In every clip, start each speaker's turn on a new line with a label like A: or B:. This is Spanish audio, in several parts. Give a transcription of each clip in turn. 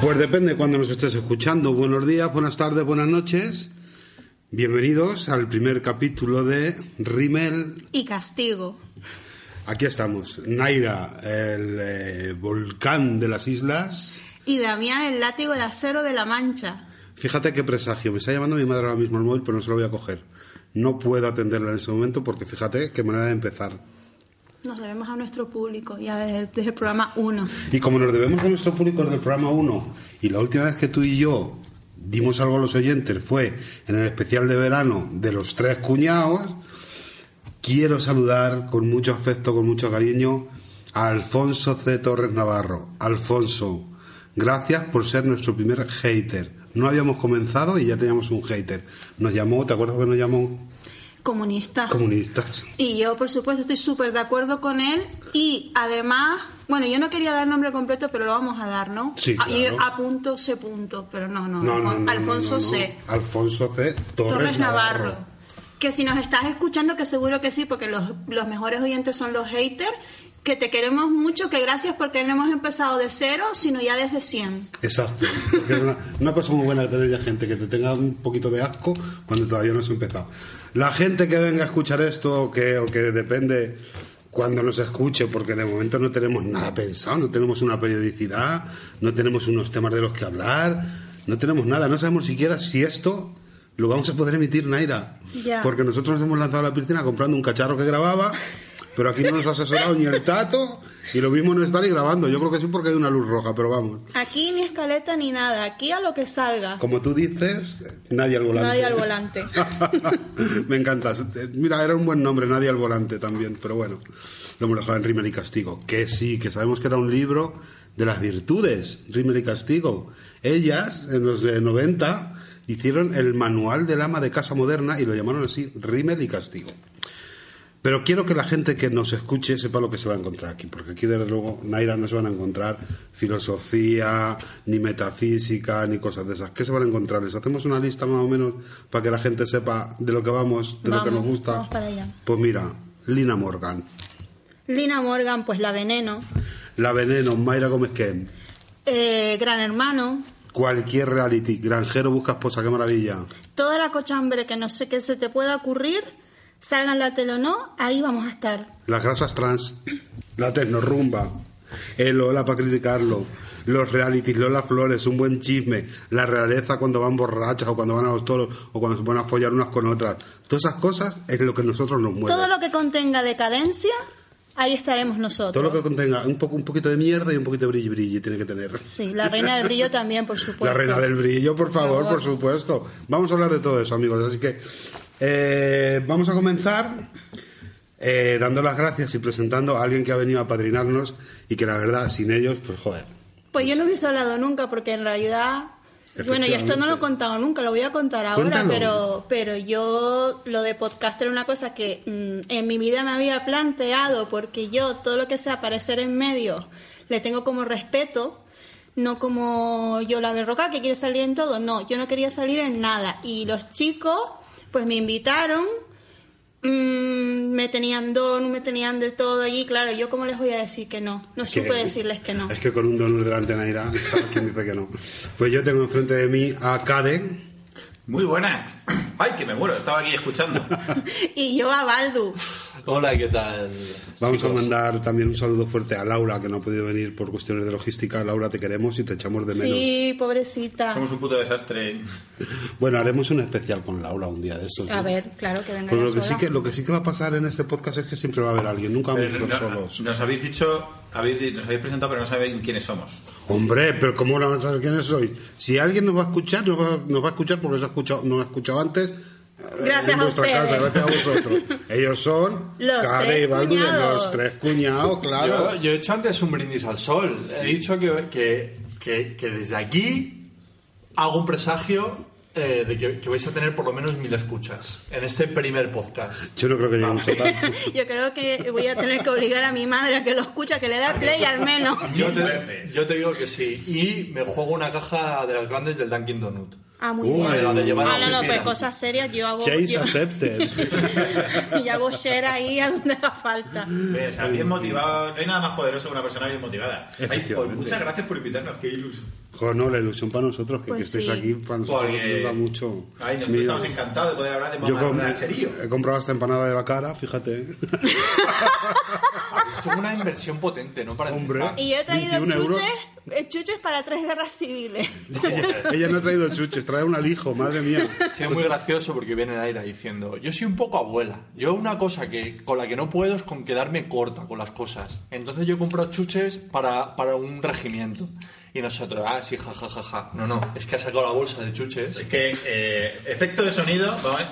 A: Pues depende de cuando nos estés escuchando. Buenos días, buenas tardes, buenas noches. Bienvenidos al primer capítulo de Rimmel.
B: Y castigo.
A: Aquí estamos. Naira, el eh, volcán de las islas.
B: Y Damián, el látigo de acero de la mancha.
A: Fíjate qué presagio. Me está llamando mi madre ahora mismo el móvil, pero no se lo voy a coger. No puedo atenderla en este momento porque fíjate qué manera de empezar.
B: Nos debemos a nuestro público, ya desde el, desde el programa 1.
A: Y como nos debemos a nuestro público desde el programa 1, y la última vez que tú y yo dimos algo a los oyentes fue en el especial de verano de los tres cuñados, quiero saludar con mucho afecto, con mucho cariño a Alfonso C. Torres Navarro. Alfonso, gracias por ser nuestro primer hater. No habíamos comenzado y ya teníamos un hater. Nos llamó, ¿te acuerdas que nos llamó?
B: Comunista.
A: Comunistas.
B: Y yo, por supuesto, estoy súper de acuerdo con él. Y además, bueno, yo no quería dar nombre completo, pero lo vamos a dar, ¿no?
A: Sí,
B: A- y
A: claro.
B: A punto C punto, pero no, no.
A: No, no,
B: Alfon-
A: no, no,
B: Alfonso
A: no, no.
B: C.
A: Alfonso C. Torres,
B: Torres Navarro.
A: Navarro.
B: Que si nos estás escuchando, que seguro que sí, porque los, los mejores oyentes son los haters, que te queremos mucho, que gracias porque no hemos empezado de cero, sino ya desde 100.
A: Exacto. porque es una, una cosa muy buena tener ya gente que te tenga un poquito de asco cuando todavía no has empezado. La gente que venga a escuchar esto o que, o que depende cuando nos escuche, porque de momento no tenemos nada pensado, no tenemos una periodicidad, no tenemos unos temas de los que hablar, no tenemos nada, no sabemos siquiera si esto lo vamos a poder emitir, Naira.
B: Ya.
A: Porque nosotros nos hemos lanzado a la piscina comprando un cacharro que grababa, pero aquí no nos ha asesorado ni el tato. Y lo mismo no está ni grabando. Yo creo que sí porque hay una luz roja, pero vamos.
B: Aquí ni escaleta ni nada, aquí a lo que salga.
A: Como tú dices, nadie al volante.
B: Nadie al volante.
A: Me encanta. Mira, era un buen nombre, nadie al volante también, pero bueno, lo hemos dejado en Rimmel y Castigo. Que sí, que sabemos que era un libro de las virtudes, Rimmel y Castigo. Ellas, en los eh, 90, hicieron el manual del ama de casa moderna y lo llamaron así, Rimmel y Castigo. Pero quiero que la gente que nos escuche sepa lo que se va a encontrar aquí, porque aquí desde luego Naira no se van a encontrar filosofía, ni metafísica, ni cosas de esas. ¿Qué se van a encontrar? Les hacemos una lista más o menos para que la gente sepa de lo que vamos, de lo que nos
B: Vamos,
A: gusta.
B: vamos para allá.
A: Pues mira, Lina Morgan,
B: Lina Morgan, pues la veneno.
A: La Veneno, Mayra Gómez Ken,
B: Eh, Gran Hermano.
A: cualquier reality, Granjero busca esposa, qué maravilla.
B: Toda la cochambre que no sé qué se te pueda ocurrir, salga en la tele o no, ahí vamos a estar.
A: Las grasas trans, la tecnorumba, el Lola para criticarlo, los realities, Lola Flores, un buen chisme, la realeza cuando van borrachas o cuando van a los toros o cuando se ponen a follar unas con otras. Todas esas cosas es lo que a nosotros nos mueve.
B: Todo lo que contenga decadencia, ahí estaremos nosotros.
A: Todo lo que contenga un, poco, un poquito de mierda y un poquito de brillo brillo tiene que tener.
B: Sí, la reina del brillo también, por supuesto.
A: La reina del brillo, por favor,
B: Pues Por
A: por
B: favor.
A: supuesto. Vamos a hablar de todo eso, amigos. Así que eh, vamos a comenzar eh, dando las gracias y presentando a alguien que ha venido a padrinarnos y que la verdad, sin ellos, pues joder.
B: Pues yo no hubiese hablado nunca, porque en realidad. Bueno, y esto no lo he
A: Efectivamente.
B: contado nunca, lo voy a contar ahora,
A: Cuéntalo.
B: pero, pero yo lo de podcast era una cosa que mm, en mi vida me había planteado, porque yo todo lo que sea aparecer en medios le tengo como respeto, no como yo la berroca que quiere salir en todo, no, yo no quería salir en nada. Y los chicos, pues me invitaron, mm, me tenían don, me tenían de todo allí, claro, yo cómo les voy a decir que no, no supe decirles que no.
A: Es que con un donut delante de Naira, ¿quién dice que no? Pues yo tengo enfrente de mí a Cade.
C: Muy buenas. Ay, que me muero, estaba aquí escuchando.
B: Y yo a Baldu.
D: Hola, ¿qué tal?
A: Vamos a
D: chicos?
A: mandar también un saludo fuerte a Laura, que no ha podido venir por cuestiones de logística. Laura, te queremos y te echamos de menos.
B: Sí, pobrecita.
C: Somos un puto desastre.
A: Bueno, haremos un especial con Laura un día de estos.
B: A
A: ¿no?
B: ver, claro que venga
A: Pues
B: ella
A: lo que, sí
B: sola.
A: que, lo que sí que va a pasar en este podcast es que siempre va a haber alguien, nunca vamos a
C: Pero
A: estar
C: Eh, no-
A: solos.
C: nos habéis dicho, habéis, di- nos habéis presentado, pero no sabéis quiénes somos.
A: Hombre, pero ¿cómo no van a saber quiénes sois? Si alguien nos va a escuchar, nos va, nos va a escuchar porque nos ha escuchado, nos ha escuchado antes. eh,
B: Gracias
A: en
B: a
A: vuestra
B: ustedes.
A: casa, gracias a vosotros. Ellos son
B: Los
A: Cade
B: tres
A: y Baldu de
B: cuñados.
A: los tres cuñados, claro.
D: Yo, yo he hecho antes un brindis al sol. He dicho que, que, que- que desde aquí hago un presagio eh, de que, que vais a tener por lo menos mil escuchas en este primer podcast.
A: Yo no creo que lleguemos a tanto.
B: Yo creo que voy a tener que obligar a mi madre a que lo escuche, que le dé play al menos.
D: Yo
C: Mil veces.
D: te, yo te digo que sí. Y me juego una caja de las grandes del Dunkin' Donut.
B: Ah, muy
A: Uy,
B: bien.
D: la de llevar
B: Ah,
D: a la
B: no, no, pues
D: oficina.
B: cosas serias yo hago.
A: Chase
B: yo-
A: accepted.
B: y yo hago share ahí a donde haga falta.
C: Ves, o sea, bien motivado. No hay nada más poderoso que una persona bien motivada. Ay,
A: Efectivamente.
C: pues, muchas gracias por invitarnos, qué ilusión.
A: Joder, no, la ilusión para nosotros, que, que
B: Pues
A: estéis
B: sí.
A: aquí, para nosotros
C: Porque-
A: nos da mucho.
C: Ay, nosotros
A: miedo.
C: estamos encantados de poder hablar de
A: Yo com-
C: mamarracherío.
A: he comprado esta empanada de la cara, fíjate.
E: Es una inversión potente, ¿no? Para
A: Hombre.
E: empezar.
B: Y yo he traído
A: 21 euros.
B: chuches, eh, chuches para tres guerras civiles.
A: Ella no ha traído chuches, trae un alijo, madre mía.
E: Sí, es muy gracioso porque viene Aira diciendo, yo soy un poco abuela. Yo una cosa que con la que no puedo es con quedarme corta con las cosas. Entonces yo compro chuches para, para un regimiento. Y nosotros, ah, sí, ja, ja, ja, ja. No, no, es que ha sacado la bolsa de chuches.
C: Es que eh, efecto de sonido, vamos a ver.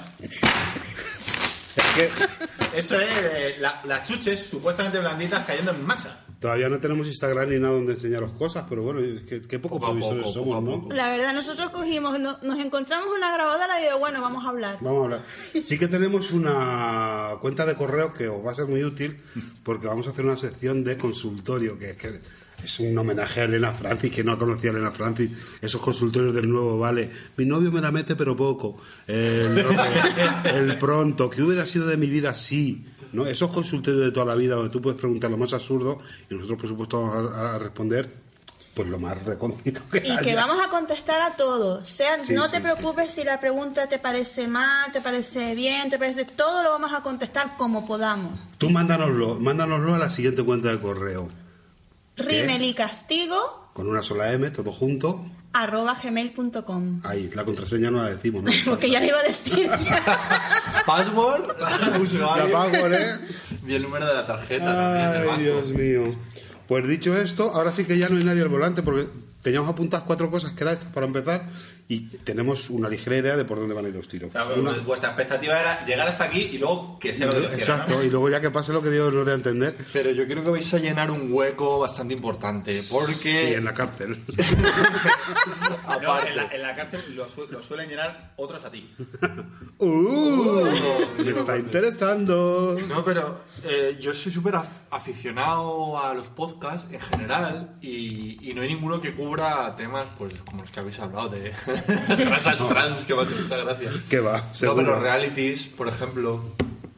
C: Eso es eh, la- las chuches supuestamente blanditas cayendo en masa.
A: Todavía no tenemos Instagram ni nada donde enseñaros cosas, pero bueno, es que, qué poco,
E: Poco a
A: provisores
E: poco,
A: somos,
E: poco a
A: ¿no?
E: poco.
B: La verdad, nosotros cogimos, no- nos encontramos una grabadora y digo, bueno, vamos a hablar.
A: Vamos a hablar. Sí que tenemos una cuenta de correo que os va a ser muy útil porque vamos a hacer una sección de consultorio, que es, que es un homenaje a Elena Francis, que no conocía a Elena Francis, esos consultorios del nuevo, vale. Mi novio me la mete pero poco. El, el pronto, que hubiera sido de mi vida sí. ¿no? Esos consultorios de toda la vida donde tú puedes preguntar lo más absurdo y nosotros por supuesto vamos a, a responder pues lo más recóndito que
B: Y que
A: haya.
B: vamos a contestar a todo. Sea,
A: Ah, Sí,
B: no
A: sí,
B: te
A: sí,
B: preocupes si la pregunta te parece mal, te parece bien, te parece. Todo lo vamos a contestar como podamos.
A: Tú mándanoslo, mándanoslo a la siguiente cuenta de correo.
B: Rimel y castigo
A: con una sola M, todo junto.
B: arroba gmail.com.
A: Ahí, la contraseña no la decimos, ¿no?
B: Porque ya le iba a decir.
E: Password,
A: La
E: usuario.
A: pago, ¿eh?
E: Y el número de la tarjeta también del
A: Ay,
E: banco.
A: Dios mío. Pues dicho esto, ahora sí que ya no hay nadie al volante porque teníamos apuntadas cuatro cosas que eran estas para empezar y tenemos una ligera idea de por dónde van a ir los tiros.
C: O sea,
A: Una-
C: Vuestra expectativa era llegar hasta aquí y luego que sea pues, lo que Dios quiera, ¿no?
A: Exacto, y luego ya que pase lo que Dios nos dé a entender,
E: Pero yo creo que vais a llenar un hueco bastante importante
A: sí,
E: porque
A: en la cárcel.
C: No,
E: aparte,
C: en, la, en la cárcel lo, su- lo suelen llenar otros a ti.
A: ¡Uh! Me está interesando.
E: No, pero eh, yo soy súper af- aficionado a los podcasts en general y, y no hay ninguno que cubra temas pues como los que habéis hablado de razas trans, que me ha hecho mucha gracia.
A: ¿Qué va?
E: No,
A: Seguro.
E: pero realities, por ejemplo.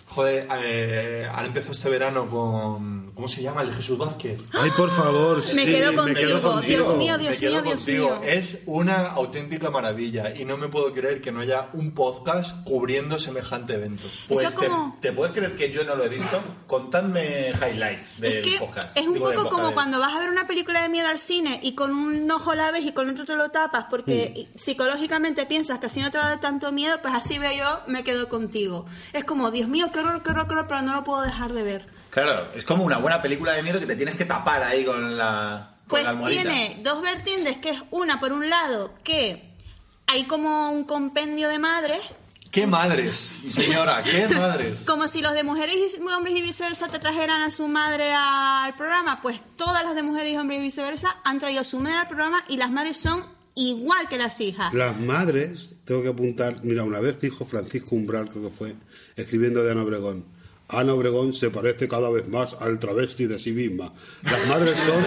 E: Joder, eh, ahora empezó este verano con... ¿Cómo se llama? El de Jesús Vázquez.
A: Ay, por favor,
B: Me
A: sí,
B: quedo
A: me quedo
B: contigo, Dios
A: contigo.
B: mío, Ah, Dios
E: Me quedo
B: mío, Dios
E: contigo.
B: mío.
E: Es una auténtica maravilla y no me puedo creer que no haya un podcast cubriendo semejante evento.
C: Pues
B: Eso
C: te,
B: como-
C: te puedes creer que yo no lo he visto. Contadme highlights del
B: Es que
C: podcast.
B: es un
C: Digo, del
B: poco
C: podcast,
B: como
C: del-
B: cuando vas a ver una película de miedo al cine y con un ojo la ves y con otro te lo tapas
C: Hmm.
B: porque psicológicamente piensas que así no te va a dar tanto miedo, pues así veo yo, me quedo contigo. Es como, Dios mío, qué horror, qué horror, qué horror, pero no lo puedo dejar de ver.
C: Claro, es como una buena película de miedo que te tienes que tapar ahí con la, con
B: Pues
C: la almohadita.
B: tiene dos vertientes, que es una, por un lado, que hay como un compendio de madres,
E: ¡Qué madres, señora! ¡Qué madres!
B: como si los de mujeres y hombres y viceversa te trajeran a su madre al programa, pues todas las de mujeres y hombres y viceversa han traído a su madre al programa y las madres son igual que las hijas.
A: Las madres, tengo que apuntar, mira, una vez dijo Francisco Umbral, creo que fue, escribiendo de Ana Obregón. Ana Obregón se parece cada vez más al travesti de sí misma. Las madres son,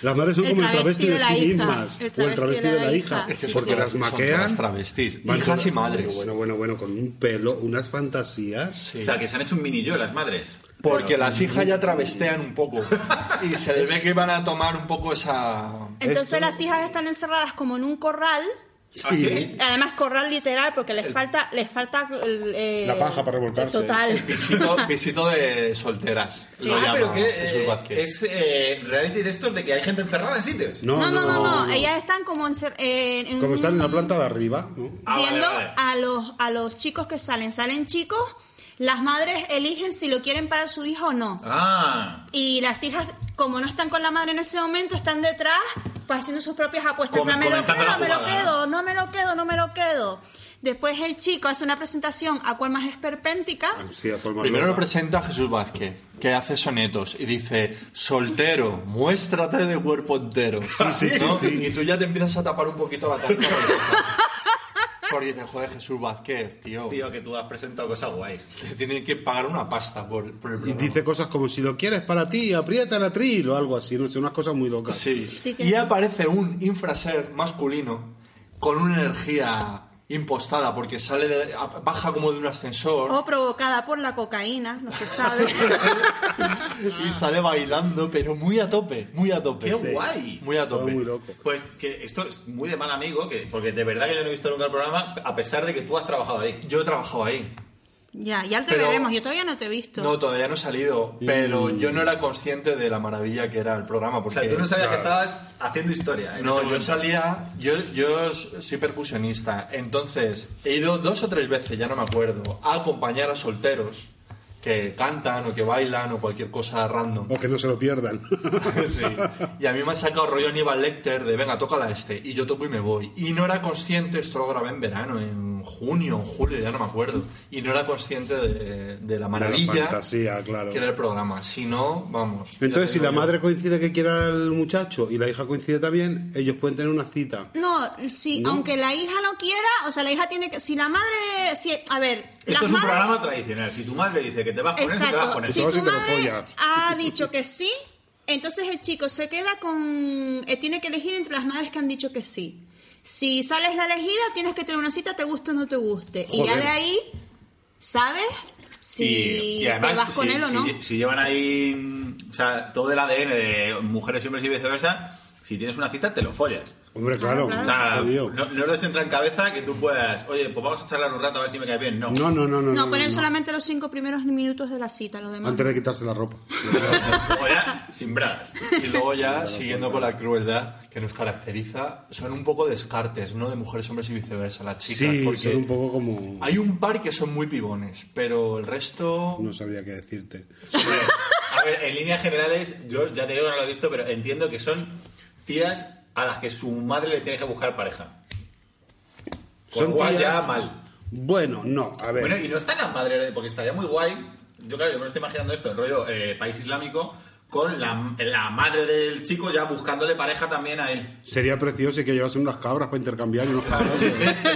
A: las madres son
B: El
A: como el travesti
B: travesti
A: de,
B: de la
A: sí
B: hija.
A: mismas.
B: El
A: o el travesti de la hija.
B: Es que son
A: porque
E: todas-
A: las
E: son
A: maquean.
E: todas travestis.
A: van
E: Hijas
A: todas-
E: y madres.
A: Bueno, bueno, bueno, con un pelo, unas fantasías.
C: O sea, que se han hecho un mini yo las madres.
E: Porque las hijas ya travestean un poco y se les ve que van a tomar un poco esa...
B: Entonces las hijas están encerradas como en un corral,
C: ¿Ah, sí?
B: además corral literal porque les falta les falta el, eh,
A: La paja para revolcarse.
B: Total.
E: Pisito, pisito de solteras.
B: Sí.
E: lo
C: ah,
E: llama
C: pero que
E: Jesús
C: eh,
E: Vázquez.
C: es eh, reality de estos de que hay gente encerrada en sitios.
A: No,
B: No, no, no, no, ellas están como encer- eh, en
A: Como
B: un-
A: están en la planta de arriba, ¿no?
C: Ah, vale,
B: viendo
C: vale.
B: a los a los chicos que salen, salen chicos, las madres eligen si lo quieren para su hijo o no.
C: Ah,
B: Y las hijas, como no están con la madre en ese momento, están detrás, pues haciendo sus propias apuestas.
C: Com-
B: No me lo
C: comentando
B: quedo,
C: la
B: me lo
C: jugada,
B: quedo, no me lo quedo, no me lo quedo. Después el chico hace una presentación a cual más esperpéntica.
A: Sí, a forma
E: Primero lo
A: loca.
E: presenta Jesús Vázquez, que hace sonetos y dice, soltero, muéstrate de cuerpo entero. ¿no? Y tú ya te empiezas a tapar un poquito la cara. con el sofá. Porque dices, joder, Jesús Vázquez, tío,
C: tío, que tú has presentado cosas guays.
E: te tienen que pagar una pasta por, por el
A: Y
E: programa.
A: dice cosas como si lo quieres para ti, aprieta el atril o algo así, no sé, unas cosas muy locas.
E: Sí.
B: Sí, tiene-
E: y aparece un infraser masculino con una energía impostada porque sale de- baja como de un ascensor
B: O provocada por la cocaína, no se sabe.
E: y sale bailando, pero muy a tope, muy a tope.
C: ¡Qué guay!
E: Muy a
A: Todo
E: tope.
A: muy loco.
C: Pues que esto es muy de mal amigo, que, porque de verdad que yo no he visto nunca el programa, a pesar de que tú has trabajado ahí.
E: Yo he trabajado ahí.
B: ya, ya te
E: Pero-
B: veremos. Yo todavía no te he visto.
E: No, todavía no he salido, pero yo no era consciente de la maravilla que era el programa.
C: O
E: Porque,
C: sea, tú no sabías
A: Claro.
C: que estabas haciendo historia. en
E: No,
C: ese
E: yo
C: momento.
E: salía, yo, yo soy percusionista, entonces he ido dos o tres veces, ya no me acuerdo, a acompañar a solteros que cantan o que bailan o cualquier cosa random.
A: O que no se lo pierdan.
E: Sí. Y a mí me ha sacado rollo Aníbal Lecter de venga, tócala este. Y yo toco y me voy. Y no era consciente, esto lo grabé en verano, en junio, en julio, ya no me acuerdo. Y no era consciente de, de la maravilla
A: De la fantasía, claro.
E: que era el programa. Si no, vamos. ya
A: Entonces,
E: te
A: si la
E: digo yo.
A: madre coincide que quiera al muchacho y la hija coincide también, ellos pueden tener una cita.
B: No, si, aunque la hija no quiera, o sea, la hija tiene que. Si la madre. Si, a ver, las
C: Esto es un
B: madres-
C: programa tradicional. Si tu madre dice que te vas con eso, te vas
B: Exacto.
C: con eso.
B: Si
A: Todo
B: tu
A: si te lo
B: madre
A: follas.
B: ha dicho que sí, entonces el chico se queda con. eh, tiene que elegir entre las madres que han dicho que sí. Si sales la elegida, tienes que tener una cita, te guste o no te guste. Y ya
A: Joder.
B: de ahí, ¿sabes? Si te vas con
C: si,
B: él o
C: si-
B: no.
C: si llevan ahí mm, o sea, todo el ADN de mujeres, hombres y viceversa, si tienes una cita, te lo follas.
A: Hombre, claro.
B: Claro,
C: O
A: se
C: sea,
A: jodió.
C: no, no les entra en cabeza que tú puedas, oye, pues vamos a charlar un rato a ver si me cae bien. No.
A: No, no, no, no.
B: no,
A: no,
B: ponen
A: no.
B: solamente los cinco primeros minutos de la cita, lo demás.
A: Antes de quitarse la ropa.
C: Luego ya, sin bragas.
E: Y luego ya, siguiendo con la crueldad que nos caracteriza, son un poco descartes, ¿no? De mujeres, hombres y viceversa, las chicas.
A: sí,
E: porque
A: son un poco como...
E: Hay un par que son muy pibones, pero el resto...
A: No sabría qué decirte.
C: A ver, en líneas generales, yo ya te digo, no lo he visto, pero entiendo que son tías a las que su madre le tiene que buscar pareja. Con lo cual ya
A: tías-
C: mal.
A: Bueno, no, a ver.
C: Bueno, y no están las madres, de- porque estaría muy guay. Yo, claro, yo me lo estoy imaginando esto, el rollo eh, país islámico, con la, la madre del chico ya buscándole pareja también a él.
A: Sería precioso que llevasen unas cabras para intercambiar y unos cabras.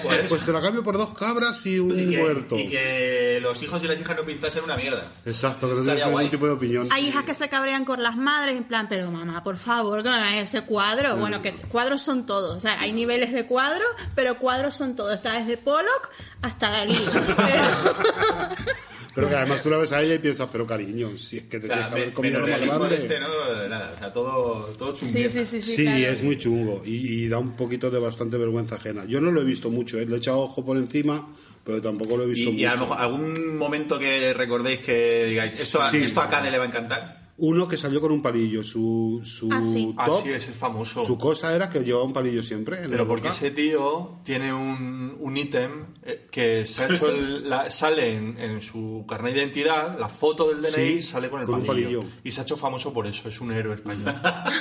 C: Por eso.
A: pues te la cambio por dos cabras y un
C: y, que,
A: huerto.
C: y que los hijos y las hijas no pintasen una mierda.
A: Exacto, que no
C: Estaría
A: tienes
C: guay.
A: ningún tipo de opinión.
B: Hay hijas que se cabrean con las madres, en plan, pero mamá, por favor, que me hagas ese cuadro. Bueno, que cuadros son todos. O sea, hay niveles de cuadro, pero cuadros son todos. Está desde Pollock hasta Dalí. Pero-
A: Pero que además tú la ves a ella y piensas, pero cariño, si es que te
C: O
A: tienes
C: sea,
A: que haber
C: me-
A: comido lo más
C: menos
A: grande.
C: este, ¿no? Nada, o sea, todo, todo
B: sí,
C: chungueza.
B: sí, sí, sí.
A: Sí,
B: claro.
A: es muy chungo y, y da un poquito de bastante vergüenza ajena. Yo no lo he visto mucho, ¿eh? le he echado ojo por encima, pero tampoco lo he
C: Y,
A: visto
C: y
A: mucho.
C: a lo mejor algún momento que recordéis que digáis, esto, a-
A: Sí.
C: esto a Cade le va a encantar.
A: Uno que salió con un palillo, su, su
B: Ah, sí.
A: top,
E: Así es, es famoso.
A: su cosa era que llevaba un palillo siempre. en la
E: Pero porque
A: boca.
E: ese tío tiene un, un ítem eh, que se ha hecho el- la- sale en, en su carnet de identidad, la foto del DNI
A: Sí,
E: sale con el
A: con un
E: palillo.
A: palillo.
E: Y se ha hecho famoso por eso, es un héroe español.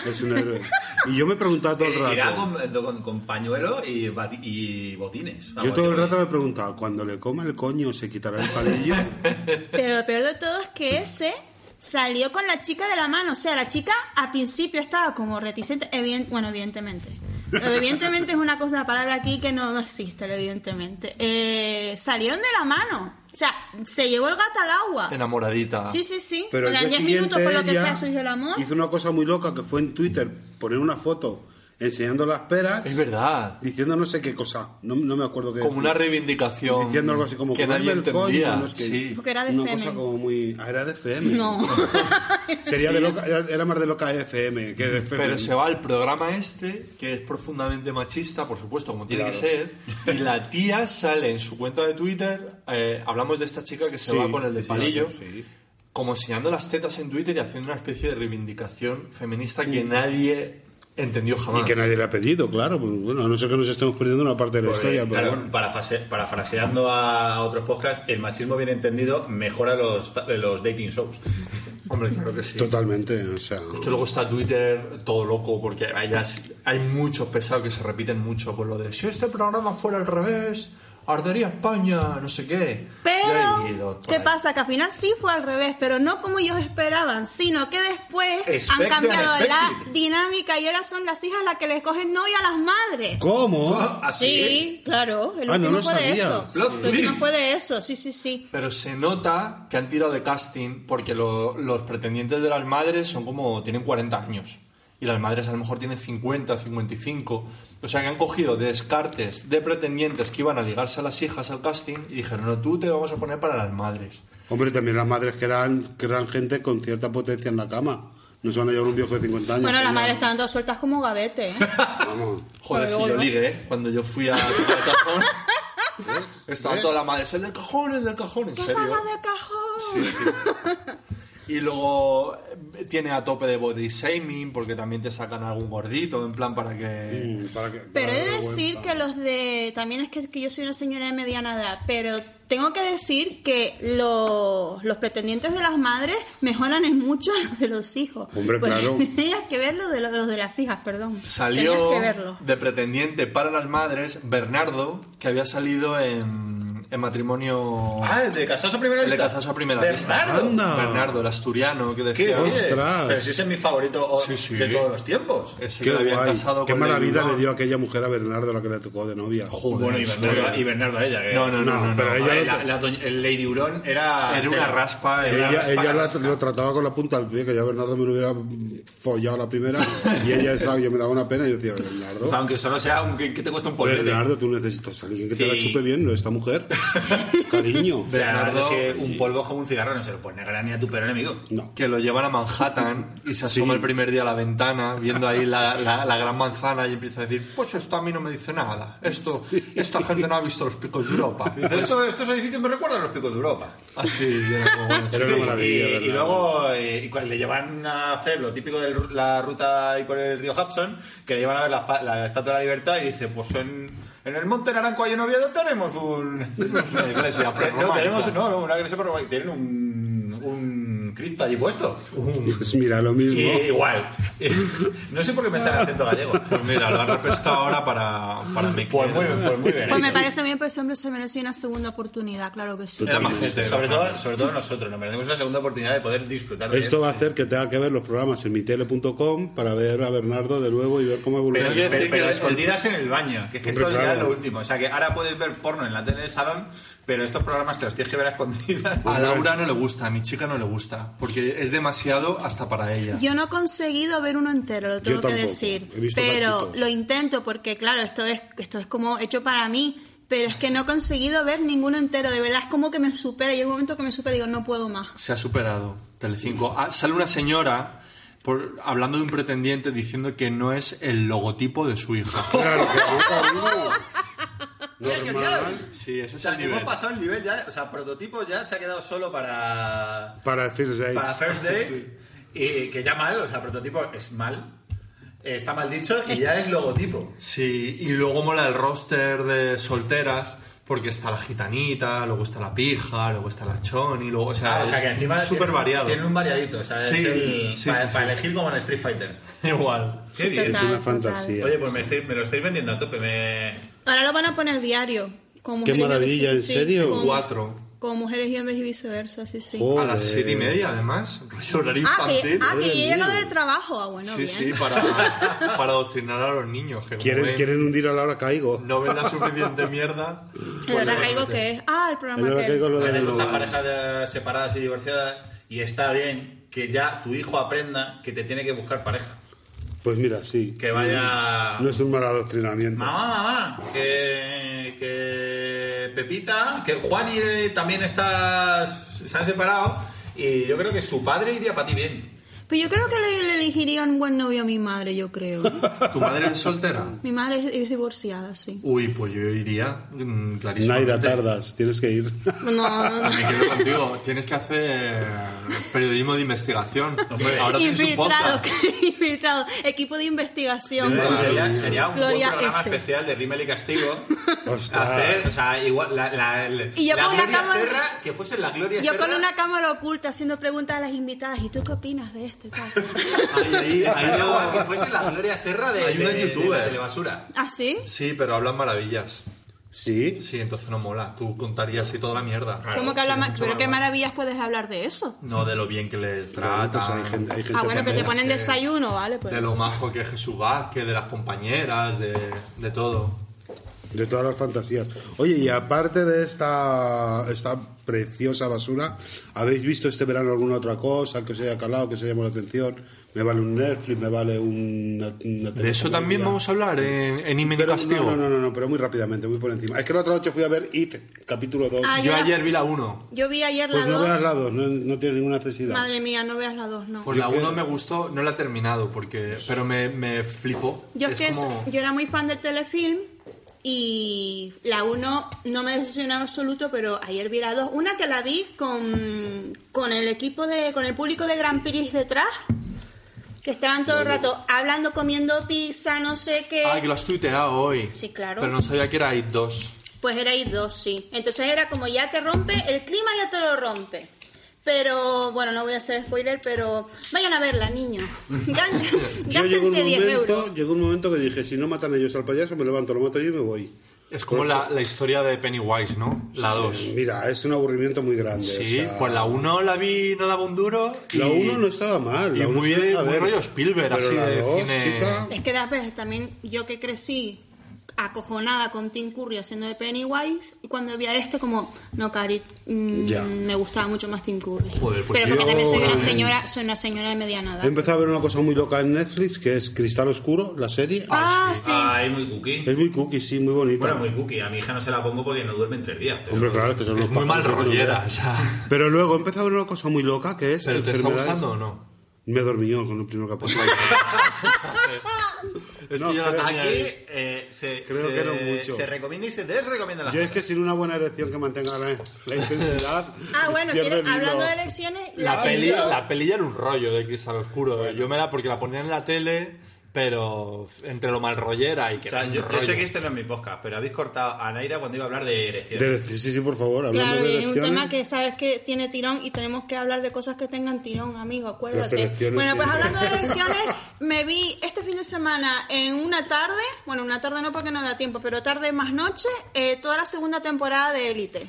A: Es un héroe. Y yo me preguntaba todo el rato.
C: Eh, Irá con, con- con pañuelo y, bati- y botines.
A: Yo
C: Vamos,
A: todo el
C: tío.
A: rato me preguntaba, cuando le coma el coño se quitará el palillo.
B: Pero lo peor de todo es que ese salió con la chica de la mano. O sea, la chica al principio estaba como reticente. eviden- bueno, evidentemente. Lo de Evidentemente es una cosa, una palabra aquí que no, no existe, el evidentemente. Eh, salieron de la mano. O sea, se llevó el gato al agua.
E: Enamoradita.
B: Sí, sí, sí.
A: Pero el
B: Pero en
A: día
B: 10 minutos, por lo que
A: siguiente
B: sea,
A: ella
B: surgió el amor.
A: Hizo una cosa muy loca que fue en Twitter poner una foto enseñando las peras,
E: Es verdad.
A: diciendo no sé qué cosa. No, no me acuerdo qué.
E: Como
A: decía.
E: una reivindicación.
A: Diciendo algo así como
E: que
A: comerme
E: nadie
A: el coño,
E: entendía.
A: no es que-
E: Sí.
B: Porque era de
A: Una
B: FM.
A: cosa como muy. Ah, era de FM.
B: No.
A: Sería de loca, era era más de loca FM que de FM.
E: Pero se va al programa este, que es profundamente machista, por supuesto, como tiene que ser, y la tía sale en su cuenta de Twitter, eh, hablamos de esta chica que se
A: Sí,
E: va con el de
A: sí, sí,
E: palillo,
A: sí.
E: como enseñando las tetas en Twitter y haciendo una especie de reivindicación feminista que nadie entendió jamás.
A: Mm. Y que nadie le ha pedido, claro. pues, bueno, a no ser que nos estemos perdiendo una parte de la
E: Pues,
C: Porque,
A: historia, pero
C: claro,
A: bueno.
C: parafase- parafraseando a otros podcasts, el machismo bien entendido mejora los, ta- los dating shows.
E: Hombre, claro que sí.
A: Totalmente, o sea.
E: Es que luego está Twitter todo loco porque hay, as- hay muchos pesados que se repiten mucho con lo de si este programa fuera al revés, ardería España, no sé qué. Ya he ido
B: Pero,
E: por
B: ¿qué
E: ahí.
B: pasa? Que al final sí fue al revés, pero no como ellos esperaban, sino que después
C: Expected,
B: han cambiado la
C: expected.
B: dinámica y ahora son las hijas las que les cogen novia a las madres.
A: ¿Cómo?
E: Ah.
C: Así
B: Sí, claro, el
A: Ah, no
B: último
A: lo
B: fue de
A: sabía.
B: eso.
C: Plot
B: El último
C: twist.
B: fue de eso, sí, sí, sí.
E: Pero se nota que han tirado de casting porque lo- los pretendientes de las madres son como. tienen 40 años. y las madres a lo mejor tienen 50 o 55. O sea que han cogido descartes de pretendientes que iban a ligarse a las hijas al casting y dijeron, no, tú te vamos a poner para las madres.
A: Hombre, también las madres que eran, que eran gente con cierta potencia en la cama. No se van a llevar un viejo de 50 años.
B: Bueno, las
A: coño.
B: madres estaban todas sueltas como gavete. ¿eh?
A: Vamos.
B: Joder,
E: Joder, si yo
B: ¿no?
E: ligue, ¿eh? Cuando yo fui a tocar el cajón, estaba
A: ¿Ves?
E: toda la madre, es el del cajón, el del cajón, en
B: ¡Que
E: serio.
B: salga del cajón!
E: Sí, sí. Y luego eh, tiene a tope de body shaming porque también te sacan algún gordito en plan para que...
A: Mm, para que-
B: Pero
A: para
B: he
A: dar
B: de
A: vergüenza.
B: decir que los de... También es que, que yo soy una señora de mediana edad, pero tengo que decir que los, los pretendientes de las madres mejoran en mucho a los de los hijos.
A: Hombre,
B: Porque
A: claro.
B: Tenías que ver los de los, los de las hijas, perdón.
E: Salió
B: Tenías que verlo.
E: de pretendiente para las madres Bernardo, que había salido en, en matrimonio...
C: Ah, el de casados a primera
E: el
C: vista.
E: de casados a primera
C: Bernardo.
E: vista.
A: Anda.
E: Bernardo, el asturiano, que
C: ¿Qué
E: decía...
A: dices?
C: dices?
A: Ostras.
C: Pero si ese es mi favorito o-
E: Sí, sí.
C: de todos los tiempos.
E: Ese
A: Qué
E: que lo habían
A: guay.
E: casado
A: Qué
E: con
A: mala
E: Lady
A: vida le
E: Gaga.
A: dio aquella mujer a Bernardo, la que le tocó de novia.
E: Joder,
C: Bueno, y Bernardo,
E: joder.
C: y Bernardo a ella. que-
E: No, no, no, no, no.
A: pero ella
C: A ver,
A: lo-
C: la- la doña- el Lady Hurón era...
E: Era una
C: tela.
E: raspa,
C: Era una
A: Ella,
C: raspa
A: ella la-
C: rasca.
A: lo trataba con la punta del pie, que yo a Bernardo me lo hubiera follado la primera. y ella, ¿sabes? Yo me daba una pena y yo decía, Bernardo,
C: Aunque solo sea un que, que te cuesta un polvete.
A: Bernardo, tú necesitas a alguien que te
C: Sí.
A: la chupe bien, ¿no? Esta mujer. Cariño.
C: O sea,
E: Bernardo-
C: es que un polvo como un cigarro no se lo puedes negar ni a tu peor enemigo.
A: No.
E: que lo llevan a Manhattan y se asoma
A: Sí.
E: el primer día a la ventana, viendo ahí la, la- la gran manzana y empieza a decir, pues esto a mí no me dice nada, esto, esta gente no ha visto los picos de Europa.
C: Dice, "Esto- estos edificios me recuerdan a los picos de Europa.
E: Así, era como, bueno,
A: Era una
C: Sí,
A: maravilla,
C: y- y,
A: Bernardo.
C: luego eh, y cu- le llevan a hacer lo típico de la ruta ahí por el río Hudson, que le llevan a ver la, pa- la Estatua de la Libertad y dice, pues en, en el Monte Naranco y en Oviedo tenemos un...
E: es una iglesia
C: no,
E: prerrománica.
C: tenemos, no, no, una iglesia por... Tienen un, un Cristo allí puesto.
A: Pues mira, lo mismo.
C: Y igual. no sé por qué me sale acento gallego.
E: Pues mira, lo han repescado ahora para, para mi
C: Pues muy bien, pues muy bien.
B: Pues me parece bien, pero ese hombre se merece una segunda oportunidad, claro que sí.
E: Era majete.
C: Sobre todo, sobre todo nosotros, nos merecemos una segunda oportunidad de poder disfrutar de
A: Esto va a hacer que tenga que ver los programas en mitele.com para ver a Bernardo de nuevo y ver cómo
C: Pero,
A: evoluciona.
E: quiero decir
C: pero- pero
E: que el-
C: escondidas en el baño, que es que
A: Hombre,
C: esto ya
A: claro.
C: es lo último. O sea, que ahora puedes ver porno en la tele del salón, pero estos programas te los tienes que ver a escondidas.
E: A Laura Pues no le gusta, a mi chica no le gusta, porque es demasiado hasta para ella.
B: Yo no he conseguido ver uno entero, lo tengo que
A: tampoco.
B: decir.
A: He visto
B: Pero
A: cachitos.
B: lo intento porque, claro, esto es, esto es como hecho para mí. Pero es que no he conseguido ver ninguno entero. De verdad es como que me supera. Y hay un momento que me supera y digo, no puedo más.
E: se ha superado. Telecinco. Ah, sale una señora por, hablando de un pretendiente diciendo que no es el logotipo de su hija.
A: Claro que sí, cariño. Normal.
E: Sí, ese
C: O
E: es
C: sea,
E: el
C: que hemos
E: nivel.
C: pasado el nivel ya, o sea, prototipo ya se ha quedado solo para,
A: Para First Dates.
C: para First Dates,
A: Sí.
C: y que ya mal, o sea, prototipo es mal, eh, está mal dicho y ya es logotipo.
E: Sí, y luego mola el roster de solteras. Porque está la gitanita, luego está la pija, luego está la choni, luego, o sea,
C: Ah, o sea,
E: es
C: que encima
E: súper
C: tiene-
E: variado.
C: Tiene un variadito, o sea,
E: Sí, sí,
C: para, para
E: sí, sí.
C: elegir como en Street Fighter.
E: Igual.
C: Qué bien.
A: Es
B: Total,
A: una
B: total.
A: fantasía.
C: Oye, pues me, estáis- me lo estáis vendiendo a tope. Me...
B: Ahora lo van a poner diario. Con
A: Qué
B: mujeres y hombres,
A: maravilla,
B: sí,
A: ¿en
B: sí, sí,
A: serio?
B: Con,
E: Cuatro.
B: con mujeres y hombres y viceversa, sí, sí.
A: Oh,
E: A las
A: Joder.
E: siete y media, además. Rollo horario
B: ah, que,
E: infantil.
B: ah, que
A: madre
B: yo he llegado
A: mía.
B: del trabajo. Ah, bueno,
E: sí,
B: bien.
E: sí, para, para adoctrinar a los niños. Que como
A: ¿Quieren,
C: pues,
E: ven-
A: quieren hundir a Laura Caigo.
E: no ven la suficiente mierda.
B: El
E: pues le
B: ahora caigo
E: meten.
B: que es. Ah, el programa
A: Laura
B: que-
A: Caigo lo de
C: Hay
A: los-
C: muchas parejas eh, separadas y divorciadas y está bien que ya tu hijo aprenda que te tiene que buscar pareja.
A: Pues mira, sí.
C: Que vaya-
A: No es un mal adoctrinamiento.
C: Mamá, mamá, que, que Pepita, que Juan y eh, también está, se han separado y yo creo que su padre iría para ti bien.
B: Pues yo creo que le, le elegiría un buen novio a mi madre, yo creo.
E: ¿Tu madre es soltera?
B: mi madre es- es divorciada, sí.
E: Uy, pues yo iría mm, clarísimamente.
A: Naira, tardas. Tienes que ir.
B: No, no, no.
E: Me quedo contigo. Tienes que hacer periodismo de investigación. Ahora tienes un
B: Infiltrado,
E: podcast.
B: infiltrado. Equipo de investigación.
C: Yo creo que sería, sería un buen
B: Gloria
C: programa
B: S.
C: especial de Rimmel y Castigo.
A: Ostras.
C: Hacer, o sea, igual, la, la, la-
B: Y yo
C: la
B: con una
C: Gloria
B: cámara-
C: Serra, que fuese la Gloria
B: Yo
C: Serra.
B: con una cámara oculta haciendo preguntas a las invitadas. ¿Y tú qué opinas de este? tal?
E: Ahí, ahí, ahí
C: Estaría
E: no-
C: guay que fuese la Gloria Serra de,
E: Hay
C: de-
E: una
C: de
E: youtuber.
C: la telebasura.
B: ¿Ah, sí?
E: Sí, pero hablan maravillas.
A: Sí.
E: Sí, entonces no mola. Tú contarías y toda la mierda.
B: ¿Cómo que habla
E: Sí,
B: ma-
E: mucho
B: Pero qué
E: más guay.
B: maravillas puedes hablar de eso.
E: No, de lo bien que les
A: Bueno, pues
E: tratan.
A: hay gente- hay gente
B: Ah, bueno, que te
A: también.
B: ponen
E: sí.
B: desayuno, ¿vale? Pues-
E: De lo majo que es Jesús Vázquez, de las compañeras, de, de todo.
A: De todas las fantasías. Oye, y aparte de esta, esta preciosa basura, ¿habéis visto este verano alguna otra cosa que os haya calado, que os haya llamado la atención? Me vale un Netflix, me vale una... una
E: De eso también vamos a hablar en, en Himen y Castigo.
A: No, no, no, no, no, pero muy rápidamente, muy por encima. Es que la otra noche fui a ver IT, capítulo 2.
B: Ah,
E: Yo
B: ya.
E: ayer vi la 1.
B: Yo vi ayer
A: pues
B: la
A: no
B: 2.
A: veas la 2, no, no tiene ninguna necesidad.
B: Madre mía, no veas la 2, no.
E: Pues
A: Yo
E: la
A: creo-
E: 1 me gustó, no la he terminado, porque, pero me, me flipó.
B: Yo es
E: Es
B: que es-
E: como-
B: yo era muy fan del telefilm y la 1 no me decepcionó en absoluto, pero ayer vi la 2. Una que la vi con, con el equipo de, con el público de Gran Prix detrás, que estaban todo el rato hablando, comiendo pizza, no sé qué.
E: Ah, que lo has tuiteado hoy.
B: Sí, claro.
E: Pero no sabía que era IT 2.
B: Pues era ir dos, sí. Entonces era como ya te rompe, el clima ya te lo rompe. Pero bueno, no voy a hacer spoiler, pero vayan a verla, niños. Gán-
A: Yo llegó un,
B: Gástense 10 euros.
A: momento, llegó un momento que dije, si no matan ellos al payaso, me levanto, lo mato yo y me voy.
E: Es como la, la historia de Pennywise, ¿no? La 2.
A: Mira, es un aburrimiento muy grande.
E: Sí,
A: o sea,
E: pues la 1 la vi, no daba un duro. y-
A: La 1 no estaba mal.
E: y
A: la uno
E: muy-
A: se deja
E: muy
A: ver.
E: rollo Spielberg,
A: Pero
E: así
A: la
E: de
A: dos,
E: cine-
A: chica,
B: Es que das veces también yo que crecí acojonada con Tim Curry haciendo de Pennywise y cuando vi a este como no Cari mm,
A: Ya.
B: me gustaba mucho más Tim Curry
E: Joder, pues
B: pero porque
A: yo-
B: también soy una señora soy una señora de mediana edad
A: He empezado a ver una cosa muy loca en Netflix, que es Cristal Oscuro, la serie.
B: ah sí
C: Ay, muy cookie.
A: Es muy cookie, sí, muy bonita.
C: Bueno, muy cookie. A mi hija no se la pongo porque no duerme en tres días. pero-
A: Hombre, claro, que son
E: Es
A: los
E: muy mal
A: pájaros,
E: rollera,
A: ¿no?
E: o sea.
A: Pero luego he empezado a ver una cosa muy loca, que es...
E: ¿Pero te está
A: enfermedades-
E: gustando o no? Pues
A: Me dormí yo con el primer capítulo.
E: Es
A: No,
E: que yo la
A: creo-
E: tenía
C: Aquí
E: ahí.
C: eh, se,
A: Creo
C: se-
A: que no mucho.
C: se recomienda y se desrecomienda la
A: yo es que sin una buena erección que mantenga la, la intensidad...
B: ah bueno
A: pierdo
B: ¿quieres-
A: el hilo.
B: hablando de elecciones
E: La
B: la
E: peli,
B: yo-
E: la peli ya era un rollo de cristal oscuro. Yo me la porque la ponían en la tele, pero entre lo mal rollera y que
C: O sea,
E: era un
C: yo, yo
E: rollo.
C: sé que este no es mi podcast, pero habéis cortado a Naira cuando iba a hablar de erecciones.
A: De- sí, sí, por favor, hablando
B: Claro,
A: de
B: y es un
A: elecciones.
B: tema que sabes que tiene tirón y tenemos que hablar de cosas que tengan tirón, amigo,
A: Las
B: acuérdate.
A: elecciones
B: Bueno, pues
A: siempre.
B: hablando de elecciones, me vi este fin de semana en una tarde, bueno, una tarde no porque no da tiempo, pero tarde más noche, eh, toda la segunda temporada de Élite.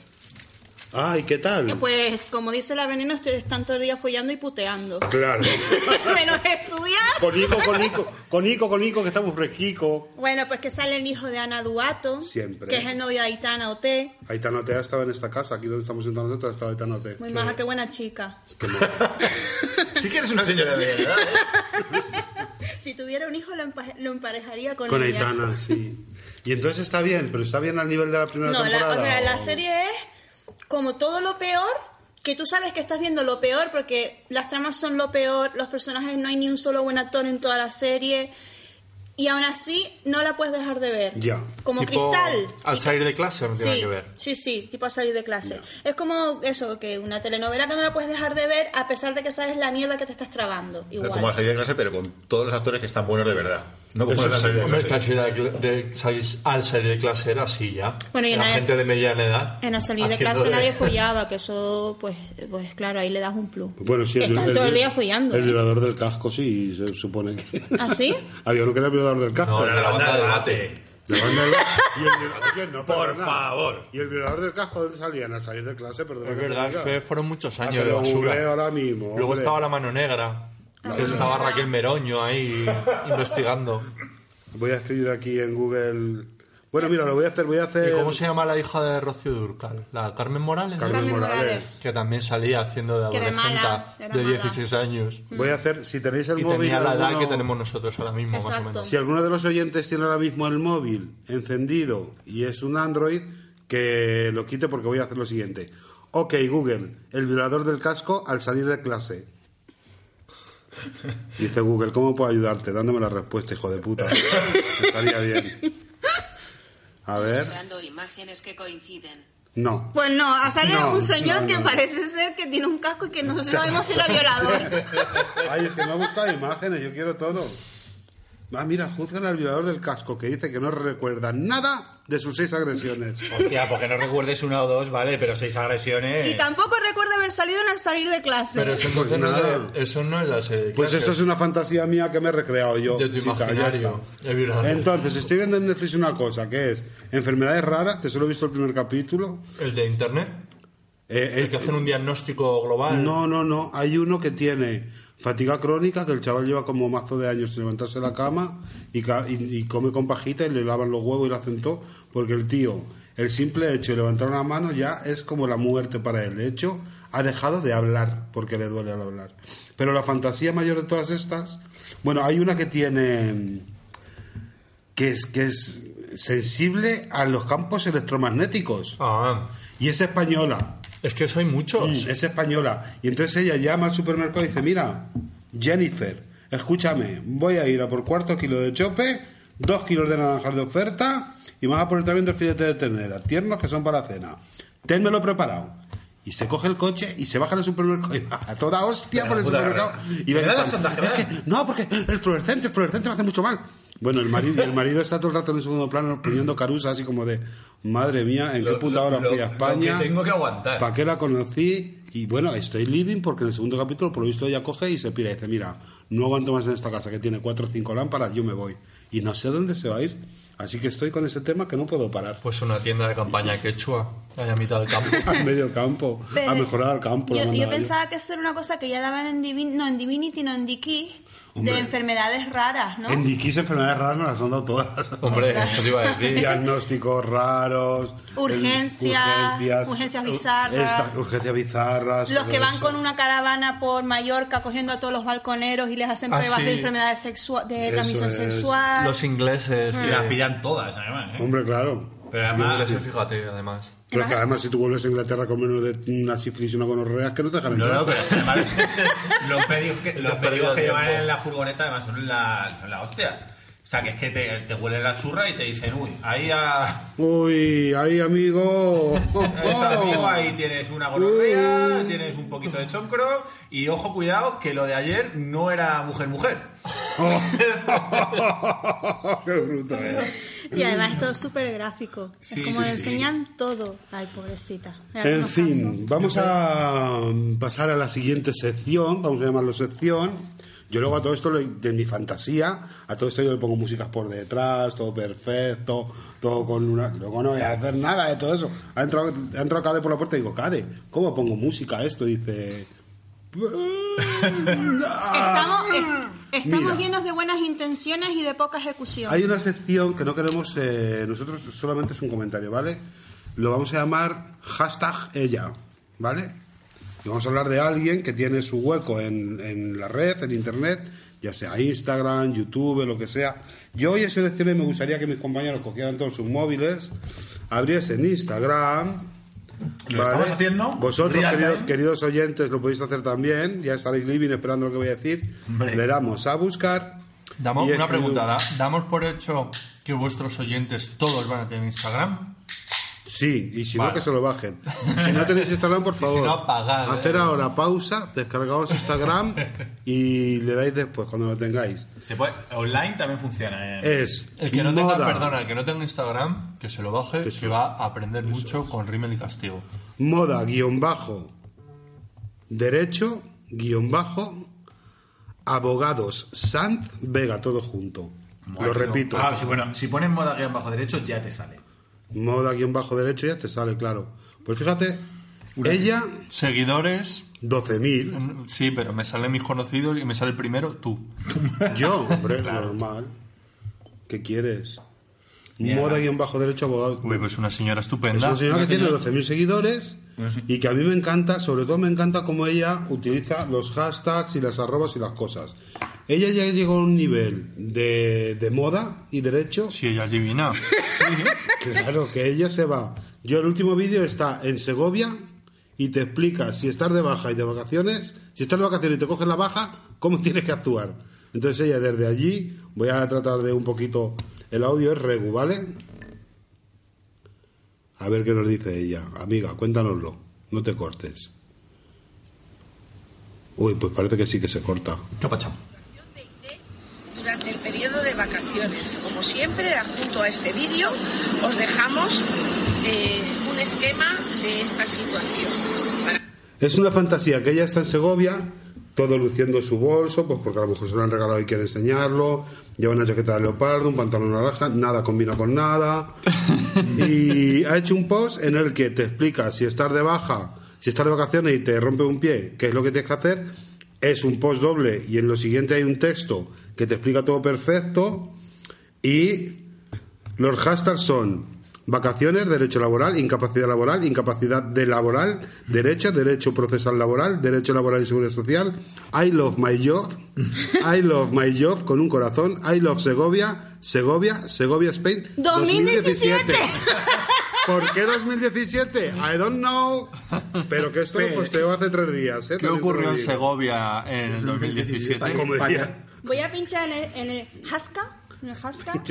A: Ay, ¿qué tal?
B: Que, Pues, como dice la veneno, estoy están todo el día follando y puteando.
A: Claro.
B: Menos estudiar.
A: Con Ico, con Ico, con Ico, con Ico, que estamos fresquico.
B: Bueno, pues que sale el hijo de Ana Duato,
A: Siempre.
B: que es el novio de Aitana Oté.
A: Aitana Otea estaba en esta casa, aquí donde estamos sentados nosotros, estaba Aitana Otea.
B: Muy maja, qué buena chica.
C: Sí que eres una señora de verdad. ¿eh?
B: Si tuviera un hijo, lo, empa- lo emparejaría con,
A: Con
B: ella.
A: Aitana, sí. Y entonces está bien, pero está bien al nivel de la primera
B: No, la,
A: temporada.
B: o sea, la
A: ¿o?
B: serie es como todo lo peor, que tú sabes que estás viendo lo peor porque las tramas son lo peor, los personajes no hay ni un solo buen actor en toda la serie y aún así no la puedes dejar de ver.
A: Ya.
B: Como
E: Tipo,
B: cristal.
E: Al salir de clase no tiene
B: Sí,
E: que ver.
B: sí, sí, tipo a salir de clase. Es como eso, que una telenovela que no la puedes dejar de ver a pesar de que sabes la mierda que te estás tragando. Igual.
C: Como a salir de clase, pero con todos los actores que están buenos de verdad. No como
A: Eso
C: los de
A: sí,
C: salir de
E: Hombre, es que
C: clase.
E: al salir de, cl- de- salir- al salir de clase era así ya.
B: Bueno, y
E: la
B: nadie-
E: gente de mediana edad.
B: En la salida de
E: haciendo
B: clase nadie follaba, que eso, pues, pues claro, ahí le das un plus.
A: Bueno, sí,
B: Están todo el día follando.
A: El
B: ¿eh?
A: violador del casco, sí, se supone que.
B: ¿Ah, sí?
A: Había uno que era el violador del casco.
E: No,
C: Pero
E: la banda de
C: debate.
A: La banda del- y el violador- oye, no,
C: Por
A: perdona.
C: favor.
A: ¿Y el violador del casco dónde salían? Al salir de clase, perdón.
E: Es verdad, es que fueron muchos años de
A: lo googleo
E: basura.
A: ahora mismo.
E: Luego
A: hombre.
E: estaba la mano negra.
B: Ah.
E: Que estaba Raquel Meroño ahí investigando.
A: Voy a escribir aquí en Google. Bueno, mira, lo voy a hacer. Voy a
E: ¿Y
A: hacer.
E: cómo se llama la hija de Rocío Durcal? ¿La Carmen Morales?
A: Eh, Carmen
B: Carmen
A: Morales.
B: Morales.
E: Que también salía haciendo de
B: Que era
E: adolescente
B: mala, era
E: de
B: mala.
E: 16 años.
A: Voy a hacer. Si tenéis el
E: Y
A: móvil.
E: tenía la edad
A: alguno-
E: que tenemos nosotros ahora mismo, más o
B: Exacto.
E: menos.
A: Si alguno de los oyentes tiene ahora mismo el móvil encendido y es un Android, que lo quite porque voy a hacer lo siguiente. Ok, Google, el violador del casco al salir de clase. Dice Google, ¿cómo puedo ayudarte? Dándome la respuesta, hijo de puta. Estaría bien. A ver.
F: Buscando imágenes que coinciden.
A: No.
B: Pues no, ha salido
A: No,
B: un señor
A: no,
B: que
A: no.
B: parece ser que tiene un casco y que Pues no sabemos si era violador.
A: Ay, es que me ha buscado imágenes, yo quiero todo. Ah, mira, juzgan al violador del casco que dice que no recuerda nada de sus seis agresiones.
C: Hostia, porque no recuerdes una o dos, vale, pero seis agresiones.
B: Y tampoco recuerda haber salido en el salir de clase.
E: Pero eso, entonces
A: Pues
E: no es de-
A: nada.
E: eso no es la serie de
A: Pues
E: clases.
A: esto es una fantasía mía que me he recreado yo.
E: De tu
A: chica, ya
E: imaginario.
A: está.
E: Es verdad.
A: Entonces, estoy viendo en Netflix una cosa, que es enfermedades raras, que solo he visto el primer capítulo.
E: ¿El de internet?
A: Eh,
E: ¿El que
A: eh,
E: hacen un diagnóstico global?
A: no, no, no. Hay uno que tiene Fatiga crónica, que el chaval lleva como mazo de años sin levantarse de la cama y, ca- y- y come con pajita y le lavan los huevos y le hacen todo, porque el tío, el simple hecho de levantar una mano ya es como la muerte para él. De hecho, ha dejado de hablar porque le duele al hablar. Pero la fantasía mayor de todas estas, bueno, hay una que tiene que es que es sensible a los campos electromagnéticos
D: Ah,
A: y es española.
D: es que eso hay muchos.
A: Es española. Y entonces ella llama al supermercado y dice, mira, Jennifer, escúchame, voy a ir a por cuarto kilo de chope, dos kilos de naranjas de oferta y me vas a poner también dos filetes de ternera, tiernos que son para cena. Ténmelo preparado. Y se coge el coche y se baja al supermercado y va a toda hostia por el
C: puta
A: supermercado.
C: madre.
A: Y va
C: Me da la
A: gritando,
C: sondaje,
A: "Es que- no, porque el fluorescente, el fluorescente me hace mucho mal. Bueno, el marido, el marido está todo el rato en el segundo plano poniendo carusa así como de, madre mía, ¿en qué
C: Lo-
A: puta
C: lo-
A: hora
C: lo-
A: fui a
C: lo
A: España?
C: que tengo que aguantar.
A: ¿Para qué la conocí? Y bueno, estoy living porque en el segundo capítulo, por lo visto, ella coge y se pira y dice, mira, no aguanto más en esta casa que tiene cuatro o cinco lámparas, yo me voy. Y no sé dónde se va a ir. Así que estoy con ese tema que no puedo parar.
D: Pues una tienda de campaña quechua, allá a mitad del campo.
A: Al medio campo,
B: Pero
A: a mejorar al campo. la
B: Yo,
A: mandaba yo.
B: yo pensaba que eso era una cosa que ya daban en Divinity, no en Divinity, no en Diki,
A: Hombre.
B: de enfermedades raras, ¿no?
A: En Dikis enfermedades raras me las han dado todas.
D: Hombre, eso te iba a decir.
A: Diagnósticos raros.
B: Urgencias, urgencias bizarras.
A: Esta- urgencias bizarras.
B: Los que van
A: eso.
B: con una caravana por Mallorca cogiendo a todos los balconeros y les hacen
D: Ah,
B: pruebas
D: sí.
B: de enfermedades sexua- de
A: Eso
B: transmisión
A: es.
B: sexual.
E: Los ingleses.
C: Y
E: que-
C: las pillan todas, además. ¿eh?
A: Hombre, claro.
C: Pero
E: Los
C: además,
E: ingleses, fíjate, además.
A: Pero que además si tú vuelves a Inglaterra con menos de una sífilis y una gonorrea es que no te dejan
C: No,
A: entrar.
C: no, pero es que además los pedidos que, los pedidos que
D: tiempo.
C: llevan en la furgoneta además son la, son la hostia. O sea, que es que te, te huele la churra y te dicen, uy, ahí a...
A: Uy, ahí amigo.
C: esa
A: Oh.
C: antigua, ahí tienes una gonorrea,
A: Uy.
C: tienes un poquito de choncro y ojo, cuidado, que lo de ayer no era mujer-mujer.
A: Qué bruto es.
B: Y además es todo súper gráfico.
C: Sí,
B: es como
C: sí,
B: le
C: sí.
B: enseñan todo. Ay, pobrecita.
A: En fin, vamos a pasar a la siguiente sección, vamos a llamarlo sección. Yo luego a todo esto le- de mi fantasía, a todo esto yo le pongo músicas por detrás, todo perfecto, todo con una... Luego no voy a hacer nada de todo eso. Ha entrado, ha entrado Cade por la puerta y digo, Cade, ¿cómo pongo música a esto? Dice...
B: Estamos, es- estamos
A: Mira.
B: llenos de buenas intenciones y de poca ejecución.
A: Hay una sección que no queremos, eh, nosotros solamente es un comentario, ¿vale? Lo vamos a llamar hashtag ella, ¿vale? Y vamos a hablar de alguien que tiene su hueco en, en la red, en internet, ya sea Instagram, YouTube, lo que sea. Yo hoy en seleccioné, me gustaría que mis compañeros cogieran todos sus móviles, abriesen Instagram.
C: ¿Lo estamos haciendo?
A: Vosotros,
C: Real
A: queridos,
C: time.
A: queridos oyentes, lo podéis hacer también. Ya estaréis living esperando lo que voy a decir.
E: Hombre.
A: Le damos a buscar.
E: Damos
A: y
E: una
A: escribimos-
E: pregunta. ¿da- ¿Damos por hecho que vuestros oyentes todos van a tener Instagram?
A: Sí, y si no,
E: Vale.
A: que se lo bajen. Si no tenéis Instagram, por favor.
E: si no, apagad, ¿eh?
A: Hacer ahora pausa, descargaos Instagram y le dais después cuando lo tengáis.
C: Se puede, online también funciona. ¿eh?
A: Es.
E: El que no tenga,
A: moda,
E: perdona, el que no tenga Instagram, que se lo baje, que,
A: se
E: va a aprender mucho con Rimmel y Castigo.
A: Moda, guión bajo. Derecho, guión bajo. Abogados, Sant, Vega, todo junto. lo repito.
C: Ah, sí, bueno, si pones moda guión bajo derecho ya te sale.
A: Moda, guión bajo, derecho, ya te sale, claro. Pues fíjate, ella,
E: Seguidores,
A: 12.000.
E: mm, sí, pero me salen mis conocidos y me sale primero tú.
A: Yo, hombre, normal. ¿Qué quieres?
C: Mierda.
A: Moda guión bajo derecho abogado.
E: Uy, pues una señora estupenda.
A: Es una señora que tiene
E: señora-
A: 12.000 seguidores y que a mí me encanta, sobre todo me encanta cómo ella utiliza los hashtags y las arrobas y las cosas. Ella ya llegó a un nivel de, de moda y derecho.
E: Sí, ella es divina.
A: Claro, que ella se va. Yo el último vídeo está en Segovia y te explica si estar de baja y de vacaciones, si estás de vacaciones y te coges la baja, cómo tienes que actuar. Entonces ella desde allí, voy a tratar de un poquito, el audio es regu, ¿vale? A ver qué nos dice ella. Amiga, cuéntanoslo, no te cortes. Uy, pues parece que sí que se corta.
E: Chupa, chao.
G: Durante el periodo de vacaciones, como siempre, junto a este vídeo, os dejamos eh, un esquema de esta situación. Para-
A: Es una fantasía que ella está en Segovia, todo luciendo su bolso, pues porque a lo mejor se lo han regalado y quiere enseñarlo. Lleva una chaqueta de leopardo, un pantalón naranja, nada combina con nada. Y ha hecho un post en el que te explica si estar de baja, si estar de vacaciones y te rompe un pie, qué es lo que tienes que hacer, es un post doble y en lo siguiente hay un texto que te explica todo perfecto y los hashtags son vacaciones, derecho laboral, incapacidad laboral, incapacidad de laboral, derecho, derecho procesal laboral, derecho laboral y seguridad social, I love my job, I love my job con un corazón, I love Segovia, Segovia, Segovia, Spain.
B: 2017.
A: ¿Por qué 2017? I don't know. Pero que esto lo posteo hace tres días. ¿eh?
E: ¿Qué
A: También te
E: ocurrió
A: lo
E: en
A: digo.
E: Segovia en el 2017?
A: Como decía.
B: Voy a pinchar en el, en el Haska. ¿En el Haska?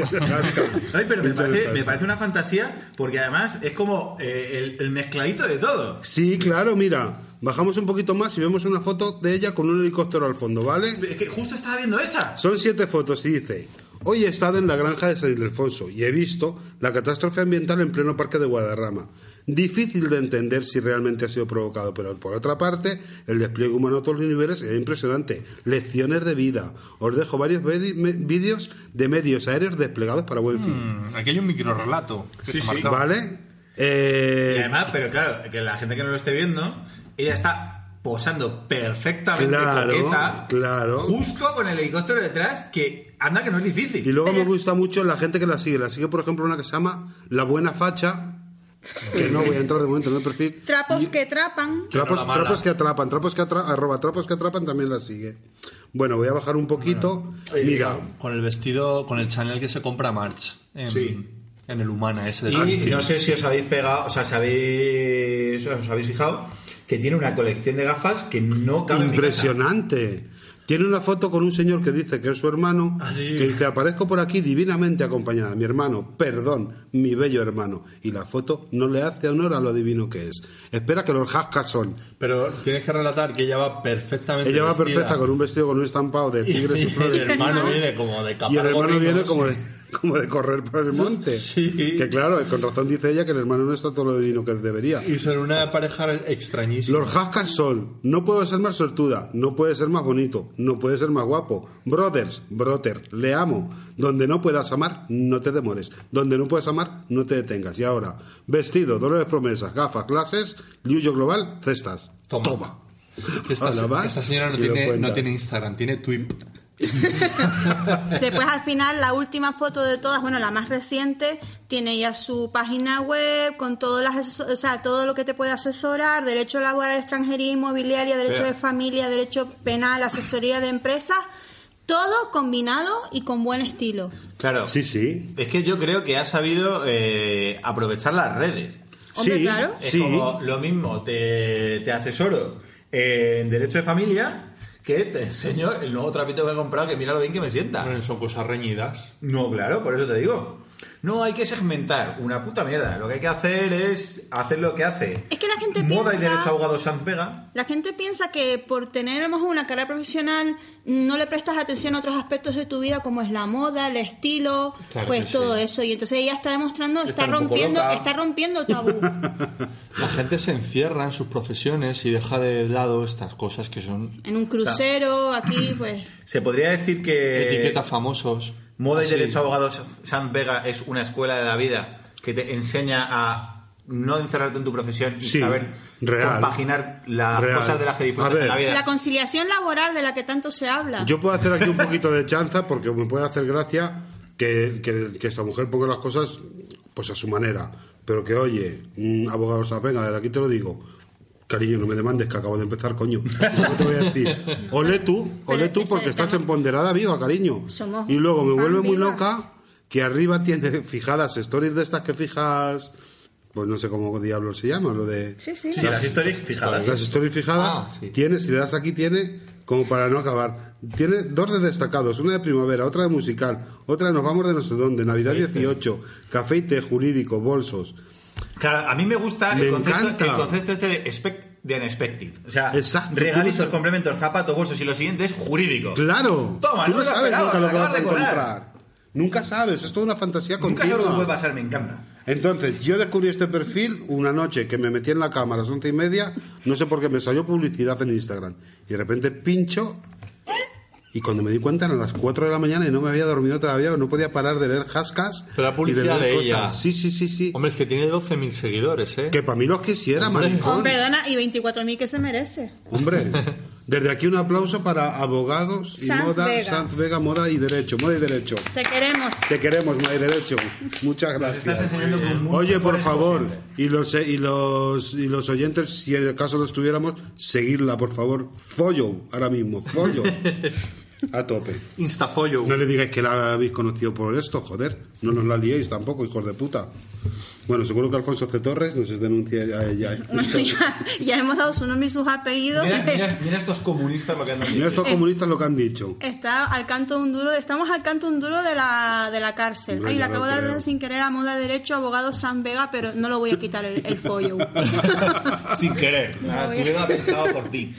C: Ay, pero me parece, me parece una fantasía porque además es como eh, el, el mezcladito de todo.
A: Sí, claro, mira. Bajamos un poquito más y vemos una foto de ella con un helicóptero al fondo, ¿vale?
C: Es que justo estaba viendo esa.
A: Son siete fotos y dice, hoy he estado en la granja de San Ildefonso y he visto la catástrofe ambiental en pleno parque de Guadarrama. Difícil de entender si realmente ha sido provocado, pero por otra parte, el despliegue humano a todos los niveles es impresionante. Lecciones de vida. Os dejo varios vedi- me- vídeos de medios aéreos desplegados para buen fin.
E: Mm, Aquí hay un microrelato. que se marcó.
A: ¿Vale? Eh,
C: Y además, pero claro, que la gente que no lo esté viendo, ella está posando perfectamente
A: Claro,
C: coqueta,
A: claro.
C: justo con el helicóptero detrás, que anda que no es difícil.
A: Y luego me gusta mucho la gente que la sigue. La sigue, por ejemplo, una que se llama La Buena Facha, que no voy a entrar de momento en el perfil.
B: Trapos que trapan.
A: Trapos, trapos que atrapan, trapos que atrapan, arroba trapos que atrapan también la sigue. Bueno, voy a bajar un poquito. Mira,
E: Con el vestido, con el Chanel que se compra March. En,
C: Sí.
E: en el Humana, ese de
C: Y
E: Francia.
C: no sé si os habéis pegado, o sea, si habéis, os habéis fijado que tiene una colección de gafas que no cabe en mi casa.
A: impresionante. Tiene una foto con un señor que dice que es su hermano,
C: Ah,
A: que dice, aparezco por aquí divinamente acompañada, mi hermano, perdón, mi bello hermano. Y la foto no le hace honor a lo divino que es. Espera que los hashtags son.
E: Pero tienes que relatar que ella va perfectamente
A: Ella va
E: vestida.
A: perfecta con un vestido, con un estampado de tigres y flores.
E: el hermano viene como de capa
A: Y el hermano
E: gorrinos.
A: viene como de, como de correr por el monte.
E: Sí.
A: Que claro, con razón dice ella que el hermano no está todo lo divino que debería.
E: Y son una pareja extrañísima.
A: Los hashtags son, no puedo ser más sortuda, no puede ser más bonito, no puede ser más guapo. Brothers, brother, le amo. Donde no puedas amar, no te demores. Donde no puedas amar, no te detengas. Y ahora, vestido, dolores promesas, gafas, clases, liullo global, cestas.
E: Toma. Que esta,
A: Ala, va,
E: esta señora no
A: y lo
E: tiene,
A: cuenta.
E: no tiene Instagram, tiene Twip.
B: Después al final la última foto de todas, bueno, la más reciente, tiene ya su página web con todas las, aseso- o sea, todo lo que te puede asesorar, derecho laboral, extranjería inmobiliaria, derecho de familia, derecho penal, asesoría de empresas, todo combinado y con buen estilo.
C: Claro.
A: Sí, sí.
C: Es que yo creo que ha sabido eh, aprovechar las redes.
B: Hombre,
A: sí,
B: claro.
C: Es
A: sí.
C: como lo mismo, te, te asesoro eh, en derecho de familia que te enseño el nuevo trapito que he comprado, que mira lo bien que me sienta.
A: Ah.
E: Bueno, Son cosas reñidas.
C: No, claro, por eso te digo. No, hay que segmentar. Una puta mierda. Lo que hay que hacer es hacer lo que hace.
B: Es que la gente
C: Moda y
B: piensa-
C: derecho abogado Sanz Vega.
B: La gente piensa que por tener a lo mejor una carrera profesional no le prestas atención a otros aspectos de tu vida como es la moda, el estilo,
E: Claro
B: pues
E: que
B: todo
E: sí.
B: eso y entonces ella está demostrando,
C: Que
B: está
C: están un poco
B: rompiendo,
C: loca.
B: está rompiendo tabú.
E: La gente se encierra en sus profesiones y deja de lado estas cosas que son
B: En un crucero, aquí, pues.
C: Se podría decir que
E: etiquetas famosos.
C: Eh, Moda y
E: Así.
C: Derecho Abogados San Vega es una escuela de la vida que te enseña a no encerrarte en tu profesión y
A: Sí,
C: saber
A: real.
C: compaginar las
A: Real.
C: cosas de las que disfrutas
A: A ver.
C: en la vida.
B: La conciliación laboral de la que tanto se habla.
A: Yo puedo hacer aquí un poquito de chanza porque me puede hacer gracia que, que- que esta mujer ponga las cosas pues a su manera. Pero que oye, un abogado se venga, desde aquí te lo digo. Cariño, no me demandes que acabo de empezar, coño. No te voy a decir. Ole tú,
B: Pero
A: ole
B: es que
A: tú
B: eso
A: porque
B: está-
A: estás empoderada viva, cariño.
B: Somos
A: y luego me
B: pan
A: vuelve muy
B: viva.
A: loca que arriba tiene fijadas stories de estas que fijas pues no sé cómo diablos se llama, lo de
B: Sí, sí.
C: Sí, las historias fijadas.
A: las stories fijadas
E: Ah, sí.
A: tiene, si le das aquí, tiene como para no acabar. Tiene dos de destacados, una de primavera, otra de musical, otra de nos vamos de no sé dónde, Navidad 18, café y té, jurídico, bolsos.
C: Claro, a mí me gusta
A: Me
C: el, concepto,
A: encanta.
C: el concepto este de, expect, de unexpected. O sea,
A: Exacto.
C: regalizos, complementos, zapatos, bolsos y lo siguiente es jurídico.
A: ¡Claro!
C: Toma,
A: Tú
C: no
A: no
C: lo
A: sabes
C: esperaba,
A: nunca lo
C: me
A: que vas a
C: acabas de colar.
A: encontrar. Nunca sabes, es toda una fantasía
C: Nunca sé lo que
A: continua.
C: puede pasar, me encanta.
A: Entonces, yo descubrí este perfil una noche que me metí en la cama a las once y media, no sé por qué me salió publicidad en Instagram. Y de repente pincho y cuando me di cuenta eran las 4 de la mañana y no me había dormido todavía, no podía parar de leer hascas.
E: Pero la publicidad
A: y leer
E: de
A: cosas.
E: ella.
A: Sí, sí, sí, sí.
E: Hombre, es que tiene 12.000 seguidores, ¿eh?
A: Que para mí los quisiera,
E: Hombre.
A: maricón.
B: Oh, perdona, y 24.000 que se merece.
A: Hombre, Desde aquí un aplauso para abogados y
B: Sanz
A: moda,
B: Vega.
A: Sanz Vega, moda y derecho, moda y derecho.
B: Te queremos.
A: Te queremos, moda y derecho. Muchas gracias.
C: estás enseñando con muy
A: Oye, por
C: mejores
A: favor,
C: posible.
A: y los, eh, y los y los oyentes, si en el caso los tuviéramos, seguidla, por favor. Follow, ahora mismo, follow. A tope.
D: Instafollow.
A: No le digáis que la habéis conocido por esto, joder. No nos la liéis tampoco, hijos de puta. Bueno, seguro que Alfonso C. Torres nos denuncia ya. ya.
B: Bueno, ya, ya hemos dado su nombre y sus apellidos.
C: Mira, mira- mira estos comunistas lo que andan
A: Mira
C: diciendo.
A: estos comunistas lo que han dicho.
B: Está al canto de un duro, estamos al canto de un duro de la, de la cárcel.
A: Hombre,
B: Ay, le
A: ya lo
B: acabo de
A: creo.
B: dar sin querer a moda derecho, abogado San Vega, pero no lo voy a quitar el, el follow.
C: Sin querer.
B: No,
C: Nada,
B: voy
C: tu
B: a-
C: dedo ha pensado por ti.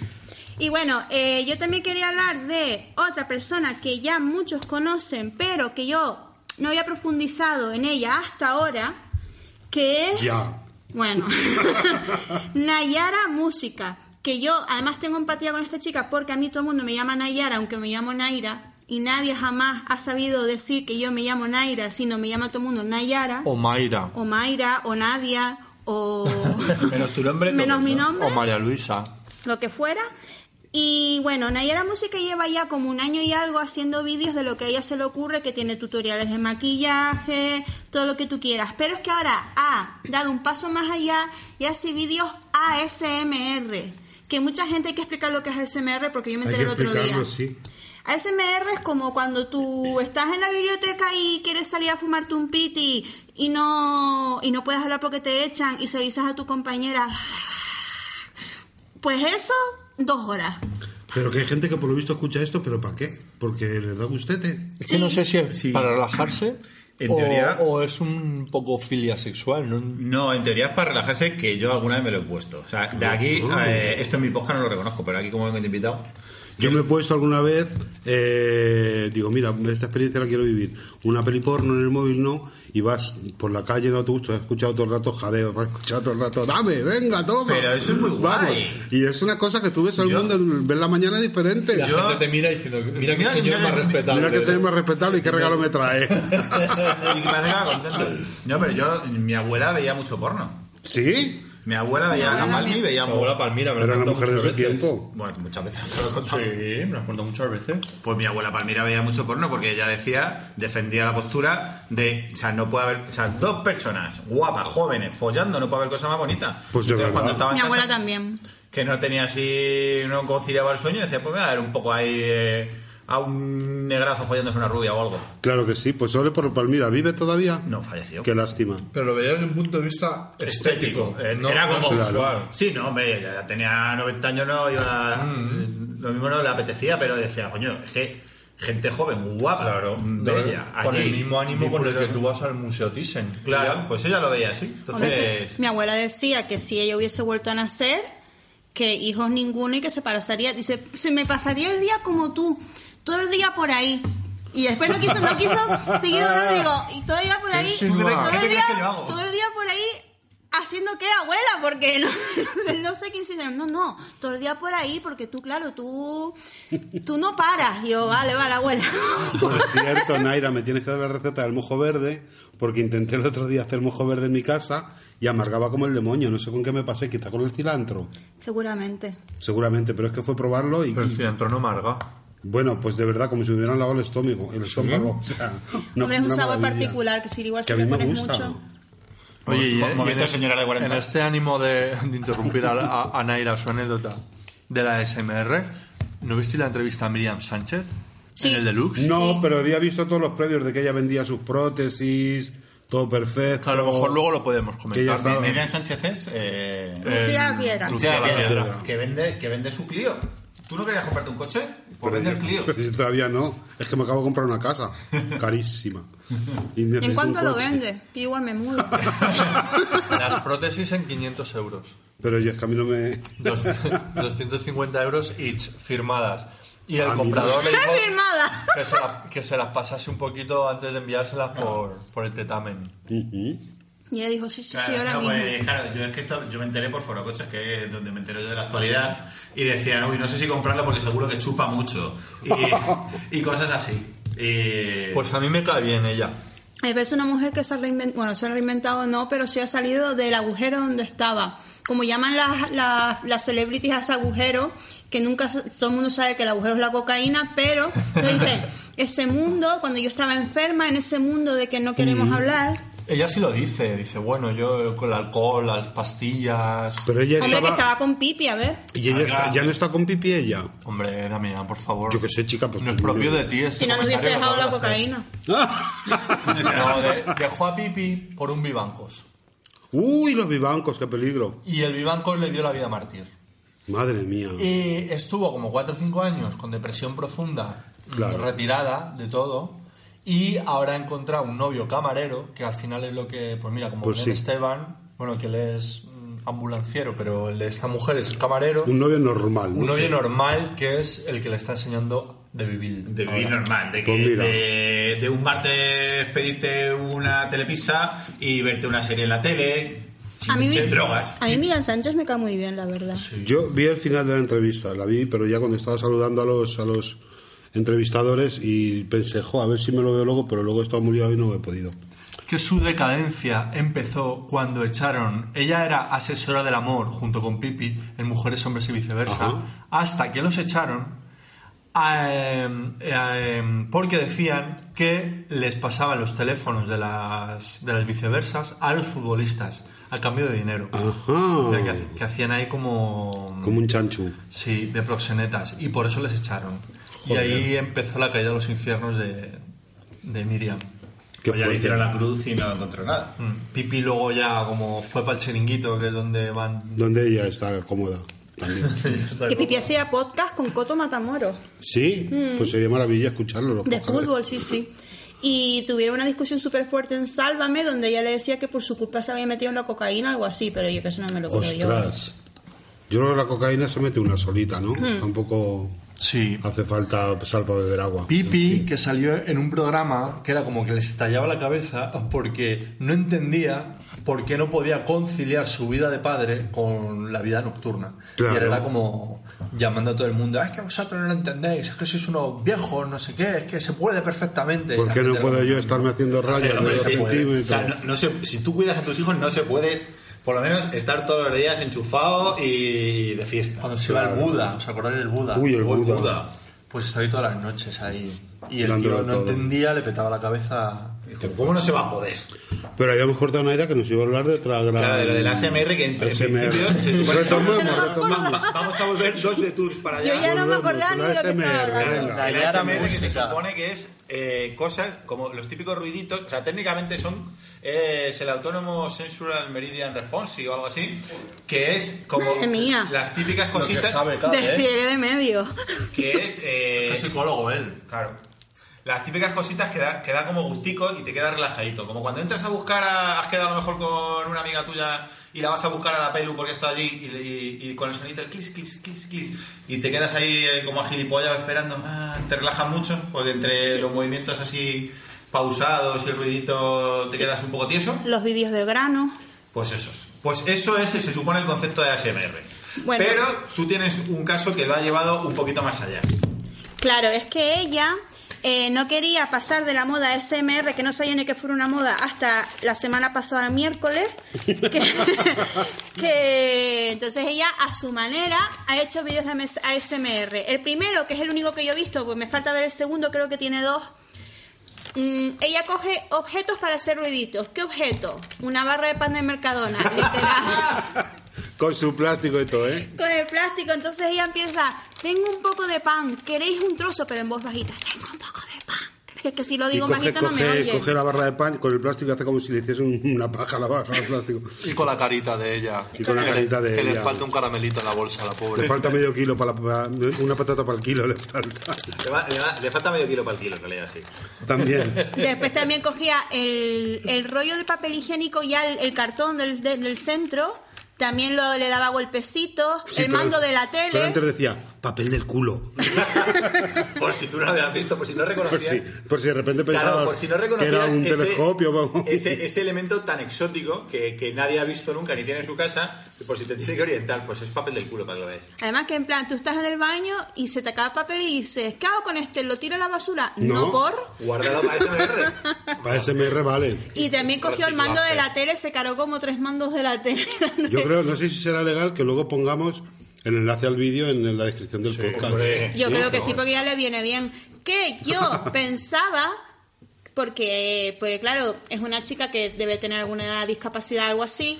B: Y bueno, eh, yo también quería hablar de otra persona que ya muchos conocen, pero que yo no había profundizado en ella hasta ahora, que es...
A: Ya.
B: Bueno, Nayara Música, que yo además tengo empatía con esta chica porque a mí todo el mundo me llama Nayara, aunque me llamo Naira, y nadie jamás ha sabido decir que yo me llamo Naira, sino me llama todo el mundo Nayara,
E: O Mayra.
B: o Mayra, o Nadia, o...
C: Menos tu nombre, todo
B: Menos mi
C: eso.
B: nombre
E: O María Luisa.
B: lo que fuera. Y bueno, Nayara Música lleva ya como un año y algo haciendo vídeos de lo que a ella se le ocurre, que tiene tutoriales de maquillaje, todo lo que tú quieras. Pero es que ahora ha dado un paso más allá y hace vídeos ASMR. Que mucha gente hay que explicar lo que es ASMR porque yo me
A: Hay
B: enteré
A: que
B: el otro día.
A: explicarlo, sí.
B: ASMR es como cuando tú estás en la biblioteca y quieres salir a fumarte un piti y no, y no puedes hablar porque te echan y se avisas a tu compañera. Pues eso, dos horas.
A: Pero que hay gente que por lo visto escucha esto, pero ¿para qué? Porque les da gustete.
E: Es que no sé si es
C: Sí.
E: para relajarse
C: En
E: o,
C: teoría-
E: o es un poco filia sexual. ¿no?
C: No, en teoría es para relajarse, que yo alguna vez me lo he puesto. O sea, de aquí, eh, esto en mi podcast no lo reconozco, pero aquí como vengo de invitado.
A: Yo me he puesto alguna vez, eh, digo, mira, esta experiencia la quiero vivir. Una peli porno en el móvil no, y vas por la calle en autobús, te has escuchado todo el rato jadeo, has escuchado todo el rato, dame, venga, toma.
C: Pero eso es muy guay.
A: Y es una cosa que tú ves al
C: Yo-
A: mundo, ves la mañana diferente.
E: La
C: Yo-
E: gente te mira diciendo, mira que
C: Mira,
E: señor
C: mira,
E: más
C: mira,
E: respetable.
A: Mira que soy más respetable y qué regalo me trae.
C: Y que me hace nada contento. No, pero yo, mi abuela veía mucho porno.
A: ¿Sí?
C: Mi abuela veía a Maldi, veía
E: Tu abuela Palmira, me lo
A: Pero
E: has
A: era una
E: contado
A: mujer de
E: muchas
A: su
E: veces.
A: tiempo.
C: Bueno, muchas veces se lo he contado.
E: Sí, me lo has contado muchas veces.
C: Pues mi abuela Palmira veía mucho porno porque ella decía, defendía la postura de, o sea, no puede haber, o sea, dos personas guapas, jóvenes, follando, no puede haber cosa más bonita.
A: Pues de
C: Ah, Entonces,
A: verdad.
C: cuando estaba en
B: Mi
C: casa,
B: abuela también.
C: que no tenía así, no conciliaba el sueño, decía, pues voy a dar un poco ahí eh, a un negrazo follándose una rubia o algo.
A: Claro que sí, pues solo por Palmira. ¿Vive todavía?
C: No, falleció.
A: Qué lástima.
D: Pero lo veía desde un punto de vista estético.
C: Eh,
D: no-
C: era como
A: claro.
C: sexual. Sí, no, hombre, ya, ya tenía 90 años, no iba.
D: Mm.
C: Lo mismo no le apetecía, pero decía, coño, es que gente joven, guapa,
D: Claro,
C: bella.
D: con
C: allí,
D: el mismo ánimo con el que
C: disfrutando.
D: tú vas al Museo Thyssen.
C: Claro, pues ella lo veía así.
B: Hombre,
C: Entonces.
B: Mi abuela decía que si ella hubiese vuelto a nacer, que hijos ninguno y que se pasaría, dice, se me pasaría el día como tú, todo el día por ahí. Y después no quiso, no quiso seguir hablando, digo, y todo el día por ahí,
E: ¿Qué
B: todo
E: insinuas?
C: ¿Qué te
B: el
C: crees que yo
B: día,
C: hago?
B: todo el día por ahí haciendo que abuela, porque no, no sé- no sé quién se no, no, todo el día por ahí, porque tú, claro, tú, tú no paras. Y yo, vale, vale, abuela.
A: Por cierto, Naira, me tienes que dar la receta del mojo verde, porque intenté el otro día hacer mojo verde en mi casa y amargaba como el demonio. No sé con qué me pasé, quizá con el cilantro,
B: Seguramente.
A: seguramente, pero es que fue probarlo y.
D: pues,
E: Pero el cilantro no amarga.
A: Bueno, pues de verdad, como si me hubieran lavado el estómago. El estómago. O sea, no
B: Hombre,
A: fue
B: es un
A: una
B: sabor
A: maravilla.
B: particular, que si igual
A: Que
B: se
A: a
B: le
A: mí me
B: pones
A: gusta.
B: mucho.
E: Oye, y,
C: Mo-
E: y
C: Pues, momento,
E: en, este-
C: señora de 40.
E: en este ánimo de, de interrumpir a, a- a Naira su anécdota de la SMR, ¿no viste la entrevista a Miriam Sánchez?
B: Sí.
E: En el Deluxe.
A: No,
B: Sí.
A: pero había visto todos los previos de que ella vendía sus prótesis, todo perfecto.
E: Que a lo mejor luego lo podemos
A: Que ya
E: comentar.
A: estaba-
C: Miriam Sánchez es. Eh,
B: Lucía Piedra.
E: Lucía
C: Lucía
E: Piedra.
C: Piedra, Que vende, que vende su Clio. ¿Tú no querías comprarte un coche? Pues
A: Pero
C: vende el
A: yo-
C: Clio.
A: pero yo todavía no. Es que me acabo de comprar una casa. Carísima. Y
B: ¿Y
A: necesito
B: en cuánto
A: un
B: lo
A: coche.
B: vende? Yo igual me mudo.
E: Las prótesis en 500 euros.
A: Pero yo es que a mí no me...
E: Dos- 250 euros each, firmadas. Y el
A: Ah, mira.
E: comprador le dijo
B: Firmada.
E: que se, las, que se las pasase un poquito antes de enviárselas
D: Ah.
E: por, por el tetamen.
A: Ujú.
B: Y ella dijo, sí, sí, sí,
C: Claro,
B: ahora
C: no,
B: mismo.
C: pues, claro, yo es que esto- yo me enteré por Foro Coches, que es donde me entero yo de la actualidad, y decían, uy, no sé si comprarlo porque seguro que chupa mucho, y, y cosas así. Y-
E: Pues a mí me cae bien ella.
B: Eh, ves una mujer que se ha reinventado, bueno, se ha reinventado no, pero se ha salido del agujero donde estaba. Como llaman las, las, las celebrities a ese agujero, que nunca se- todo el mundo sabe que el agujero es la cocaína, pero tú dices, ese mundo, cuando yo estaba enferma, en ese mundo de que no queremos
C: Mm.
B: hablar,
E: Ella sí lo dice, dice, bueno, yo con el alcohol, las pastillas...
A: Pero ella
B: hombre, que
A: estaba.
B: estaba con Pipi, a ver.
A: Y ella está- ya no está con Pipi ella.
E: Hombre, Damián, por favor.
A: Yo qué sé, chica, pues
E: No es
A: tú-
E: propio de ti este
B: Si no, no hubiese
E: comentario,
B: dejado
E: lo
B: la
E: acabas de
B: cocaína.
E: hacer. No, de- dejó a Pipi por un Vivancos.
A: Uy, los vivancos, qué peligro.
E: Y el Vivancos le dio la vida mártir.
A: Madre mía.
B: Eh.
A: Mm.
E: Y estuvo como 4 o 5 años con depresión profunda,
A: Claro.
E: retirada de todo. Y ahora ha encontrado un novio camarero, que al final es lo que, pues mira, como
A: Pues
E: Ben
A: sí.
E: Esteban, bueno, que él es mm, ambulanciero, pero el de esta mujer es camarero.
A: Un novio normal.
E: Un
A: ¿no?
E: novio normal que es el que le está enseñando de vivir.
C: De vivir
E: Ahora.
C: normal, de, que,
A: Pues mira.
C: de, de un martes pedirte una telepizza y verte una serie en la tele sin,
B: A mí,
C: sin
B: mi-
C: drogas.
B: a mí Miguel Sánchez me cae muy bien, la verdad.
A: Yo vi el final de la entrevista, la vi, pero ya cuando estaba saludando a los, a los entrevistadores y pensé, jo, a ver si me lo veo luego, pero luego he estado muy liado y no he podido.
E: que su decadencia empezó cuando echaron, ella era asesora del amor junto con Pipi en Mujeres, Hombres y viceversa,
A: Ajá.
E: hasta que los echaron em, em, porque decían que les pasaban los teléfonos de las, de las viceversas a los futbolistas a cambio de dinero.
A: Ajá.
E: O sea, que, hac- que hacían ahí como...
A: Como un chanchu.
E: Sí, de proxenetas. Y por eso les echaron. Y ahí empezó la caída a los infiernos de, de Miriam.
A: Qué
C: Pues ya le
A: fuerte.
C: hicieron la cruz y no encontró nada.
E: Mm, Pipi luego ya como fue para el chiringuito, que es donde van...
A: Donde ella está cómoda también.
B: Que Pipi hacía podcast con Coto Matamoros.
A: ¿Sí? Pues sería maravilla escucharlo. los
B: Mm. De
A: podcasts.
B: fútbol, sí, sí. Y tuvieron una discusión súper fuerte en Sálvame, donde ella le decía que por su culpa se había metido en la cocaína o algo así, pero yo que eso no me lo creo
A: Ostras. Yo creo que la cocaína se mete una solita, ¿no?
B: Hmm.
A: Tampoco
E: Sí.
A: hace falta sal para beber agua.
E: Pipi, que salió en un programa que era como que le estallaba la cabeza porque no entendía por qué no podía conciliar su vida de padre con la vida nocturna.
A: Claro.
E: Y él era como llamando a todo el mundo, "Ah, es que vosotros no lo entendéis, es que sois unos viejos, no sé qué, es que se puede perfectamente.
A: ¿Por
E: Y la
A: qué no
E: gente
A: puedo
E: era
A: yo
E: como,
A: estarme haciendo rayas
C: Pero,
A: de
C: hombre,
A: dos
C: sí,
A: centímetros?
C: o sea, no- no se- si tú cuidas a tus hijos, no se puede, por lo menos, estar todos los días enchufado y de fiesta.
E: Cuando se iba al Buda, ¿os acordáis del Buda?
A: Uy, el
E: O
A: Buda.
E: Pues estaba ahí todas las noches ahí. Y el
A: Dándolo
E: tío no
A: todo.
E: entendía, le petaba la cabeza.
C: Dijo, ¿Cómo no se va a poder?
A: Pero habíamos cortado una idea que nos iba a hablar de otra gran...
C: Claro, de lo del ASMR que en, en
A: ASMR.
C: principio se supone
A: Retomamos,
B: No me acuerdo.
A: retomamos.
C: Vamos a volver dos de tours para
B: yo.
C: allá.
B: Yo ya no me
A: Volvemos,
B: acordaba ni de lo que
A: la
B: estaba
A: SMR,
B: hablando.
A: venga.
C: La idea
E: Era
C: también es que se
E: música.
C: supone que es eh, cosas como los típicos ruiditos, o sea, técnicamente son eh, es el autónomo sensual meridian response o algo así, que es como
B: Madre mía.
C: las típicas
E: Lo que
C: cositas
E: sabe, claro, ¿eh?
B: Despliegue de medio.
C: que es eh,
E: Es psicólogo él.
C: claro. Las típicas cositas que da, que da como gustico y te queda relajadito. Como cuando entras a buscar, a- has quedado a lo mejor con una amiga tuya y la vas a buscar a la pelu porque está allí y, le- y- y con el sonido del clis, clis, clis, clis. Y te quedas ahí eh, como a gilipollas esperando. Ah, te relaja mucho porque entre los movimientos así pausados y el ruidito te quedas un poco tieso.
B: Los vídeos de grano.
C: Pues esos. Pues eso es, se supone, el concepto de ASMR.
B: Bueno.
C: Pero tú tienes un caso que lo ha llevado un poquito más allá.
B: Claro, es que ella eh, no quería pasar de la moda SMR, que no sabía ni que fuera una moda, hasta la semana pasada, miércoles. Que, que- entonces ella, a su manera, ha hecho vídeos de mes- ASMR. El primero, que es el único que yo he visto, pues me falta ver el segundo, creo que tiene dos. Mm, ella coge objetos para hacer ruiditos. ¿Qué objeto? Una barra de pan de Mercadona, literal.
A: Con su plástico y todo, ¿eh?
B: con el plástico. Entonces ella empieza, tengo un poco de pan, ¿queréis un trozo? Pero en voz bajita, tengo un poco de pan. Que es que si lo digo
A: y coge,
B: bajito no me
A: coge-
B: oye.
A: coge la barra de pan con el plástico y hace como si le hiciese un- una paja a la barra de plástico.
E: Y con la carita de ella.
A: Y con la
E: Que le-
A: carita de
E: Que le
A: ella.
E: falta un caramelito en la bolsa a la
A: Le
E: pobre.
A: falta medio kilo para, la- para- una patata para el kilo, le falta.
C: Le, va- le va- le falta medio kilo para el kilo, en realidad, sí.
A: También.
B: Después también cogía el, el rollo de papel higiénico ya el, el cartón del, del- del centro También lo, le daba golpecitos.
A: Pues Sí,
B: el
A: pero-
B: mando de la
A: Pero
B: tele.
A: antes decía, papel del culo.
C: Por si tú no lo habías visto, por si no
A: Por
C: reconocías.
A: si, por si de repente pensabas
C: Claro, por si no
A: Pues que
C: reconocías
A: era un
C: ese,
A: telescopio. vamos.
C: Ese, ese elemento tan exótico que, que nadie ha visto nunca ni tiene en su casa, que por si te tiene que orientar, pues es papel del culo para que lo veas.
B: Además que en plan, tú estás en el baño y se te acaba el papel y dices, ¿qué hago con este? ¿Lo tiro a la basura? No,
A: No.
B: por...
C: Guárdalo para SMR.
A: Para SMR vale.
B: Y también cogió el mando de la tele, se cargó como tres mandos de la tele.
A: Yo creo, no sé si será legal que luego pongamos el enlace al vídeo en la descripción del podcast.
C: hombre.
B: Yo creo que sí, porque ya le viene bien. Que yo pensaba, porque, pues claro, es una chica que debe tener alguna discapacidad algo así,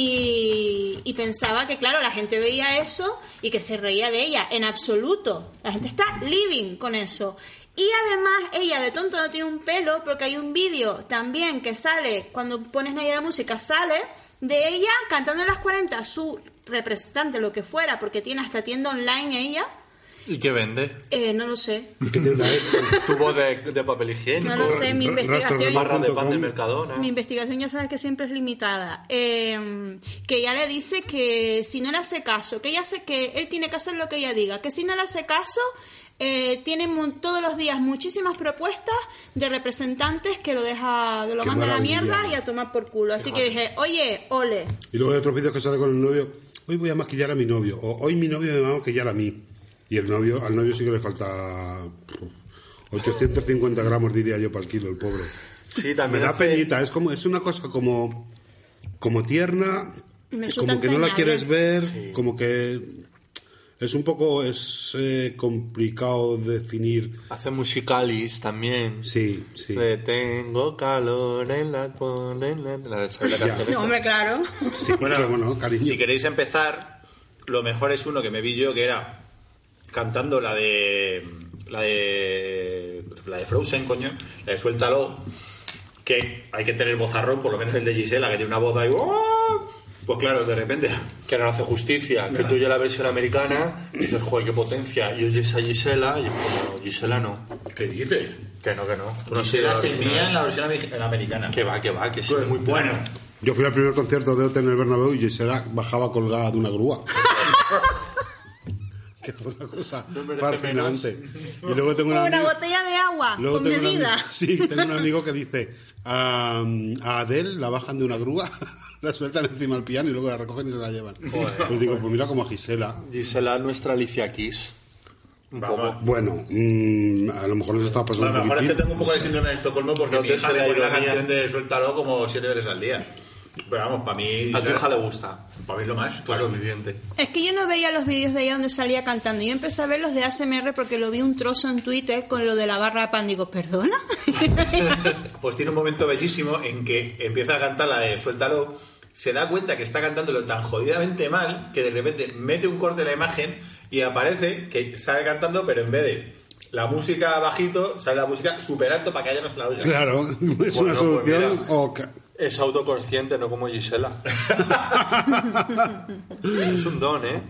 B: y, y pensaba que, claro, la gente veía eso y que se reía de ella. En absoluto. La gente está living con eso. Y además, ella de tonto no tiene un pelo, porque hay un vídeo también que sale, cuando pones ahí la música, sale de ella cantando en las 40, su representante, lo que fuera, porque tiene hasta tienda online ella.
E: ¿Y qué vende?
B: Eh, no lo sé.
A: ¿Qué tienda es?
E: Tubo de, de papel higiénico.
B: No lo sé. Mi
A: Ra-
B: investigación,
A: rastro
E: Barra de
A: Com.
E: pan del Mercadona.
B: mi investigación ya sabes que siempre es limitada. Eh, que ella le dice que si no le hace caso, que ella hace que él tiene que hacer lo que ella diga, que si no le hace caso, eh, tiene mu- todos los días muchísimas propuestas de representantes que lo deja, que lo
A: Qué
B: manda a la
A: maravilla.
B: mierda y a tomar por culo. Así que dije, oye, ole.
A: Y luego hay otros vídeos que sale con el novio. Hoy voy a maquillar a mi novio. O hoy mi novio me va a maquillar a mí. Y el novio, al novio sí que le falta 850 gramos, diría yo, para el kilo, el pobre.
E: Sí,
A: Me
E: también.
A: da
E: hace-
A: penita. Es como, es una cosa como, como tierna,
B: Me resulta
A: como que no la quieres
B: entrañable.
A: ver, como que es un poco es eh, complicado definir.
E: Hace musicalis también.
A: Sí, sí.
E: Le tengo calor en la polena. La de
A: Ya.
E: Isabel Cárceles.
B: No, hombre, claro.
A: Sí, pero bueno, cariño.
C: Si queréis empezar, lo mejor es uno que me vi yo que era cantando la de la de la de Frozen, coño, la de Suéltalo, que hay que tener vozarrón, por lo menos el de Gisela, que tiene una voz ahí, ¡oh! pues claro, de repente
E: Que no hace justicia. Que tú ya la versión americana y dices, joder, qué potencia. Y oyes a Gisela y es como, Gisela no.
C: ¿qué dices?
E: Que no, que no. Tú no
C: Gisela
E: la
C: se
E: original.
C: mía en la versión ami- en la americana.
E: Que va, que va, que sí.
C: Pues,
E: Muy
C: bueno,
A: Yo fui al primer concierto de Ote en el Bernabéu y Gisela bajaba colgada de una grúa. que fue una cosa fascinante. Y luego tengo una
B: Una botella de agua
A: luego
B: con
A: tengo un ami-
B: medida.
A: Sí, tengo un amigo que dice a, a Adele la bajan de una grúa, la sueltan encima del piano y luego la recogen y se la llevan. Pues digo, pues mira como a Gisela.
E: Gisela, nuestra Alicia Keys. Un
C: Vamos.
E: poco.
A: Bueno, mm, a lo mejor nos está
C: a lo
A: pasando un
C: mejor es que
A: poquitín.
C: tengo un poco de síndrome de Estocolmo porque
E: No
C: mi
E: te
C: hija
E: sale
C: le pone la
E: ironía.
C: canción de Suéltalo como siete veces al día. Pero vamos, para mí...
E: A tu hija le gusta.
C: Para mí lo más,
E: Pues
C: claro.
E: suficiente.
B: Es que yo no veía los vídeos de ella donde salía cantando. Yo empecé a ver los de ASMR porque lo vi un trozo en Twitter con lo de la barra de pan. Digo, ¿perdona?
C: Pues tiene un momento bellísimo en que empieza a cantar la de Suéltalo, se da cuenta que está cantándolo tan jodidamente mal que de repente mete un corte en la imagen y aparece que sale cantando, pero en vez de la música bajito, sale la música súper alto para que ella no se la oiga.
A: Claro, es una
E: pues
A: solución.
E: mira.
A: o ca-
E: Es autoconsciente, no como Gisela. es un don, ¿eh?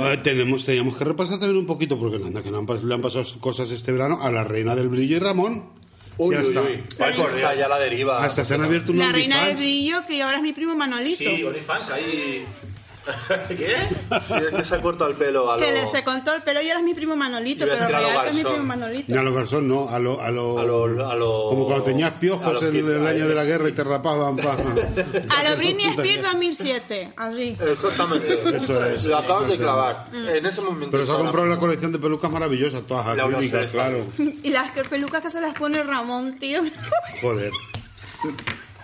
A: Eh, tenemos, teníamos que repasar también un poquito, porque anda, que no han pas- le han pasado cosas este verano a la reina del brillo y Ramón.
E: Uy,
A: Sí,
E: uy,
A: hasta,
E: uy. Está ya la deriva.
A: hasta se han abierto un
B: la reina del
A: OnlyFans.
B: brillo, que ahora es mi primo Manolito.
C: Sí, OnlyFans, ahí... ¿Qué?
E: Sí, es que se ha cortado el pelo a lo...
B: que le se contó el pelo y ahora es mi primo Manolito.
E: Iba a
B: Pero
E: decir a lo
B: real que es mi
E: Garzón.
B: primo Manolito.
A: Ni a los garzón, no, a lo, a lo,
E: a lo- a lo-
A: Como cuando tenías
E: a
A: piojos
E: los
A: en el,
E: Kiss
A: año
E: Island.
A: de la guerra y te rapaban. pa.
B: A lo Britney Spears 2007. Así.
E: Exactamente.
A: Eso es.
E: Lo acabas de clavar.
B: Mm.
E: En ese momento...
A: Pero se ha
E: estaba-
A: comprado una colección de pelucas maravillosas, todas
E: La
A: acrílicas,
E: Eurosexual.
A: claro.
B: Y las que- pelucas que se las pone Ramón, tío.
A: Joder.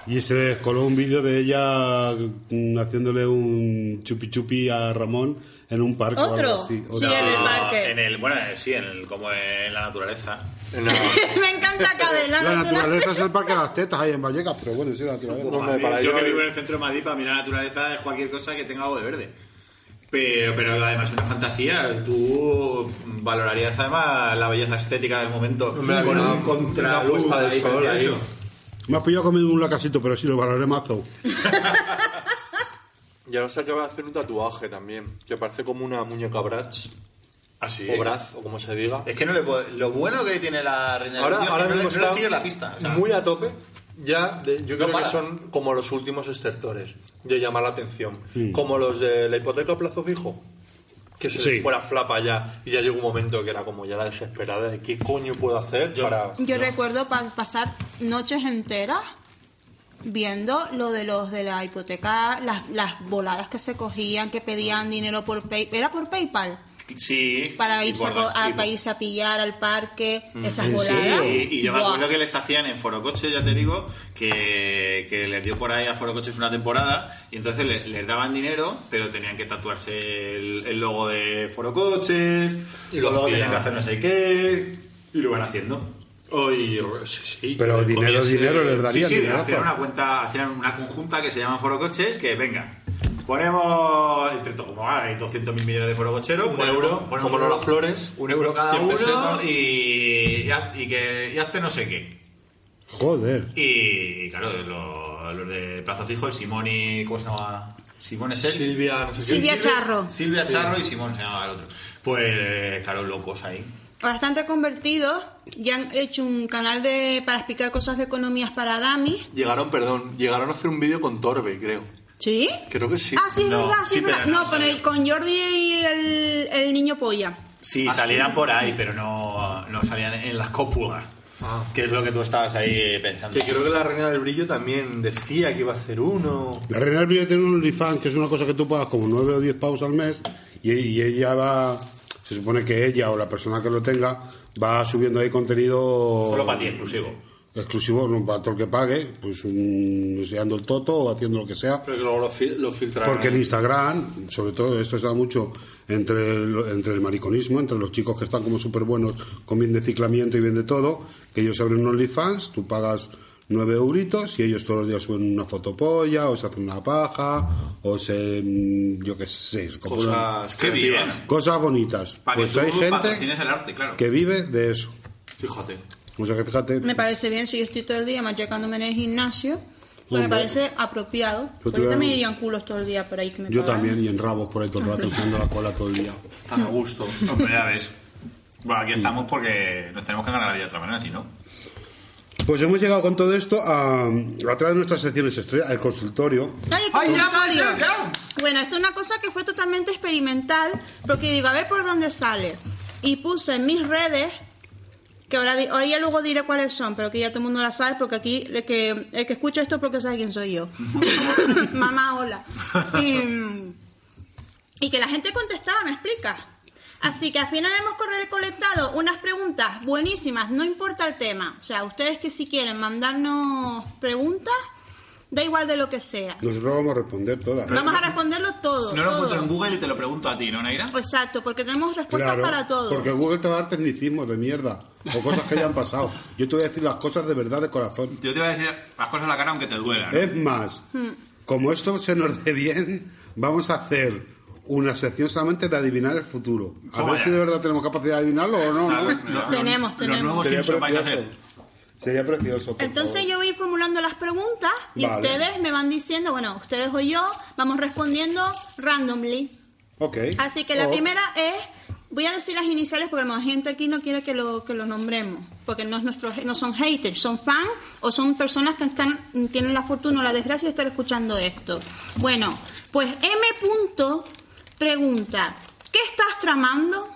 A: Y se descoló un vídeo de ella mm, haciéndole un chupi chupi a Ramón en un parque. o algo
B: Otro.
A: así.
B: Sí, en el parque.
C: En el, bueno, eh, sí, en el, como en la naturaleza.
E: No,
B: Me encanta Cadel. La,
A: La
B: naturaleza.
A: naturaleza es el parque de las tetas ahí en Vallecas, pero bueno, sí, la naturaleza.
E: Hombre, para
C: yo
E: yo-
C: que vivo en el centro de Madrid, para mí la naturaleza es cualquier cosa que tenga algo de verde. Pero, pero además es una fantasía. Tú valorarías además la belleza estética del momento
E: Hombre,
C: con
E: una-
C: un contraluz
E: una puesta del sol
C: precioso.
E: ahí.
A: Me has pillado comiendo un lacasito, pero sí, lo valoré mazo.
E: Y ahora se acaba de hacer un tatuaje también, que parece como una muñeca Bratz,
C: Así.
E: o Braz, o como se diga.
C: Es que no le puedo... Lo bueno que tiene la reina del
E: Ahora,
C: Dios es que
E: ahora
C: no le-
E: mismo
C: no le
E: está
C: sigue la pista. o sea,
E: muy a tope Ya, de- yo
H: No
E: creo
H: para.
E: que son como los últimos estertores de llamar la atención.
A: Mm.
E: Como los de la hipoteca a plazo fijo. Que se les
A: Sí.
E: fuera flapa ya. Y ya llegó un momento que era como ya la desesperada de qué coño puedo hacer para.
B: Yo recuerdo pa- pasar noches enteras viendo lo de los de la hipoteca, las, las voladas que se cogían, que pedían dinero por PayPal. ¿Era por PayPal?
C: Sí.
B: Para
C: y
B: irse, a,
C: por
B: co-
C: la-
B: a-
C: y-
B: para irse a pillar al parque, esas
A: ¿En
B: voladas.
A: serio?
C: Y, y yo me
B: Buah.
C: acuerdo que les hacían en Forocoche, ya te digo, que, que les dio por ahí a Forocoches una temporada y entonces le- les, daban dinero, pero tenían que tatuarse el, el logo de Forocoches, y
E: Y lo
C: luego
E: hacían.
C: tenían que hacer no sé qué, y lo iban haciendo.
E: Hoy. Sí, sí,
A: Pero
E: que les
A: dinero,
E: comiese-
A: dinero les
C: Sí,
A: darían.
C: sí,
A: dinerazo.
C: hacían una cuenta, hacían una conjunta que se llama Forocoches, que venga, ponemos entre todos, como hay 200.000 millones de forococheros,
E: Un
C: ponemos-
E: euro,
C: ponemos
E: como
C: un-
E: Lola Flores.
C: un euro cada
E: 100
C: uno
E: pesetas.
C: y, y, haz- y que y hazte no sé qué.
A: Joder.
C: Y claro, los, los de Plaza Fijo, el Simón y. ¿Cómo se llama? Simón es él.
E: Silvia, no sé qué.
B: Silvia Charro.
C: Silvia Charro y Simón se llamaba el otro. Pues, claro, locos ahí.
B: Ahora están reconvertidos y han hecho un canal de para explicar cosas de economías para damis.
E: Llegaron, perdón, llegaron a hacer un vídeo con Torbe, creo.
B: ¿Sí?
E: Creo que sí.
B: Ah, sí, es
C: No,
B: verdad, sí,
C: sí,
B: es verdad.
C: pero no
B: No, con,
C: salió.
B: el, con Jordi y el, el niño polla.
C: Sí,
E: Ah,
C: salían
E: sí.
C: por ahí, pero no, no salían en las cópulas.
E: Ah.
C: Que es lo que tú estabas ahí eh, pensando.
E: Que creo que la Reina del Brillo también decía que iba a hacer uno.
A: La Reina del Brillo tiene un OnlyFans, que es una cosa que tú pagas como 9 o 10 pavos al mes, y, y ella va. Se supone que ella o la persona que lo tenga va subiendo ahí contenido.
C: Solo para ti, exclusivo.
A: Exclusivo, no para todo el que pague, pues un, enseñando el toto o haciendo lo que sea.
E: Pero que luego lo, fil- lo filtraron.
A: Porque el Instagram, sobre todo, esto está mucho entre el, entre el mariconismo, entre los chicos que están como súper buenos, con bien de ciclamiento y bien de todo, que ellos abren un OnlyFans, tú pagas nueve euritos y ellos todos los días suben una fotopolla, o se hacen una paja, o se... mm, yo qué sé, se copulan.
E: Cosas
C: Qué bien.
E: creativas.
A: cosas bonitas.
C: Para
A: Pues
C: que
A: hay
C: tú patrocines
A: gente
C: el arte, claro.
A: que vive de eso.
E: Fíjate.
A: O sea que fíjate,
B: Me parece bien si yo estoy todo el día machacándome en el gimnasio. Pues me
A: Hombre.
B: parece apropiado.
A: Yo
B: Porque yo
A: tuve-
B: también iría en culos todo ¿eh? el día por ahí que me
A: yo
B: pagan.
A: también, y en rabos por ahí todo el rato, enseñando la cola todo el día.
E: Tan a gusto.
C: Hombre, ya ves. Bueno, aquí estamos porque nos tenemos que ganar la vida de otra manera, si no.
A: Pues hemos llegado con todo esto a, a través de nuestras secciones estrella, el consultorio.
B: Ay, el
C: ¡Ay, ya
B: consultorio.
C: puede ser, claro!
B: Bueno, esto es una cosa que fue totalmente experimental, porque digo, a ver por dónde sale. Y puse en mis redes, que ahora, di- ahora ya luego diré cuáles son, pero que ya todo el mundo las sabe, porque aquí el que, el que escucha esto es porque sabe quién soy yo. Mamá, hola. Y, y que la gente contestaba, me explica. Así que al final hemos corre- colectado unas preguntas buenísimas, no importa el tema. O sea, ustedes que si quieren mandarnos preguntas, da igual de lo que sea.
A: Nosotros vamos a responder todas.
B: Vamos a responderlo todo.
C: No lo
B: todo.
C: encuentro en Google y te lo pregunto a ti, ¿no, Naira?
B: Exacto, porque tenemos respuestas
A: Claro,
B: pues para todo.
A: Porque Google te va a dar tecnicismos de mierda o cosas que ya han pasado. Yo te voy a decir las cosas de verdad de corazón.
C: Yo te voy a decir las cosas a la cara aunque te duela. ¿no?
A: Es más,
B: Hmm.
A: como esto se nos dé bien, vamos a hacer una sección solamente de adivinar el futuro. A
C: Toma
A: ver
C: ya.
A: si de verdad tenemos capacidad de adivinarlo o no.
C: Claro,
A: ¿no?
C: no, no,
B: Tenemos,
C: los
B: tenemos.
C: nuevos
A: Sería
C: Simpsons vais a hacer.
A: precioso. Sería precioso. por
B: Entonces
A: favor.
B: yo voy a ir formulando las preguntas y
A: Vale.
B: ustedes me van diciendo, bueno, ustedes o yo, vamos respondiendo randomly.
A: Ok. Oh.
B: Así que la
A: O-
B: primera es, voy a decir las iniciales porque la gente aquí no quiere que lo, que lo nombremos, porque no, es nuestro, no son haters, son fans o son personas que están, tienen la fortuna o la desgracia de estar escuchando esto. Bueno, pues M. Punto pregunta, ¿qué estás tramando?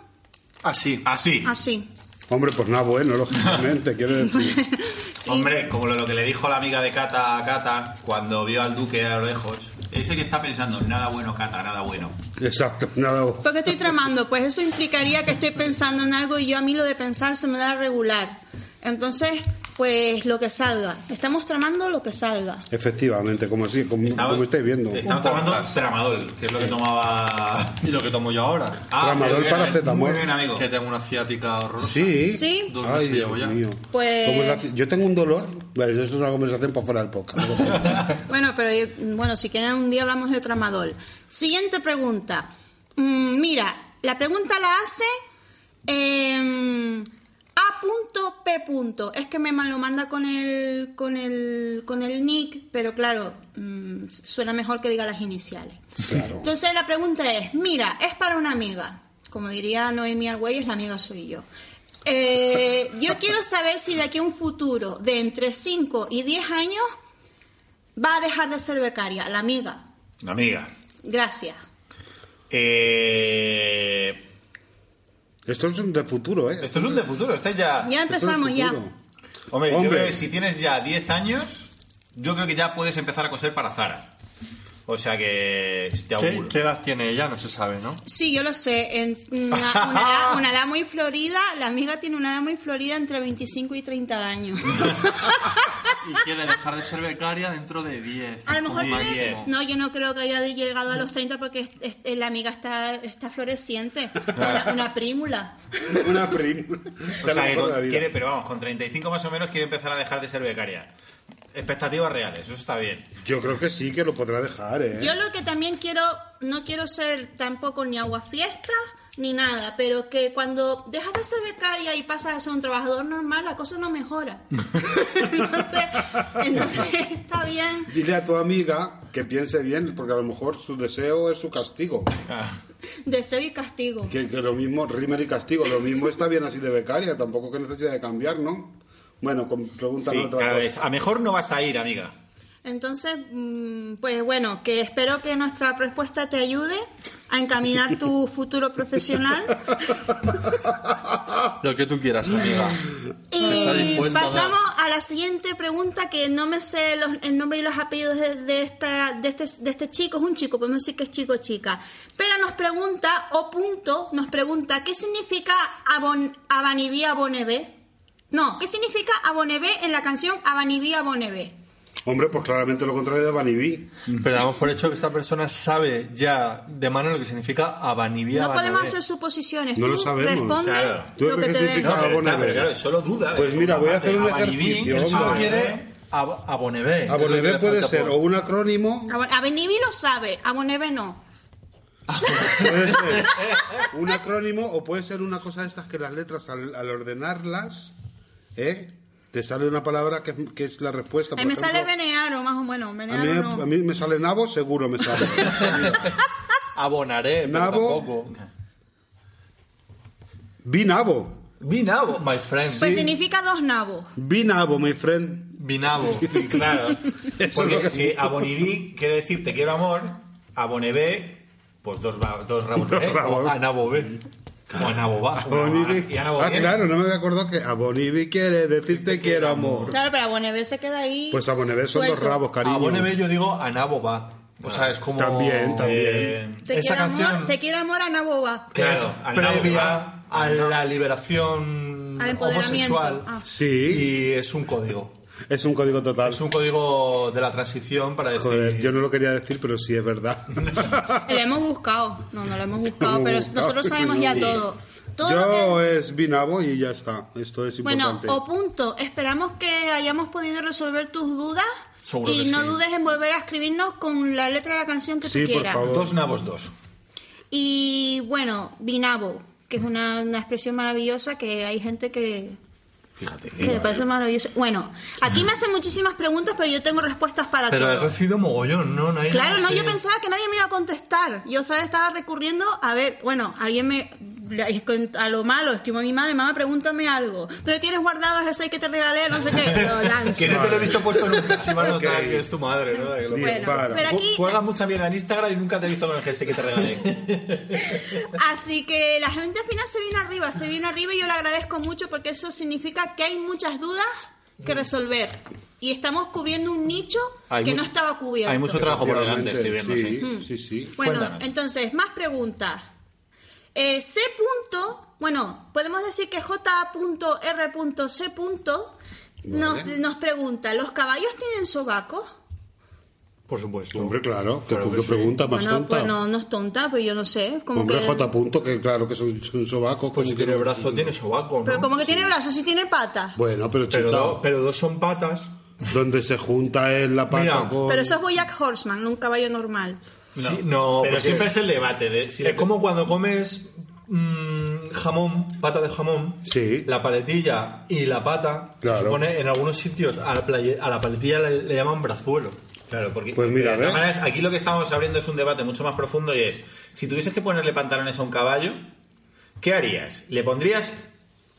E: Así.
C: Así.
B: Así.
A: Hombre, pues nada bueno, lógicamente, quiero decir.
C: Hombre, como lo, lo que le dijo la amiga de Cata a Cata cuando vio al duque a lo lejos. Ese que está pensando, nada bueno, Cata, nada bueno.
A: Exacto, nada bueno.
B: Porque estoy tramando, pues eso implicaría que estoy pensando en algo y yo a mí lo de pensar se me da regular. Entonces, pues lo que salga. Estamos tramando lo que salga.
A: Efectivamente, como así, como,
C: Estaba-
A: como estáis viendo.
C: Estamos
E: Un
C: tomando
E: podcast.
C: tramadol, que es lo que tomaba. Ah,
E: Y lo que tomo yo ahora.
A: Tramadol
C: muy bien,
A: paracetamol.
C: Muy Ah, bien, amigo.
E: Ah, Que tengo una ciática horrorosa.
A: Sí.
B: Sí.
E: Dos
A: Ay,
E: meses llevo
A: Dios
E: ya.
A: mío.
B: Pues-
A: ¿Cómo es la- Yo tengo un dolor. Vale, eso es una conversación para fuera del podcast.
B: Bueno, pero eh, bueno, si quieren un día hablamos de tramadol. Siguiente pregunta. Mm, mira, la pregunta la hace eh, A.P. Es que me lo manda con el, con el, con el nick, pero claro, mm, suena mejor que diga las iniciales. Entonces la pregunta es, mira, es para una amiga. Como diría Noemí Argüelles, la amiga soy yo. Eh, yo quiero saber si de aquí a un futuro de entre 5 y 10 años va a dejar de ser becaria, la amiga.
I: Amiga.
B: Gracias.
I: Eh,
A: Esto es un de futuro, ¿eh?
C: Esto es un de futuro, estáis ya...
B: Ya empezamos ya.
A: Hombre.
C: Hombre, yo creo que si tienes ya 10 años, yo creo que ya puedes empezar a coser para Zara. O sea que te
E: ¿Qué,
C: auguro.
E: qué edad tiene ella? No se sabe, ¿no?
B: Sí, yo lo sé. En una, una edad, una edad muy florida, la amiga tiene una edad muy florida entre 25 y 30 años.
E: Y quiere dejar de ser becaria dentro de 10.
B: A lo mejor
E: como
B: tiene-
E: máximo.
B: No, yo no creo que haya llegado a los 30 porque es- es- la amiga está, está floreciente. Una, una prímula.
A: Una prima.
C: O sea, que con- quiere, pero vamos, con 35 más o menos quiere empezar a dejar de ser becaria. Expectativas reales, eso está bien.
A: Yo creo que sí, que lo podrá dejar, ¿eh?
B: Yo lo que también quiero, no quiero ser tampoco ni aguafiesta ni nada, pero que cuando dejas de ser becaria y pasas a ser un trabajador normal, la cosa no mejora. entonces, entonces está bien.
A: Dile a tu amiga que piense bien, porque a lo mejor su deseo es su castigo.
C: Ah,
B: Deseo y castigo.
A: Que, que lo mismo, Rimer y castigo, lo mismo está bien así de becaria, tampoco que necesidad de cambiar, ¿no? Bueno, con,
C: Sí,
A: pregúntame otra
C: claro,
A: cosa.
C: es- a mejor no vas a ir, amiga.
B: Entonces, mm, pues bueno, que espero que nuestra respuesta te ayude a encaminar tu futuro profesional.
E: Lo que tú quieras, amiga. Está
B: Y
E: dispuesta a dar.
B: pasamos a la siguiente pregunta que no me sé los- el nombre y los apellidos de, de esta, de, este, de este chico. Es un chico, podemos decir que es chico o chica. Pero nos pregunta, o punto, nos pregunta, ¿qué significa abon, Abanibí Abonebé? No, ¿qué significa Abonebé en la canción Abanibí Abonebé?
A: Hombre, pues claramente lo contrario de Vanibí.
E: Pero damos por hecho que esta persona sabe ya de mano lo que significa abanivia.
B: No podemos hacer
E: abanabé.
B: suposiciones.
A: No
B: Tú
A: lo sabemos,
B: Responde
C: claro.
A: ¿Tú
B: lo
A: qué
B: que te
A: significa?
B: venga.
A: Ah,
C: pero,
A: bueno,
C: está, pero
A: bueno.
C: claro, solo duda. ¿eh? de
A: Pues
C: eso,
A: mira,
C: ¿no?
A: voy a hacer un
C: Abanibí,
A: ejercicio,
C: él solo
A: hombre.
C: quiere-
E: Ab- Abonebé. es lo que
A: Abonebé
E: le
A: puede
E: falta
A: ser
E: por-
A: o un acrónimo,
B: Abon- Abenibi lo sabe, Abonebé no.
A: puede ser un acrónimo o puede ser una cosa de estas que las letras al, al ordenarlas, ¿eh? Te sale una palabra que, es- que es la respuesta.
B: A mí
A: Por
B: me
A: ejemplo,
B: sale Benearo, más o menos.
A: a mí,
B: Benearo
A: me-
B: no.
A: a mí me sale nabo, seguro me sale.
E: Abonaré, pero
A: Nabo.
E: tampoco.
A: Binabo.
E: Binabo, my friend.
B: Pues significa dos nabos.
A: Binabo, my friend.
E: Binabo. eh,
C: Claro.
A: Eso es lo
C: Porque
A: que
C: si abonibí quiere decir te quiero amor, abonebé, pues dos, ba- dos rabos de
A: Dos rabos.
E: E, O Anabobé. O Anabobá.
A: Abonibi.
C: Y Ana
A: Ah,
C: Bobier.
A: claro, no me había acordado que Abonibi quiere decirte quiero amor.
B: Claro, pero Abonebé se queda ahí.
A: Pues Abonebé son dos
B: suelto.
A: rabos, cariño.
E: Abonebé yo digo Anabobá. O sea, es como...
A: También, también.
C: Eh,
B: Te
E: Esa
B: quiero amor,
E: canción-
B: te quiero amor a Naboba.
E: Que es
C: Claro, Anabobá.
E: previa a la liberación
B: Al empoderamiento.
E: homosexual.
B: Ah.
A: Sí,
E: Y es un código.
A: es un código total.
E: Es un código de la transición para decir...
A: Joder, yo no lo quería decir, pero sí es verdad.
B: Lo hemos buscado. No, no lo hemos
A: No
B: buscado,
A: lo
B: pero
A: hemos
B: nosotros
A: buscado.
B: sabemos ya
A: Sí.
B: todo. Todo lo que-
A: Yo es Binabo y ya está. Esto es
B: Bueno,
A: importante.
B: o punto. Esperamos que hayamos podido resolver tus dudas.
E: Seguro
B: y
E: que
B: no
E: sí.
B: dudes en volver a escribirnos con la letra de la canción que
A: Sí,
B: tú
A: por
B: quieras.
A: favor.
C: dos nabos dos.
B: Y bueno, Binabo, que es una, una expresión maravillosa que hay gente que,
C: Fíjate.
B: que le parece maravillosa. Bueno, aquí me hacen muchísimas preguntas, pero yo tengo respuestas para
E: Pero he
B: todo.
E: recibido mogollón, ¿no? Naina?
B: Claro, no,
E: Sí.
B: yo pensaba que nadie me iba a contestar. Yo otra vez estaba recurriendo a ver, bueno, alguien me. A lo malo, escribo a mi madre, mamá, pregúntame algo. ¿Tú tienes guardado el jersey que te regalé? No sé qué, lo lanzo.
E: Que no te lo he visto puesto nunca, si va a notar
A: Ok.
E: que es tu madre, ¿no? Que lo-
A: Bien,
B: Bueno,
A: para.
B: pero aquí,
C: Juegas mucha mierda en Instagram y nunca te he visto con el jersey que te regalé.
B: así que la gente al final se vino arriba, se vino arriba y yo le agradezco mucho porque eso significa que hay muchas dudas que resolver. Y estamos cubriendo un nicho
C: Hay
B: que
C: mucho-
B: no estaba cubierto.
C: Hay mucho trabajo por delante, estoy viendo, sí.
A: sí, sí, sí.
B: Bueno,
C: Cuéntanos.
B: entonces, más preguntas. Eh, C. Punto, bueno, podemos decir que J.R.C. punto Nos,
A: Vale.
B: nos pregunta, ¿los caballos tienen sobacos?
E: Por supuesto.
A: Hombre, claro. ¿Qué qué pregunta más
B: Hmm. Bueno,
A: tonta?
B: pues no, no es tonta, pero yo no sé. Como
A: Hombre,
B: que,
A: J. Punto, que claro que son, son sobacos.
E: Pues si
A: como
E: tiene
A: que-
E: brazo, tiene sobaco, ¿no?
B: Pero como que tiene brazos y tiene patas.
A: Bueno, pero
E: Pero,
A: chica,
E: do- pero dos son patas.
A: donde se junta es la pata
E: Mira,
A: con...
B: Pero eso es Boyack Horseman, no un caballo normal.
E: Sí, no,
C: pero
E: porque-
C: siempre es el debate de si
E: Es como cuando comes mm, jamón, pata de jamón.
A: Sí.
E: La paletilla y la pata.
A: Claro.
E: Se supone en algunos sitios a la, playe- a la paletilla le, le llaman brazuelo.
C: Claro, porque
A: Pues mira,
C: de todas
A: ¿ves?
C: maneras, aquí lo que estamos abriendo es un debate mucho más profundo y es, si tuvieses que ponerle pantalones a un caballo, ¿qué harías? ¿Le pondrías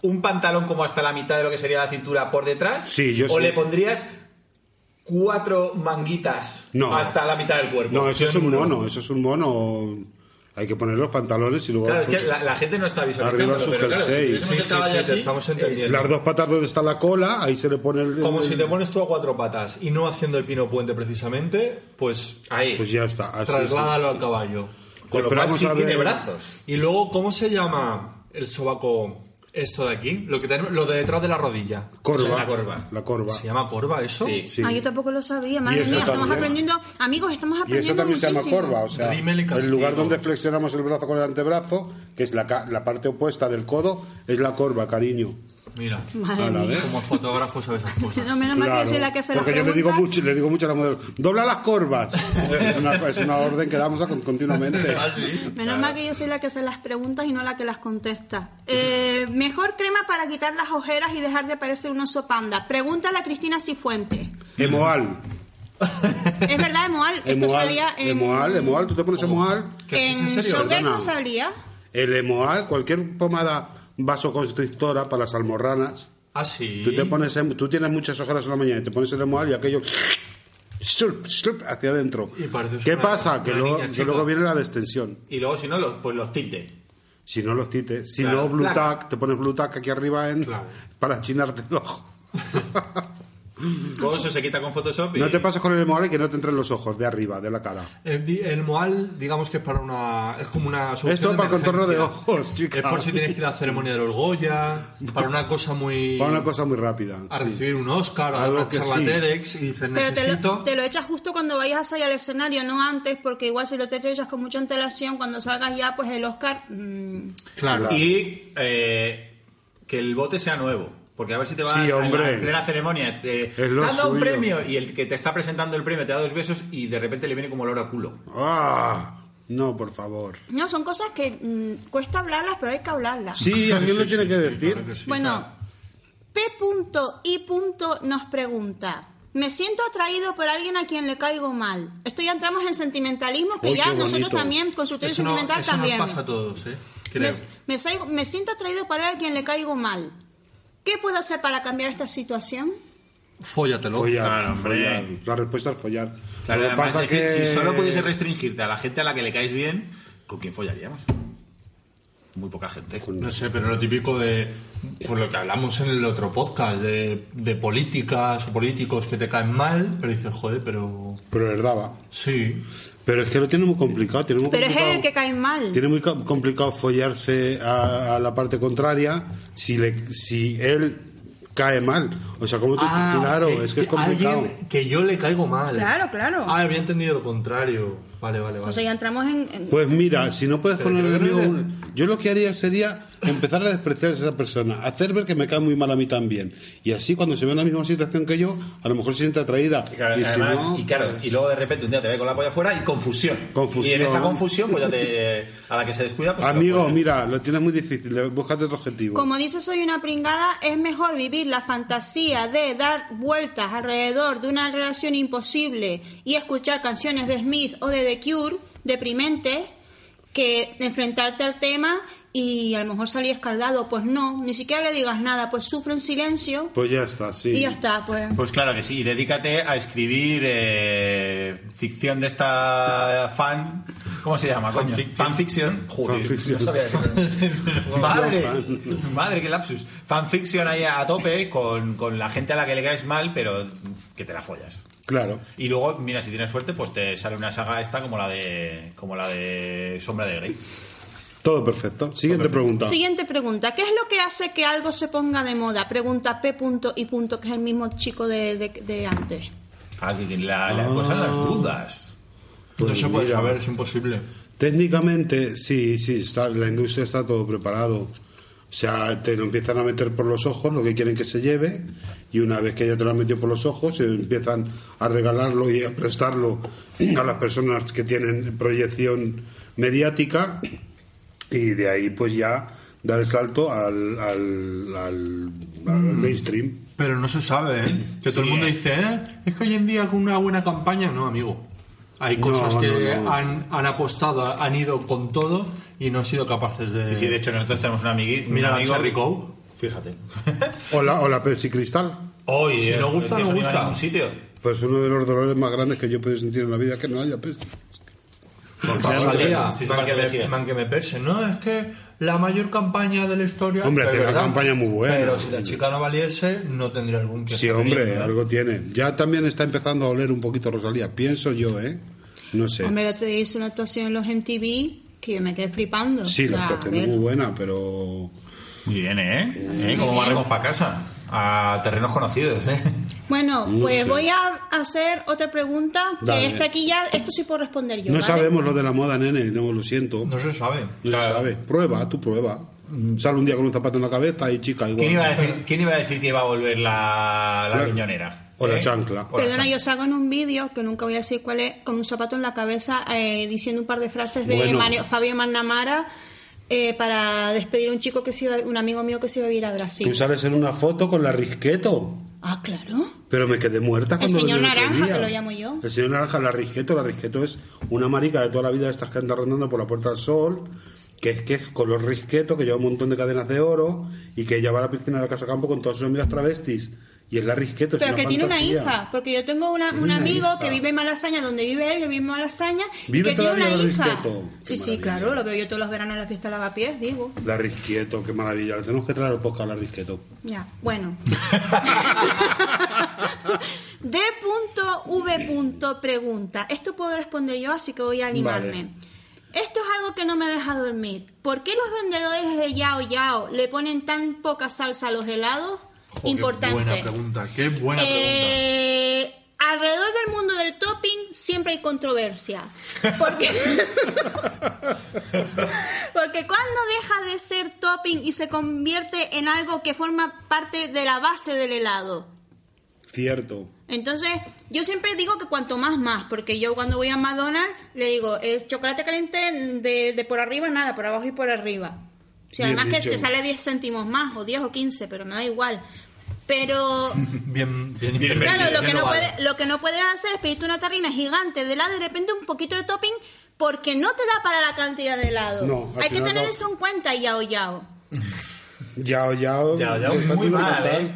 C: un pantalón como hasta la mitad de lo que sería la cintura por detrás?
A: Sí, yo
C: ¿O
A: sí.
C: le pondrías cuatro manguitas
A: No.
C: hasta la mitad del cuerpo?
A: No, eso es un mono, eso es un mono. Hay que poner los pantalones y luego.
C: Claro, es que la, la gente no está visualizando.
A: Arriba su
C: pero claro, si
A: jersey.
C: tuviésemos el
E: Sí, sí,
C: caballo
E: sí, te
C: así,
E: estamos
C: eh,
E: entendiendo.
A: Las dos patas donde está la cola, ahí se le pone el.
E: Como
A: el-
E: si te pones tú a cuatro patas y no haciendo el pino puente precisamente, pues
C: Ahí.
A: Pues ya está. Así,
E: trasládalo al caballo.
C: Con lo cual
A: esperamos
C: sí
A: a
C: tiene
A: ver-
C: brazos.
E: Y luego, ¿cómo se llama el sobaco esto de aquí? Lo que tenemos, lo de detrás de la rodilla.
A: Corva.
C: O sea, la corva.
A: La corva.
E: ¿Se llama corva eso?
C: Sí.
A: Sí.
B: Ah, yo tampoco lo sabía, madre
A: eso
B: mía. Estamos
A: también.
B: aprendiendo, amigos, estamos
A: Y eso
B: aprendiendo
A: también se llama
B: muchísimo.
A: corva, o sea,
E: Rímel y
A: el
E: castigo.
A: lugar donde flexionamos el brazo con el antebrazo, que es la, ca- la parte opuesta del codo, es la corva, cariño.
E: Mira,
B: Madre
A: A la
B: mía.
A: vez.
E: como fotógrafo sabes esas cosas.
B: No, menos mal que
A: Claro,
B: yo soy la que hace las
A: porque yo le digo
B: preguntas.
A: mucho, le digo mucho a la modelo, dobla las corvas. es, una, es una orden que damos a con- continuamente.
E: Ah,
B: Menos mal que yo soy la que hace las preguntas y no la que las contesta. Eh, mejor crema para quitar las ojeras y dejar de parecer un oso panda. Pregúntale a Cristina Cifuentes.
A: Emoal,
B: Es verdad, Emoal. Esto
A: emoal,
B: salía en.
A: emoal, emoal, tú te pones emoal.
E: ¿Que esto es
B: en
E: en serio?
B: Showgirl
A: Perdona.
B: no salía.
A: El emoal, cualquier pomada vasoconstrictora para las almorranas,
E: Ah, sí.
A: Tú, te pones, en- tú tienes muchas ojeras en la mañana y te pones el emoal y aquello slurp, slurp, hacia adentro.
E: Y pareces
A: ¿Qué
E: una-
A: pasa? Que
E: una
A: luego,
E: niña
A: que
E: chica.
A: luego viene la destensión.
C: Y luego, si no, los, pues los tiltes.
A: Si no los tites, si
C: Claro,
A: no blue
C: placa.
A: tack, te pones blue tack aquí arriba en,
E: Claro.
A: para chinarte el ojo.
C: Luego eso se quita con Photoshop y...
A: No te pases con el emoal y que no te entren los ojos de arriba, de la cara.
E: El, di- el Moal, digamos que es para una. Es como una. solución
A: Esto
E: de
A: para el contorno de
E: emergencia.
A: ojos, chica.
E: Es por si tienes que ir a la ceremonia de los Goya, para una cosa muy.
A: Para una cosa muy rápida.
E: a
A: sí.
E: recibir un Oscar, a dar
A: Algo
E: una
A: que
E: charla
A: sí.
E: TEDx y dices,
B: Pero te lo,
E: necesito.
B: te lo echas justo cuando vayas a salir al escenario, no antes, porque igual si lo te echas con mucha antelación, cuando salgas ya, pues el Oscar. mm,
E: Claro.
C: Y eh, que el bote sea nuevo. Porque a ver si te va
A: Sí,
C: a-
A: hombre.
C: en plena ceremonia. Te
A: Es lo
C: te han dado un
A: suyo.
C: premio y el que te está presentando el premio te da dos besos y de repente le viene como olor a culo.
A: Ah, no, por favor.
B: No, son cosas que mm, cuesta hablarlas, pero hay que hablarlas.
A: Sí, alguien lo tiene que decir.
B: Bueno, P.I. nos pregunta. Me siento atraído por alguien a quien le caigo mal. Esto ya entramos en sentimentalismo, que
A: Uy,
B: ya
A: qué
B: nosotros
A: bonito.
B: también, consultorio
E: Eso, no,
B: sentimental
E: eso nos
B: también.
E: pasa a todos, ¿eh?
B: me,
E: Creo.
B: me saigo- me siento atraído por alguien a quien le caigo mal. ¿Qué puedo hacer para cambiar esta situación?
E: Fóllatelo.
A: Follar,
C: Claro, hombre.
A: follar. La respuesta es follar.
C: Claro,
A: lo que
C: además
A: pasa
C: es que si solo pudiese
A: pudiese
C: restringirte a la gente a la que le caes bien, ¿con quién follaríamos? Muy poca gente.
E: No sé, pero lo típico de. Por lo que hablamos en el otro podcast, de, de políticas o políticos que te caen mal, pero dices, joder, pero.
A: Pero les daba.
E: Sí.
A: Pero es que lo tiene muy complicado. Tiene muy
B: Pero es él
A: complicado-
B: el que cae mal.
A: Tiene muy co- complicado follarse a, a la parte contraria si, le, si él cae mal. O sea, como tú.
E: Ah,
A: claro, es que es complicado.
E: alguien que yo le caigo mal.
B: Claro, claro.
E: Ah, había entendido lo contrario. Vale, vale,
B: O
E: vale.
B: sea, ya entramos en... en-
A: Pues mira, si no puedes
E: Pero
A: con el
E: creo que
A: enemigo.
E: no
A: un- Yo lo que haría sería empezar a despreciar a esa persona, hacer ver que me cae muy mal a mí también. Y así, cuando se ve en la misma situación que yo, a lo mejor se siente atraída.
C: Y claro,
A: Y si
C: además-
A: no, pues,
C: y claro, y luego de repente un día te ve con la polla afuera y confusión.
A: Confusión.
C: Y en esa confusión, pues ya te, a la que se descuida, pues te lo
A: Amigo,
C: follas.
A: mira, lo tienes muy difícil. Búscate otro objetivo.
B: Como dice Soy una pringada, es mejor vivir la fantasía de dar vueltas alrededor de una relación imposible y escuchar canciones de Smith o de The Cure deprimentes que enfrentarte al tema y a lo mejor salir escaldado. Pues no, ni siquiera le digas nada, pues sufre en silencio
A: Pues ya está, sí.
B: y ya está. Pues
C: Pues claro que sí, y dedícate a escribir eh, ficción de esta fan. ¿Cómo se llama? coño? Fanfiction. Joder,
A: Fanfiction.
C: no sabía decirlo. madre, madre, qué lapsus. Fanfiction ahí a tope con, con la gente a la que le caes mal, pero que te la follas.
A: Claro.
C: Y luego, mira, si tienes suerte, pues te sale una saga esta como la de, como la de Sombra de Grey.
A: Todo perfecto. Siguiente pregunta.
B: Siguiente pregunta. ¿Qué es lo que hace que algo se ponga de moda? Pregunta P. punto y punto, que es el mismo chico de, de- de antes.
C: Ah, que la, la cosa de las dudas.
E: no se puede
A: Pues mira.
E: saber, es imposible.
A: Técnicamente, sí, sí, está, la industria está todo preparado. O sea, te lo empiezan a meter por los ojos, lo que quieren que se lleve, y una vez que ya te lo han metido por los ojos, eh, empiezan a regalarlo y a prestarlo a las personas que tienen proyección mediática, y de ahí pues ya dar el salto al, al, al- al mainstream.
E: Pero no se sabe, ¿eh? Que todo el mundo dice, ¿eh? Es que hoy en día con una buena campaña, no, amigo. Hay
A: No,
E: cosas que
A: no, no.
E: Han, han apostado, han ido con todo y no han sido capaces de.
C: Sí, sí, de hecho nosotros tenemos un, amigui, un
E: Mira la
C: amigo...
E: Cherry Coke.
C: Fíjate.
A: O la, o la Pepsi Cristal.
C: Hoy,
D: Si no gusta, no gusta.
C: En ningún sitio.
A: Pues uno de los dolores más grandes que yo he podido sentir en la vida que no haya Pepsi.
C: Por
D: Ya
C: favor,
D: sabía,
C: si se
D: man, que
C: parece
D: me,
C: lejía.
D: man que me pese. No, es que la mayor campaña de la historia.
A: Hombre,
D: Es
A: tiene una
D: verdad.
A: campaña muy buena.
D: Pero si la chica no valiese, no tendría algún que
A: Sí,
D: estar
A: hombre,
D: viendo, ¿eh?
A: algo tiene. Ya también está empezando a oler un poquito Rosalía, pienso yo, ¿eh? No sé.
B: Hombre, el otro día hizo una actuación en los MTV que yo me quedé flipando.
A: Sí,
B: O
A: la
B: sea,
A: actuación
B: a
A: es
B: ver.
A: muy buena, pero...
C: Muy bien, ¿eh? ¿Eh? ¿Cómo barremos para casa? A terrenos conocidos, ¿eh?
B: Bueno,
A: No
B: pues
A: sé.
B: voy a hacer otra pregunta que
A: Dale.
B: esta aquí ya, esto sí puedo responder yo.
A: No
B: ¿vale?
A: sabemos lo de la moda, nene, no, lo siento. No
D: No se sabe.
A: se sabe. Prueba, tú prueba. Sale un día con un zapato en la cabeza y chica igual.
C: ¿Quién Mm. iba a decir, quién iba a decir que iba a volver la, la
A: La-
C: riñonera? ¿Eh?
A: o la chancla.
C: O la
B: Perdona,
C: chancla.
B: yo salgo en un vídeo que nunca voy a decir cuál es, con un zapato en la cabeza eh, diciendo un par de frases de
A: Bueno.
B: Mane- Fabio Magnamara eh, para despedir a un chico que se iba, un amigo mío que se iba a ir a Brasil.
A: Tú sales en una foto con la risqueto.
B: Ah, claro.
A: Pero me quedé muerta cuando
B: señor
A: lo vi el otro
B: naranja,
A: día.
B: que lo llamo yo.
A: El señor naranja, la risqueto, la risqueto es una marica de toda la vida de estas que andan rondando por la Puerta del Sol, que es que es color risqueto, que lleva un montón de cadenas de oro y que ella va a la piscina de la Casa Campo con todas sus amigas travestis. Y es la risqueto. es
B: Pero que tiene una
A: fantasía.
B: hija, porque yo tengo una-
A: Tiene
B: un
A: una
B: amigo
A: hija.
B: que vive en Malasaña, donde vive él, que vive en Malasaña, y
A: ¿Vive
B: que tiene
A: todavía
B: una
A: en el
B: hija.
A: Risqueto?
B: Sí,
A: Qué
B: sí,
A: maravilla.
B: claro, lo veo yo todos los veranos en la fiesta de lavapiés, digo.
A: La risqueto, qué maravilla. Le tenemos que traer al podcast a la risqueto.
B: Ya, bueno. D.V. punto pregunta. Esto puedo responder yo, así que voy a animarme.
A: Vale.
B: Esto es algo que no me deja dormir. ¿Por qué los vendedores de Yao Yao le ponen tan poca salsa a los helados?
D: Jo, qué
B: Importante.
D: buena pregunta, qué buena pregunta.
B: Eh, alrededor del mundo del topping siempre hay controversia. Porque, porque cuando deja de ser topping y se convierte en algo que forma parte de la base del helado.
A: Cierto.
B: Entonces, yo siempre digo que cuanto más, más. Porque yo cuando voy a McDonald's le digo, es chocolate caliente de, de por arriba, nada, por abajo y por arriba. O sea,
A: Bien
B: además
A: dicho.
B: que te sale 10 céntimos más, o 10 o 15, pero me da igual. Pero
D: Bien, bien,
C: Bien,
D: bien.
B: Claro, lo que, no
C: vale.
B: puede, lo que no puedes hacer es pedirte una tarrina gigante de helado y de repente un poquito de topping porque no te da para la cantidad de helado.
A: No, al
B: Hay que
A: final
B: tener
A: no.
B: eso en cuenta, yao yao.
A: Yao, yao.
C: Yao, yao,
A: el
C: muy
A: fatigo
C: mal,
A: mental.
C: ¿eh?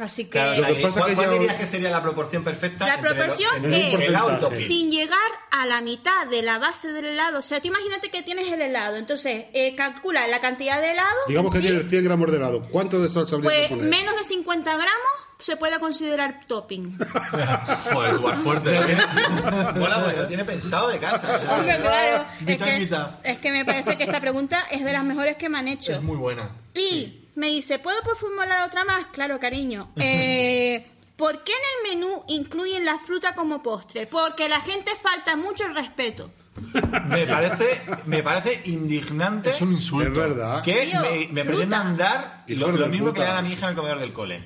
B: Así que
C: Claro, o sea,
A: Lo que pasa
C: ¿cuál,
A: que
C: cuál
A: yo-
C: dirías que sería la proporción perfecta?
B: La
C: entre lo-
B: proporción
C: entre
B: que-
C: el helado y el topping?
B: sin llegar a la mitad de la base del helado, o sea, tú imagínate que tienes el helado, entonces eh, calcula la cantidad de helado,
A: Digamos que
B: en sí,
A: tiene 100 gramos de helado. ¿Cuánto de salsa habría
B: pues
A: que poner?
B: menos de 50 gramos se puede considerar topping.
D: Joder, tú vas fuerte.
C: Lo tiene- Hola, pues, lo tiene pensado de casa. o sea.
B: Hombre, claro, es
D: Mitad y
B: que,
D: mitad.
B: es que me parece que esta pregunta es de las mejores que me han hecho.
D: Es muy buena.
B: Y me dice, ¿puedo por formular otra más? Claro, cariño. Eh, ¿Por qué en el menú incluyen la fruta como postre? Porque la gente falta mucho el respeto.
C: Me parece, me parece indignante
D: Es un insulto.
A: Es verdad.
C: que
B: Tío,
C: me, me
B: fruta.
C: pretendan dar
A: Hijo
C: lo,
A: de
C: lo mismo
A: puta.
C: que le dan a mi hija en el comedor del cole.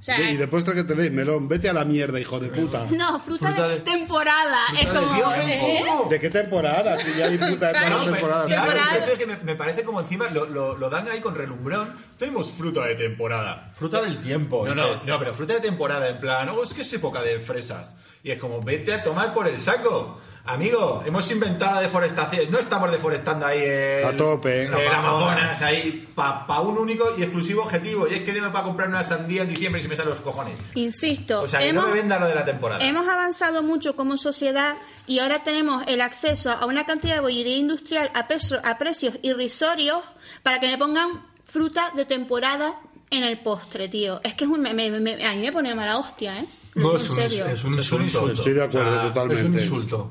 B: O sea,
A: Y después que tenéis melón, vete a la mierda, hijo de puta.
B: no, fruta,
D: Fruta
B: de,
D: de-
B: temporada. es como...
C: ¡Qué
B: ¿eh?
C: ofensivo!
A: ¿De qué temporada? Si ya hay fruta de todas
B: Claro,
A: las
B: pero-
A: temporadas.
B: claro,
C: Claro,
B: Temporada.
C: eso es que me, me parece como encima lo, lo- lo dan ahí con relumbrón. Tenemos fruta de temporada.
D: Fruta del tiempo. ¿eh?
C: No,
A: eh.
C: no, no, pero fruta de temporada en plan, oh, es que es época de fresas. Y es como, vete a tomar por el saco. Amigo, hemos inventado la deforestación. No estamos deforestando ahí el,
A: A tope. ¿eh?
C: el
A: Amazonas.
C: Amazonas, ahí para un único y exclusivo objetivo. Y es que yo me voy a comprar una sandía en diciembre y se me salen los cojones.
B: Insisto,
C: O sea, que
B: hemos,
C: no me venda lo de la temporada.
B: hemos avanzado mucho como sociedad y ahora tenemos el acceso a una cantidad de bollería industrial a, peso- a precios irrisorios para que me pongan fruta de temporada en el postre, tío. Es que es un, me- me- me- a mí me pone mala hostia, ¿eh?
D: No,
B: Lo
D: es
B: digo
D: un,
B: en serio.
D: es un insulto.
A: Estoy de acuerdo,
D: O sea,
A: totalmente.
D: Es un insulto.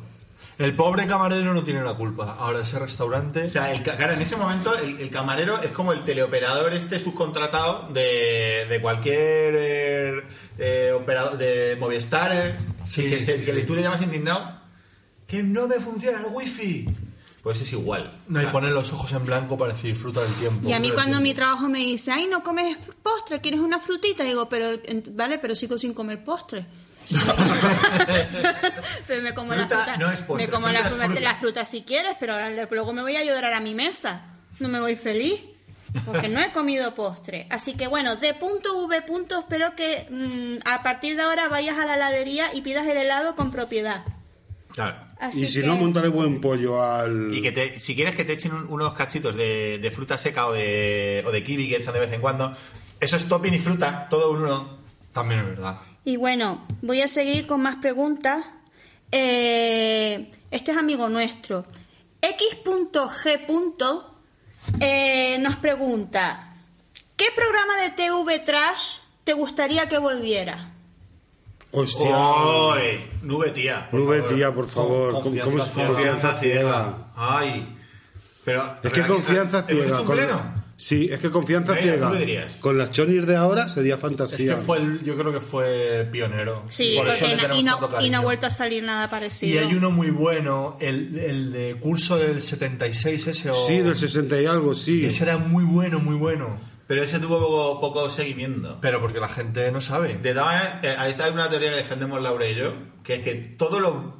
D: El pobre camarero no tiene la culpa. Ahora ese restaurante.
C: O sea, el ca- claro, en ese momento el, el camarero es como el teleoperador este subcontratado de, de cualquier eh, eh, operador de Movistar, eh,
D: Sí,
C: que, se-
D: sí,
C: que
D: sí.
C: tú le llamas indignado, que no me funciona el wifi. Pues es igual.
D: no, y
C: O sea,
D: poner los ojos en blanco para decir fruta del tiempo.
B: Y a
D: fruta
B: mí
D: del
B: cuando mi
D: tiempo.
B: trabajo me dice, ay, no comes postre, quieres una frutita, digo, pero en- vale, pero sigo sin comer postre. pero me como
C: Fruta
B: la fruta,
C: no es postre,
B: me como
C: fruta
B: la
C: es
B: fruta,
C: fruta.
B: la fruta si quieres, pero ahora le- luego me voy a llorar a mi mesa. No me voy feliz porque no he comido postre. Así que bueno, de punto V punto espero que mm, a partir de ahora vayas a la heladería y pidas el helado con propiedad.
C: Claro.
B: Así
A: y si
B: que-
A: no, montaré buen pollo al.
C: Y que te- si quieres que te echen un- unos cachitos de, de fruta seca o de, o de kiwi que echan de vez en cuando, eso es topping y fruta, todo un uno.
E: También es verdad.
B: Y bueno, voy a seguir con más preguntas. Eh, este es amigo nuestro. X.G. punto, eh, nos pregunta, ¿qué programa de TV Trash te gustaría que volviera?
A: Hostia.
C: ¡Ay! Nube tía. por
A: Nube
C: favor.
A: tía, por favor. ¿Cómo-
C: Con- Confianza,
A: cómo es
C: ciega.
A: confianza ciega?
C: Ay. Pero,
A: Es que confianza
C: ¿hemos
A: ciega.
C: hecho un
A: con-
C: pleno?
A: Sí, es que confianza
C: Venga,
A: ciega.
C: ¿tú qué dirías?
A: Con las chonis de ahora sería
E: Es
A: fantasía.
E: que fue el- yo creo que fue pionero.
B: Sí,
E: Por eso
B: porque
E: le
B: na-
E: tenemos
B: y,
E: tanto
B: no, y
E: cariño.
B: no ha vuelto a salir nada parecido.
E: Y hay uno muy bueno, el, el de curso del 76 ese o...
A: Sí, del 60 y algo, sí.
E: Ese era muy bueno, muy bueno.
C: Pero ese tuvo poco, poco seguimiento.
E: Pero porque la gente no sabe.
C: De todas maneras, eh, ahí está una teoría que defendemos Laura y yo, que es que todo lo,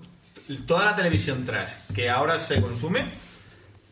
C: toda la televisión trash que ahora se consume,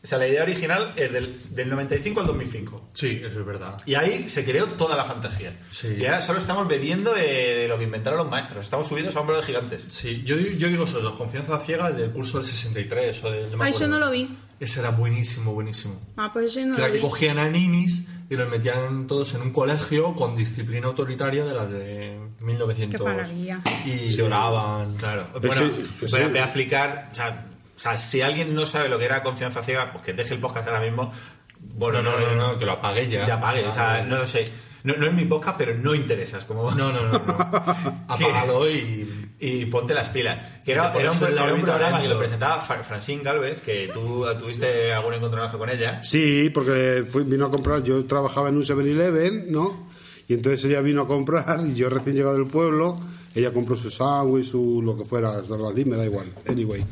C: o sea, la idea original es del, del 95 al 2005.
E: Sí, eso es verdad.
C: Y ahí se creó toda la fantasía.
E: Sí.
C: Y ahora solo estamos bebiendo de, de lo que inventaron los maestros. Estamos subidos a hombros de gigantes.
E: Sí, yo, yo digo esos dos, confianza ciega, el del curso del 63 o del... me
B: Ah, eso
E: acuerdo.
B: no lo vi.
E: Ese era buenísimo, buenísimo.
B: Ah, pues yo no
E: que era
B: lo
E: que
B: vi.
E: cogían a ninis y los metían todos en un colegio con disciplina autoritaria de las de 1900.
B: Qué maravilla.
E: Y
C: Sí.
E: lloraban, claro.
C: Bueno,
A: sí, pues
C: voy, a,
A: sí.
C: voy a explicar. O sea, o sea, si alguien no sabe lo que era confianza ciega, pues que deje el podcast ahora mismo. Bueno, eh,
E: No, no, no, no, que lo apague ya.
C: Ya pague, o sea,
E: Ah,
C: no lo sé. No, no es mi podcast, pero no interesas. Como...
E: No, no, no. no. Apágalo y.
C: Y ponte las pilas. Que
E: Y
C: era,
E: te pones
C: era un,
E: en
C: era
E: la
C: un
E: órbita
C: programa
E: dentro.
C: que lo presentaba Fra- Francine Galvez, que tú tuviste algún encontronazo con ella.
A: Sí, porque fui- vino a comprar, yo trabajaba en un 7-Eleven, ¿no? Y entonces ella vino a comprar y yo recién llegado del pueblo, ella compró su sándwich, su lo que fuera, salvadí, me da igual, anyway.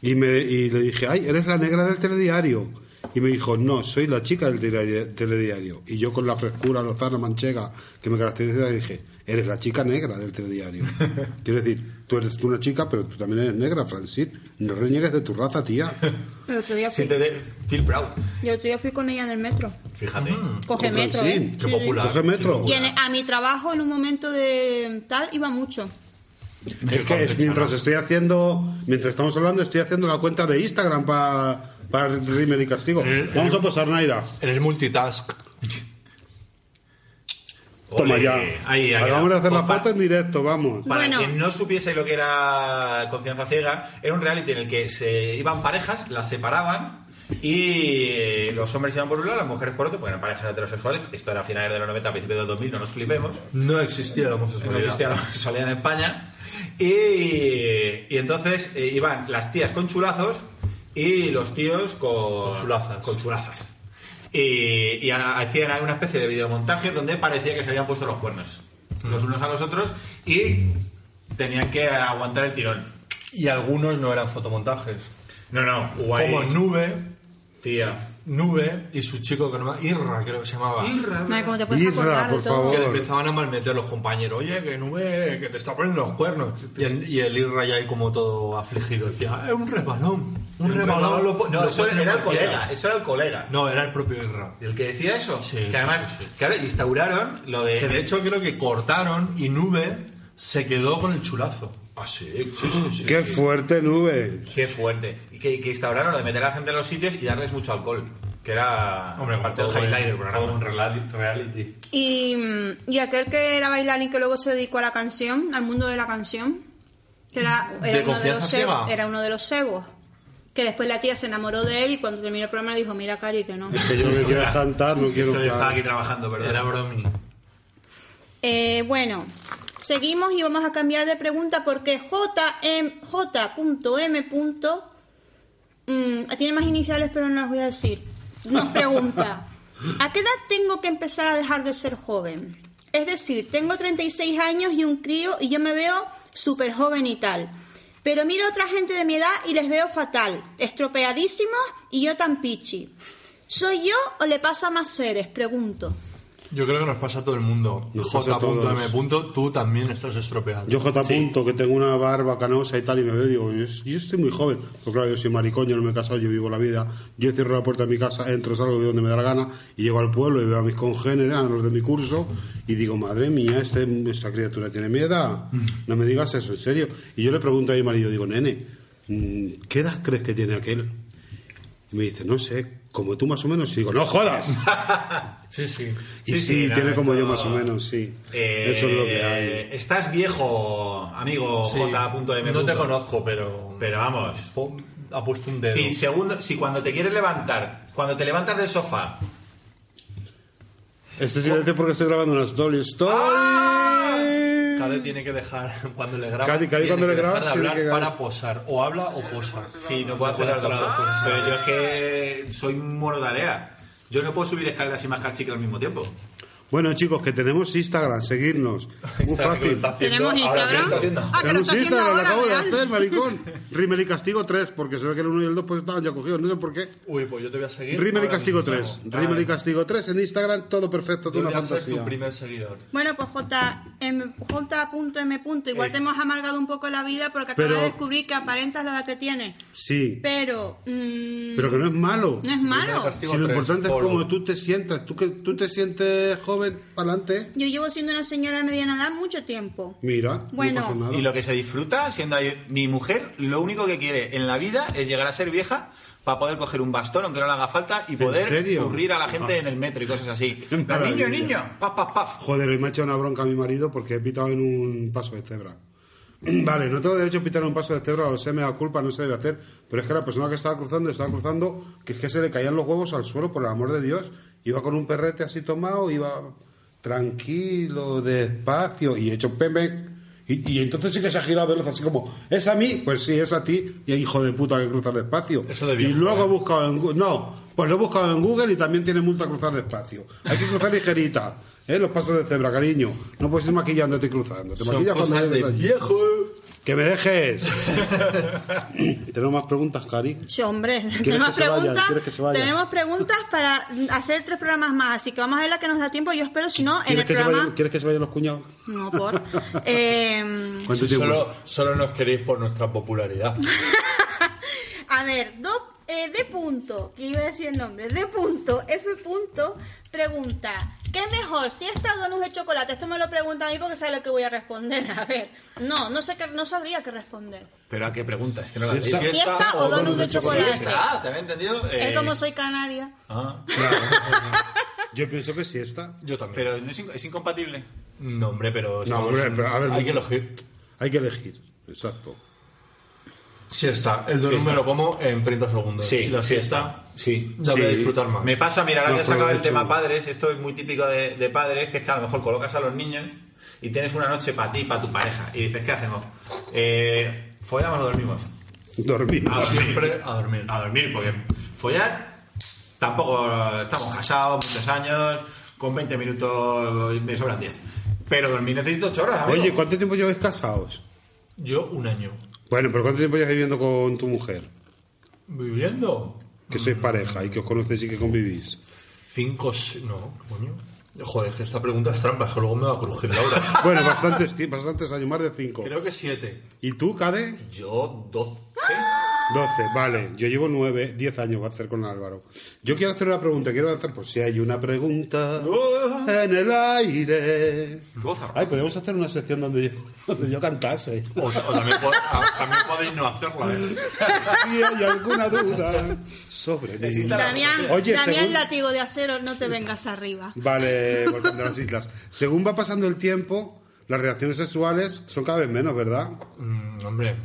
A: Y, me, y le dije, ay, eres la negra del telediario. Y me dijo, no, soy la chica del teledi- telediario. Y yo con la frescura lozana manchega que me caracteriza, le dije, eres la chica negra del telediario. Quiero decir, tú eres una chica, pero tú también eres negra, Francine. No reniegues de tu raza, tía.
B: El otro, día fui,
C: Siente de Phil Proud,
B: el otro día fui con ella en el metro.
C: fíjate.
E: Mm.
B: Coge
A: Con
B: metro,
A: Francine,
B: ¿eh?
A: qué
B: Sí, sí.
E: popular.
A: Coge metro.
B: Y en- a mi trabajo en un momento de tal iba mucho.
A: Es que es mientras estoy haciendo, mientras estamos hablando, estoy haciendo la cuenta de Instagram para para Rimer y Castigo.
E: Eh,
A: Vamos
E: eh.
A: a posar Naira.
E: Eres multitask.
A: Toma
C: Ole,
A: ya.
C: Ahí, ahí.
A: Acabamos de hacer la
C: Pues pa-
A: foto en directo, vamos.
C: Para
B: Bueno.
C: quien no supiese lo que era Confianza Ciega, era un reality en el que se iban parejas, las separaban y eh, los hombres iban por un lado, las mujeres por otro, porque eran parejas heterosexuales. Esto era a finales de los 90, principios del 2000, no nos flipemos.
E: No existía la
C: no
E: homosexualidad.
C: existía la homosexualidad en España. Y, y entonces eh, iban las tías con chulazos y los tíos con,
E: Con chulazas.
C: con chulazas. Y, y ha- hacían una especie de videomontaje donde parecía que se habían puesto los cuernos los unos a los otros y tenían que aguantar el tirón.
E: Y algunos no eran fotomontajes.
C: No, no, guay.
E: Como Nube,
C: Tía.
E: Nube y su chico que no me- Irra, creo que se llamaba.
B: Madre, ¿cómo te puedes
A: Isra,
B: acordar de
A: por
B: todo?
A: favor.
E: Que le empezaban a malmeter los compañeros. Oye, que Nube, que te está poniendo los cuernos. Y el, y el Irra ya ahí como todo afligido. Decía, es un rebalón. Un rebalón.
C: lo po- no,
E: lo
C: eso
E: puede
C: era el
E: cualquiera".
C: colega. Eso era el colega.
E: No, era el propio Irra.
C: El que decía eso.
E: Sí, sí,
C: que además,
E: sí, sí.
C: claro, instauraron lo de.
E: Que de hecho creo que cortaron y Nube se quedó con el chulazo. Ah, sí, sí, sí. sí,
A: Qué
E: sí.
A: fuerte nube.
C: Qué fuerte. Y que, que instauraron lo de meter a la gente en los sitios y darles mucho alcohol. Que era
E: Hombre,
C: parte del
E: todo
C: highlight
E: en-
C: del programa.
E: todo en
C: reality.
B: Y, mm, y aquel que era bailarín que luego se dedicó a la canción, al mundo de la canción, que era, era
E: ¿De
B: uno de
E: Confianza
B: los cebos,
E: Ciega?
B: era uno de los cebos, que después la tía se enamoró de él y cuando terminó el programa le dijo, mira Cari, que no.
A: Es que yo no me quiero cantar, no quiero.
C: Entonces yo estaba aquí
A: hablar.
C: trabajando, perdón.
E: Era Bromi.
B: Eh, bueno, seguimos y vamos a cambiar de pregunta porque JM J.M. punto, mm, tiene más iniciales pero no las voy a decir. Nos pregunta, ¿a qué edad tengo que empezar a dejar de ser joven? Es decir, tengo 36 años y un crío y yo me veo súper joven y tal. Pero miro a otra gente de mi edad y les veo fatal, estropeadísimos y yo tan pichi. ¿Soy yo o le pasa a más seres? Pregunto.
E: Yo creo que nos pasa a todo el mundo.
A: Nos pasa a
E: J.M. Tú también estás estropeado.
A: Yo J. Punto, que tengo una barba canosa y tal, y me veo, digo, yo, yo estoy muy joven. Pues claro, yo soy maricón, yo no me he casado, yo vivo la vida. Yo cierro la puerta de mi casa, entro, salgo, veo donde me da la gana, y llego al pueblo y veo a mis congéneres, a los de mi curso, y digo, madre mía, este, esta criatura tiene mi edad. No me digas eso, en serio. Y yo le pregunto a mi marido, digo, nene, mm, ¿qué edad crees que tiene aquel? Y me dice, no sé, como tú más o menos. Y digo, no jodas.
E: Sí, sí.
A: Y sí,
C: Sí, sí, no,
A: tiene como yo
C: no.
A: más o menos, sí.
C: Eh,
A: Eso es lo que hay.
C: Estás viejo, amigo
E: Sí.
C: J.M.
E: No te conozco, pero.
C: Pero vamos.
E: po- Ha puesto un dedo.
C: Si, segundo, si cuando te quieres levantar, cuando te levantas del sofá.
A: Este silencio es porque estoy grabando una story. ¡Story!
E: Cade tiene que dejar cuando le graba.
A: Cade- Cade
E: tiene
A: cuando
E: que
A: le graba,
E: dejar de
A: tiene
E: hablar
A: que grabar.
E: para posar. O habla o posa.
C: Sí, no puedo hacer las dos cosas. Pero yo es que soy un mono de tarea. Yo no puedo subir escaleras y mascar chicle al mismo tiempo.
A: Bueno, chicos, que tenemos Instagram, seguirnos. Muy
E: Exacto,
A: fácil.
E: está haciendo
B: Tenemos
E: ahora mismo.
C: está
B: Instagram.
C: haciendo.
B: Ah, que lo
A: Tenemos
B: está haciendo
A: Instagram, lo
B: ahora,
A: acabo de
B: real.
A: hacer, maricón. Rimmel y Castigo 3, porque se ve que el 1 y el 2 pues estaban ya cogidos, no sé por qué.
E: Uy, pues yo te voy a seguir.
A: Rimmel y
E: ahora
A: Castigo
E: mismo.
A: 3.
E: Vale.
A: Rimmel y Castigo 3 en Instagram, todo perfecto,
E: Tú
A: toda una
E: voy a ser tu
A: fantasía.
E: primer seguidor.
B: Bueno, pues JM, J.M. Igual te hemos amargado un poco la vida porque acabas
A: Pero-
B: de descubrir que aparentas la edad que tienes.
A: Sí,
B: Pero. mm,
A: pero que no es malo.
B: no es malo.
A: Si lo importante es cómo tú te sientas, tú que tú te sientes joven, para adelante.
B: Yo llevo siendo una señora de mediana edad mucho tiempo.
A: Mira,
B: Bueno.
A: no pasa nada.
C: Y lo que se disfruta siendo ahí- mi mujer, lo único que quiere en la vida es llegar a ser vieja para poder coger un bastón, aunque no le haga falta, y poder
A: serio? Ah.
C: zurrir a la gente en el metro y cosas así.
A: Qué maravilla.
C: Niño, niño, paf, paf, paf.
A: Joder, hoy me ha hecho una bronca mi marido porque he pitado en un paso de cebra.
E: Mm.
A: Vale, no tengo derecho a pitar en un paso de cebra, lo sé, me da culpa, no se debe hacer. Pero es que la persona que estaba cruzando, estaba cruzando, que es que se le caían los huevos al suelo, por el amor de Dios. Iba con un perrete así tomado, iba tranquilo, despacio, y he hecho pepe. Y, y entonces sí que se ha girado veloz, así como, ¿es a mí? Pues sí, es a ti. Y hijo de puta que cruzas despacio.
E: Eso de viejo,
A: y luego
E: ¿eh?
A: he buscado en Google. No, pues lo he buscado en Google y también tiene multa cruzar despacio. Hay que cruzar ligerita. ¿eh? Los pasos de cebra, cariño. No puedes ir maquillándote y cruzando. Te maquillas cuando
C: cosas
A: llegues
C: de
A: allí.
E: ¡Viejo!
A: ¡Que me dejes! Tenemos más preguntas, Cari.
B: Sí, hombre, tenemos
A: que se vayan?
B: preguntas,
A: ¿Quieres que se vayan?
B: tenemos preguntas para hacer tres programas más, así que vamos a ver la que nos da tiempo. Yo espero, si no, en
A: ¿Quieres
B: el
A: que, se
B: programa.
A: vayan, ¿Quieres que se vayan los cuñados?
B: No, por. Eh,
A: ¿Cuánto tiempo?
E: Solo, solo nos queréis por nuestra popularidad.
B: A ver, do- eh, D punto, que iba a decir el nombre, D punto, F punto, pregunta, ¿qué es mejor, siesta o donus de chocolate? Esto me lo pregunta a mí porque sabe lo que voy a responder. A ver, no, no sé qué, no sabría qué responder.
C: Pero a qué preguntas, que no la
A: Siesta.
C: leí.
B: ¿Siesta o donus de chocolate?
C: Siesta, ¿te había entendido? Eh,
B: Es como soy canaria.
C: ah,
A: Yo pienso que sí está.
E: Yo también.
C: pero no es, inc- es incompatible.
E: no, hombre, pero.
A: Mm. No,
E: estamos-
A: hombre, pero a ver.
E: Hay que elegir.
A: Hay que elegir. Exacto.
E: Sí está, el donut me lo como en 30 segundos. Y la siesta.
C: Sí.
E: La voy a disfrutar más.
C: Me pasa, mira, ahora
A: No,
C: que has sacado
A: pero
C: el
A: de hecho-
C: tema padres, esto es muy típico de, de padres, que es que a lo mejor colocas a los niños y tienes una noche para ti, para tu pareja, y dices, ¿qué hacemos? Eh, ¿Follamos o dormimos?
A: Dormimos.
E: Ah,
C: A dormir.
E: Siempre a dormir.
C: A dormir, porque follar, tampoco estamos casados muchos años, con 20 minutos me sobran 10. Pero dormir necesito 8 horas. amigo.
A: Oye, ¿cuánto tiempo lleváis casados?
E: Yo un año.
A: Bueno, pero ¿cuánto tiempo lleváis viviendo con tu mujer?
E: ¿Viviendo?
A: Que sois pareja y que os conocéis y que convivís.
E: Cinco. se- No, coño. Joder, que esta pregunta es trampa, es que luego me va a crujir la hora.
A: Bueno, bastantes, ti- bastantes años, más de cinco.
E: Creo que siete.
A: ¿Y tú, Cade?
C: Yo 12. ¡Ah!
A: 12, vale. Yo llevo 9, 10 años va a hacer con Álvaro. Yo quiero hacer una pregunta, quiero hacer por si hay una pregunta en el aire.
C: Goza.
A: Ay, pues, podemos hacer una sección donde yo, donde yo cantase.
E: O, o también, po- a- también podéis no hacerla, ¿eh?
A: Si hay alguna duda sobre mí.
C: Existe la-
B: Damián,
A: Oye,
B: Damián
A: según-
B: látigo de acero, no te vengas arriba.
A: Vale, volviendo a las islas. Según va pasando el tiempo, las reacciones sexuales son cada vez menos, ¿verdad?
E: Mm, hombre.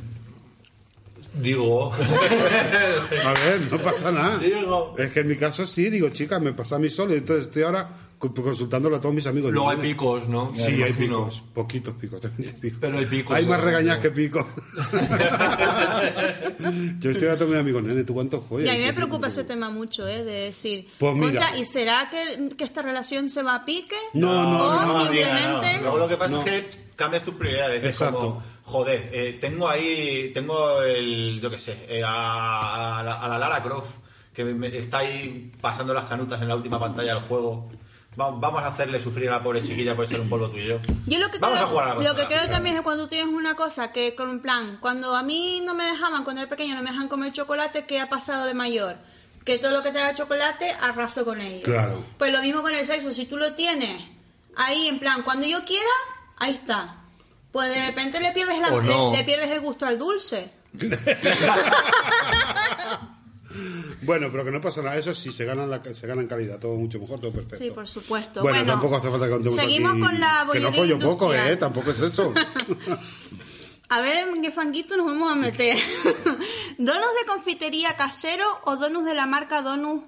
E: Digo.
A: A ver, no pasa nada.
E: Digo.
A: Es que en mi caso sí, digo, chicas, me pasa a mí solo. Entonces estoy ahora consultándolo a todos mis amigos.
E: Luego hay picos, ¿no?
A: Sí,
E: Me
A: hay
E: imagino.
A: picos, poquitos picos, también te digo.
E: Pero hay picos,
A: Hay más
E: yo-
A: regañas
E: yo-
A: que picos. Yo estoy a mi amigo, nene, ¿tú cuántos follas?
B: Y a mí me
A: Yo-
B: preocupa ese tema mucho, ¿eh? De decir,
A: Pues mira.
B: "Contra, ¿y será que, que esta relación se va a pique?
A: No, no,
B: o
A: no, no,
B: Oh, simplemente...
C: Luego lo que pasa
A: No.
C: es que cambias tus prioridades. Es
A: Exacto.
C: como, joder, eh, tengo ahí, tengo el, yo qué sé, eh, a, a la, a la Lara Croft, que me- está ahí pasando las canutas en la última pantalla del juego. Va- vamos a hacerle sufrir a la pobre chiquilla por ser un polvo tuyo.
B: Yo lo que
C: vamos
B: creo,
C: a jugar a la
B: lo que
C: consola.
B: creo también es cuando tienes una cosa que con un plan, cuando a mí no me dejaban cuando era pequeño no me dejan comer chocolate, ¿qué ha pasado de mayor? Que todo lo que te haga chocolate arraso con ello.
A: Claro.
B: Pues lo mismo con el sexo, si tú lo tienes ahí en plan, cuando yo quiera, ahí está. Pues de repente le pierdes la-
E: O no.
B: le, le pierdes el gusto al dulce.
A: Bueno, pero que no pasa nada. Eso sí, se ganan, la, se ganan calidad. Todo mucho mejor, todo perfecto.
B: Sí, por supuesto.
A: Bueno,
B: Bueno,
A: tampoco hace falta que contemos
B: seguimos
A: aquí-
B: con la
A: Que no
B: bollería
A: pollo poco,
B: industrial.
A: ¿eh? Tampoco es eso.
B: A ver en qué fanguito nos vamos a meter. ¿Donos de confitería casero o donos de la marca Donus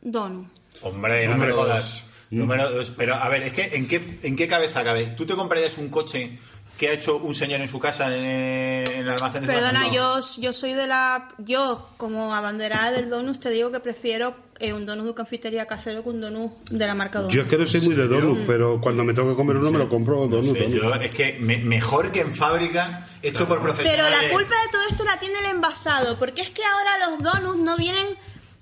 B: Donus?
C: Hombre, no
A: Número
C: me jodas. Número dos. Pero, a ver, es que ¿en qué, ¿en qué cabeza cabe? ¿Tú te comprarías un coche que ha hecho un señor en su casa en, en el almacén de su
B: Perdona,
C: vecino?
B: yo, yo soy de la... Yo, como abanderada del Donus, te digo que prefiero eh, un Donus de confitería casero que un Donus de la marca Donus.
A: Yo es que no soy muy de donuts, pero cuando me tengo que comer uno me lo compro
C: No
A: donut.
C: sé,
A: donut.
C: yo- es que me- mejor que en fábrica, hecho por
B: Pero
C: profesionales.
B: la culpa de todo esto la tiene el envasado, porque es que ahora los donuts no vienen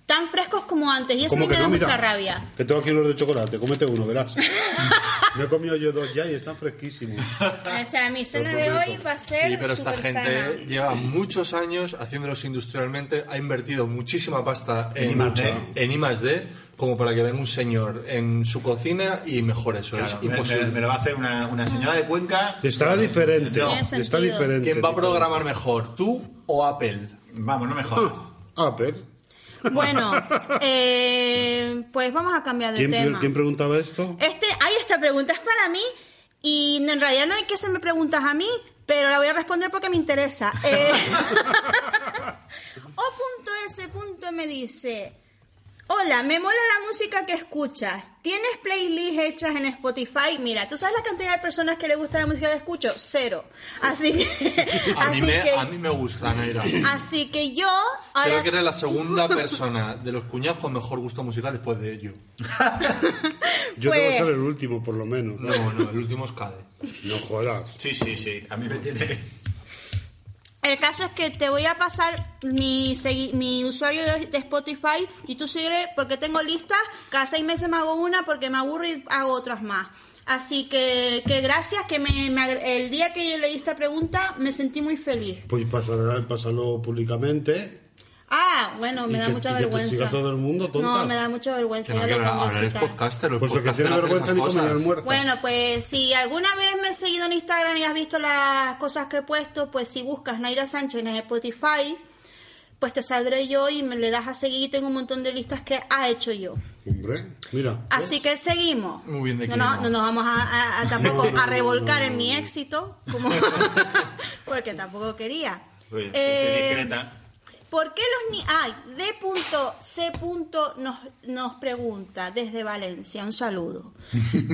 B: tan frescos como antes, y eso a
A: Como
B: mí me
A: que
B: da
A: no,
B: mucha
A: mira.
B: rabia.
A: Que tengo aquí unos de chocolate, cómete uno, verás. me he comido yo dos ya y están fresquísimos.
B: O sea, mi cena
A: Lo
B: de
A: prometo.
B: hoy va a ser
E: Sí, pero esta
B: súper
E: gente
B: sana.
E: lleva muchos años haciéndolos industrialmente, ha invertido muchísima pasta en,
C: En I+D.
E: en I+D, como para que venga un señor en su cocina y mejore eso.
C: Claro,
E: es
C: me,
E: imposible.
C: me- me lo va a hacer una, una señora de Cuenca.
A: Estará diferente.
C: No.
B: Tiene
A: está
B: sentido.
A: diferente.
E: ¿Quién va a programar mejor, tú o Apple?
C: Vamos, no me jodas.
A: Ah. Apple.
B: Bueno, eh, pues vamos a cambiar de
A: ¿Quién,
B: tema.
A: quién preguntaba esto?
B: Este, ay, esta pregunta es para mí y no- en realidad no hay que se me preguntas a mí, pero la voy a responder porque me interesa. Eh, O.S. me dice, hola, me mola la música que escuchas. ¿Tienes playlists hechas en Spotify? Mira, ¿tú sabes la cantidad de personas que le gusta la música que escucho? Cero. Así que...
E: A
B: así
E: mí, me,
B: que-
E: a mí me gusta, Naira.
B: Así que yo
E: Creo
B: ahora
E: que eres la segunda persona de los cuñados con mejor gusto musical después de ello.
A: Yo
B: pues-
A: tengo que ser el último, por lo menos. No,
E: No, no, el último es Cade.
A: jodas.
C: Sí, sí, sí. A mí me tiene.
B: El caso es que te voy a pasar mi, segui- mi usuario de, de Spotify y tú sigue porque tengo listas. Cada seis meses me hago una porque me aburro y hago otras más. Así que, que gracias, que me, me agre- el día que yo leí esta pregunta me sentí muy feliz.
A: Pues pasará, pásalo públicamente.
B: Ah, bueno, me
A: Y
B: da
A: que-
B: mucha
A: y que te
B: vergüenza.
A: siga todo el mundo, tonta.
B: No, me da mucha vergüenza.
E: Que no,
B: yo
E: que
B: lo pongo
E: ahora
B: así
E: ahora eres
B: tal.
E: podcaster, los
A: Pues el que
E: podcasters
A: tiene
E: hacen
A: vergüenza
E: esas
A: ni comer
E: cosas.
A: almuerzo.
B: Bueno, pues si alguna vez me has seguido en Instagram y has visto las cosas que he puesto, pues si buscas Naira Sánchez en Spotify, pues te saldré yo y me le das a seguir y tengo un montón de listas que ha hecho yo.
A: Hombre, mira.
B: Así que seguimos.
E: Muy bien, de
B: no,
E: quién
B: no,
E: no.
B: no nos vamos a, a- a tampoco a revolcar en mi éxito, como porque tampoco quería.
E: Pues,
C: Oye,
B: Eh,
C: soy discreta.
B: ¿Por qué los ni ay D.C. nos nos pregunta desde Valencia, un saludo.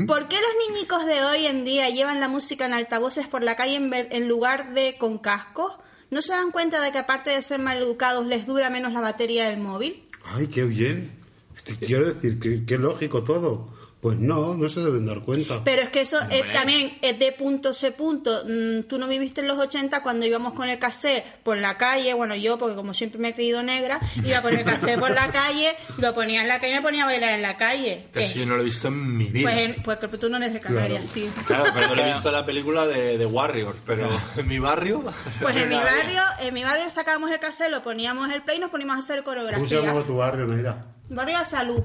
B: ¿Por qué los niñicos de hoy en día llevan la música en altavoces por la calle en, ver- en lugar de con cascos? ¿No se dan cuenta de que aparte de ser maleducados les dura menos la batería del móvil?
A: Ay, qué bien. Te quiero decir, que qué lógico todo. Pues no, no se deben dar cuenta.
B: Pero es que eso eh,
C: Hombre.
B: también es de punto C punto. Mm, Tú no viviste en los 80 cuando íbamos con el cassette por la calle. Bueno, yo, porque como siempre me he creído negra, iba con el cassette por la calle, lo ponía en la calle y me ponía a bailar en la calle.
E: Que
B: ¿Qué?
E: eso yo no lo he visto en mi vida.
B: Pues, en- pues que tú no eres de Canarias,
A: Claro.
B: tío.
C: Claro, pero no le he visto la película de, de Warriors, pero.
E: en mi barrio.
B: Pues en mi barrio, en mi barrio sacábamos el cassette, lo poníamos el play y nos poníamos a hacer
A: ¿Cómo se
B: coreografía.
A: llamaba tu barrio, Naira?
B: Barrio de salud.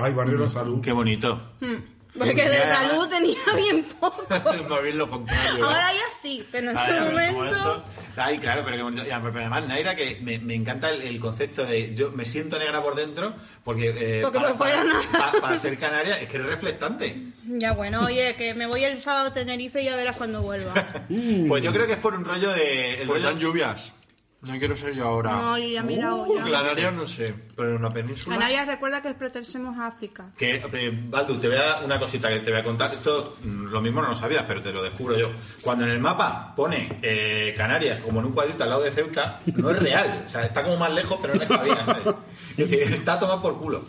A: Ay, barrio de salud.
C: Qué bonito.
B: Mm. Porque de salud tenía bien poco.
C: Más bien lo contrario.
B: Ahora ya sí, pero en
C: Vale,
B: su
C: a ver,
B: momento.
C: Ay, claro, pero, qué bonito. Ya, pero además, Naira, que me, me encanta el, el concepto de yo me siento negra por dentro, porque, eh,
B: Porque
C: para,
B: por fuera no.
C: pa- para ser canaria es que es reflectante.
B: Ya bueno, oye, que me voy el sábado a Tenerife y ya verás cuando vuelva.
C: Pues yo creo que es por un rollo de. el
E: Pues
C: rollo-
E: dan lluvias. No quiero ser yo ahora.
B: No, yo ya he
A: Uh,
B: mirado, ya.
E: Canarias no sé, pero en la península.
B: Canarias recuerda que pertenecemos a África.
C: Que, eh, Baldu, te voy a una cosita que te voy a contar. Esto mm, lo mismo no lo sabías, pero te lo descubro yo. Cuando en el mapa pone eh, Canarias como en un cuadrito al lado de Ceuta, no es real. O sea, está como más lejos, pero no es cabina, ¿sabes? Es decir, está tomado por culo.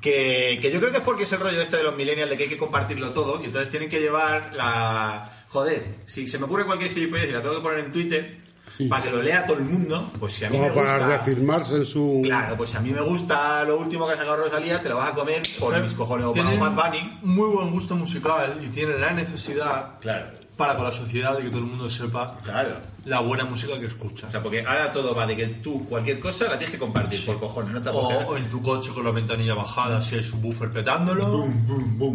C: Que, que yo creo que es porque es el rollo este de los millennials de que hay que compartirlo todo y entonces tienen que llevar la... Joder, si se me ocurre cualquier gilipollas y la tengo que poner en Twitter para que lo lea todo el mundo, pues si a mí me
A: Como para
C: gusta...
A: reafirmarse en su...
C: Claro, pues si a mí me gusta lo último que ha sacado Rosalía, te lo vas a comer por mis cojones o por
E: Tienen
C: Bad Bunny.
E: muy buen gusto musical y tienen la necesidad
C: Claro.
E: para con la sociedad de que todo el mundo sepa
C: Claro.
E: la buena música que escucha.
C: O sea, porque ahora todo va de que tú cualquier cosa la tienes que compartir por cojones, no te
E: O,
C: puedes
E: o
C: quedar.
E: en tu coche con la ventanilla bajada, si hay subwoofer petándolo.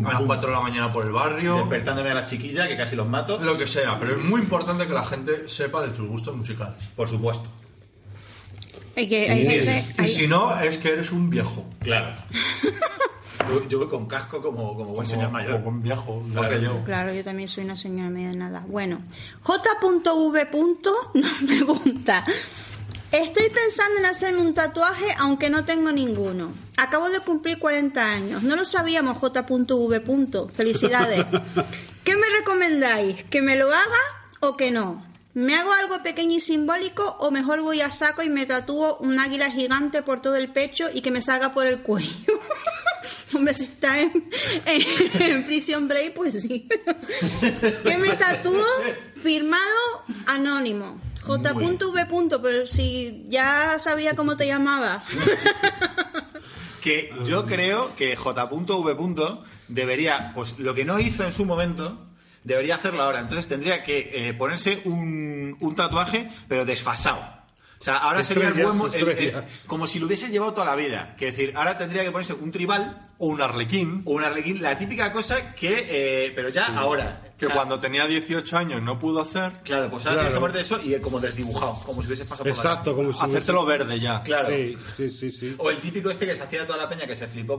E: a las 4 de la mañana por el barrio.
C: Despertándome a la chiquilla que casi los mato.
E: Lo que sea, pero es muy importante que la gente sepa de tus gustos musicales.
C: Por supuesto.
B: Y que hay
A: Sí,
B: gente-
A: sí, sí.
B: Eh, hay-
E: Y si no, es que eres un viejo.
C: Claro. Yo, yo voy con casco como, como buen señor mayor.
E: Como un viejo.
C: Porque yo.
B: Claro, yo también soy una señora media nada. Bueno, J.V. punto nos pregunta. Estoy pensando en hacerme un tatuaje aunque no tengo ninguno. Acabo de cumplir 40 años. No lo sabíamos, J.V. punto. Felicidades. ¿Qué me recomendáis? ¿Que me lo haga o que no? ¿Me hago algo pequeño y simbólico o mejor voy a saco y me tatúo un águila gigante por todo el pecho y que me salga por el cuello? Hombre, si está en, en- en Prison Break, pues sí. ¿Qué me tatúo? Firmado anónimo. J.V. punto, pero si ya sabía cómo te llamaba.
C: Que
A: Ah.
C: yo creo que J.V. debería, pues lo que no hizo en su momento, debería hacerlo ahora. Entonces tendría que eh, ponerse un, un tatuaje, pero desfasado. O sea, ahora sería el
A: Estrellas,
C: buen mo- el- el-
A: estrellas.
C: como si lo hubiese llevado toda la vida. Que es decir, ahora tendría que ponerse un tribal
E: O un
A: Mm.
E: arlequín.
C: o un arlequín, la típica cosa que, eh, pero ya ahora.
E: Que
C: O sea,
E: cuando tenía 18 años no pudo hacer.
C: Claro, pues ahora
A: Claro.
C: tienes que ponerte eso y eh, como desdibujado, como si hubieses pasado por la-
A: Exacto, como si.
E: Hacértelo verde ya.
C: Claro.
A: Sí, sí, sí, sí.
C: O el típico este que se hacía toda la peña que se flipó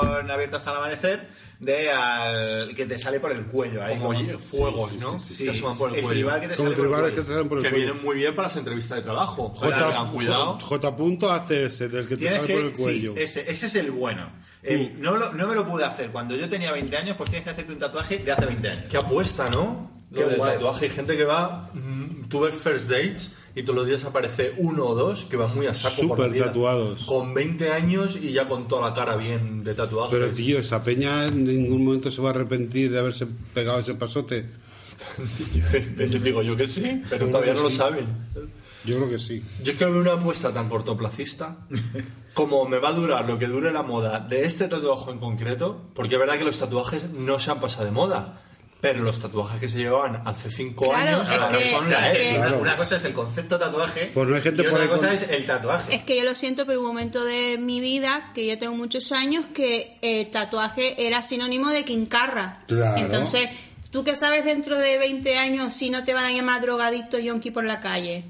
C: con abierta hasta el amanecer, de al que te sale por el cuello ahí.
E: Como ye- fuegos, ¿no?
C: Sí,
E: Que asoman por el, cuello.
C: tribal que te
A: Como
C: sale por el
A: tribales que te
C: cuello.
A: salen por el
E: que
A: cuello.
E: vienen muy bien para las entrevistas de trabajo.
A: J-
E: Tengan cuidado.
A: J. punto ATS, del que te
C: Tienes
A: sale por el
C: que, sí,
A: cuello.
C: ese, ese es el bueno. Eh, no, lo- no me lo pude hacer. Cuando yo tenía 20 años, pues tienes que hacerte un tatuaje de hace 20 años.
E: Qué apuesta, ¿no?
C: Qué
E: Lo del
C: guay.
E: tatuaje. Hay gente que va. mm, Tú ves first dates y todos los días aparece uno o dos que van muy a saco. por la
A: Súper
E: vida.
A: tatuados.
E: Con 20 años y ya con toda la cara bien de tatuaje.
A: Pero tío, esa peña en ningún momento se va a arrepentir de haberse pegado ese pasote.
E: yo digo yo que sí, pero todavía no lo saben.
A: Yo creo que sí.
E: Yo es que veo una apuesta tan cortoplacista como me va a durar lo que dure la moda de este tatuaje en concreto, porque es verdad que los tatuajes no se han pasado de moda, pero los tatuajes que se llevaban hace 5
B: Claro,
E: años
B: es
E: ahora
B: que-
E: son
C: Claro,
E: la
B: es
C: eh,
B: que-
C: una-
A: claro.
C: Una cosa es el concepto tatuaje
A: Pues no hay gente
C: y
A: por
C: otra
A: el
C: cosa
A: con-
C: es el tatuaje.
B: Es que yo lo siento, pero hubo un momento de mi vida, que yo tengo muchos años, que el tatuaje era sinónimo de quincarra.
A: Claro.
B: Entonces, ¿tú qué sabes dentro de 20 años si no te van a llamar drogadicto yonki por la calle?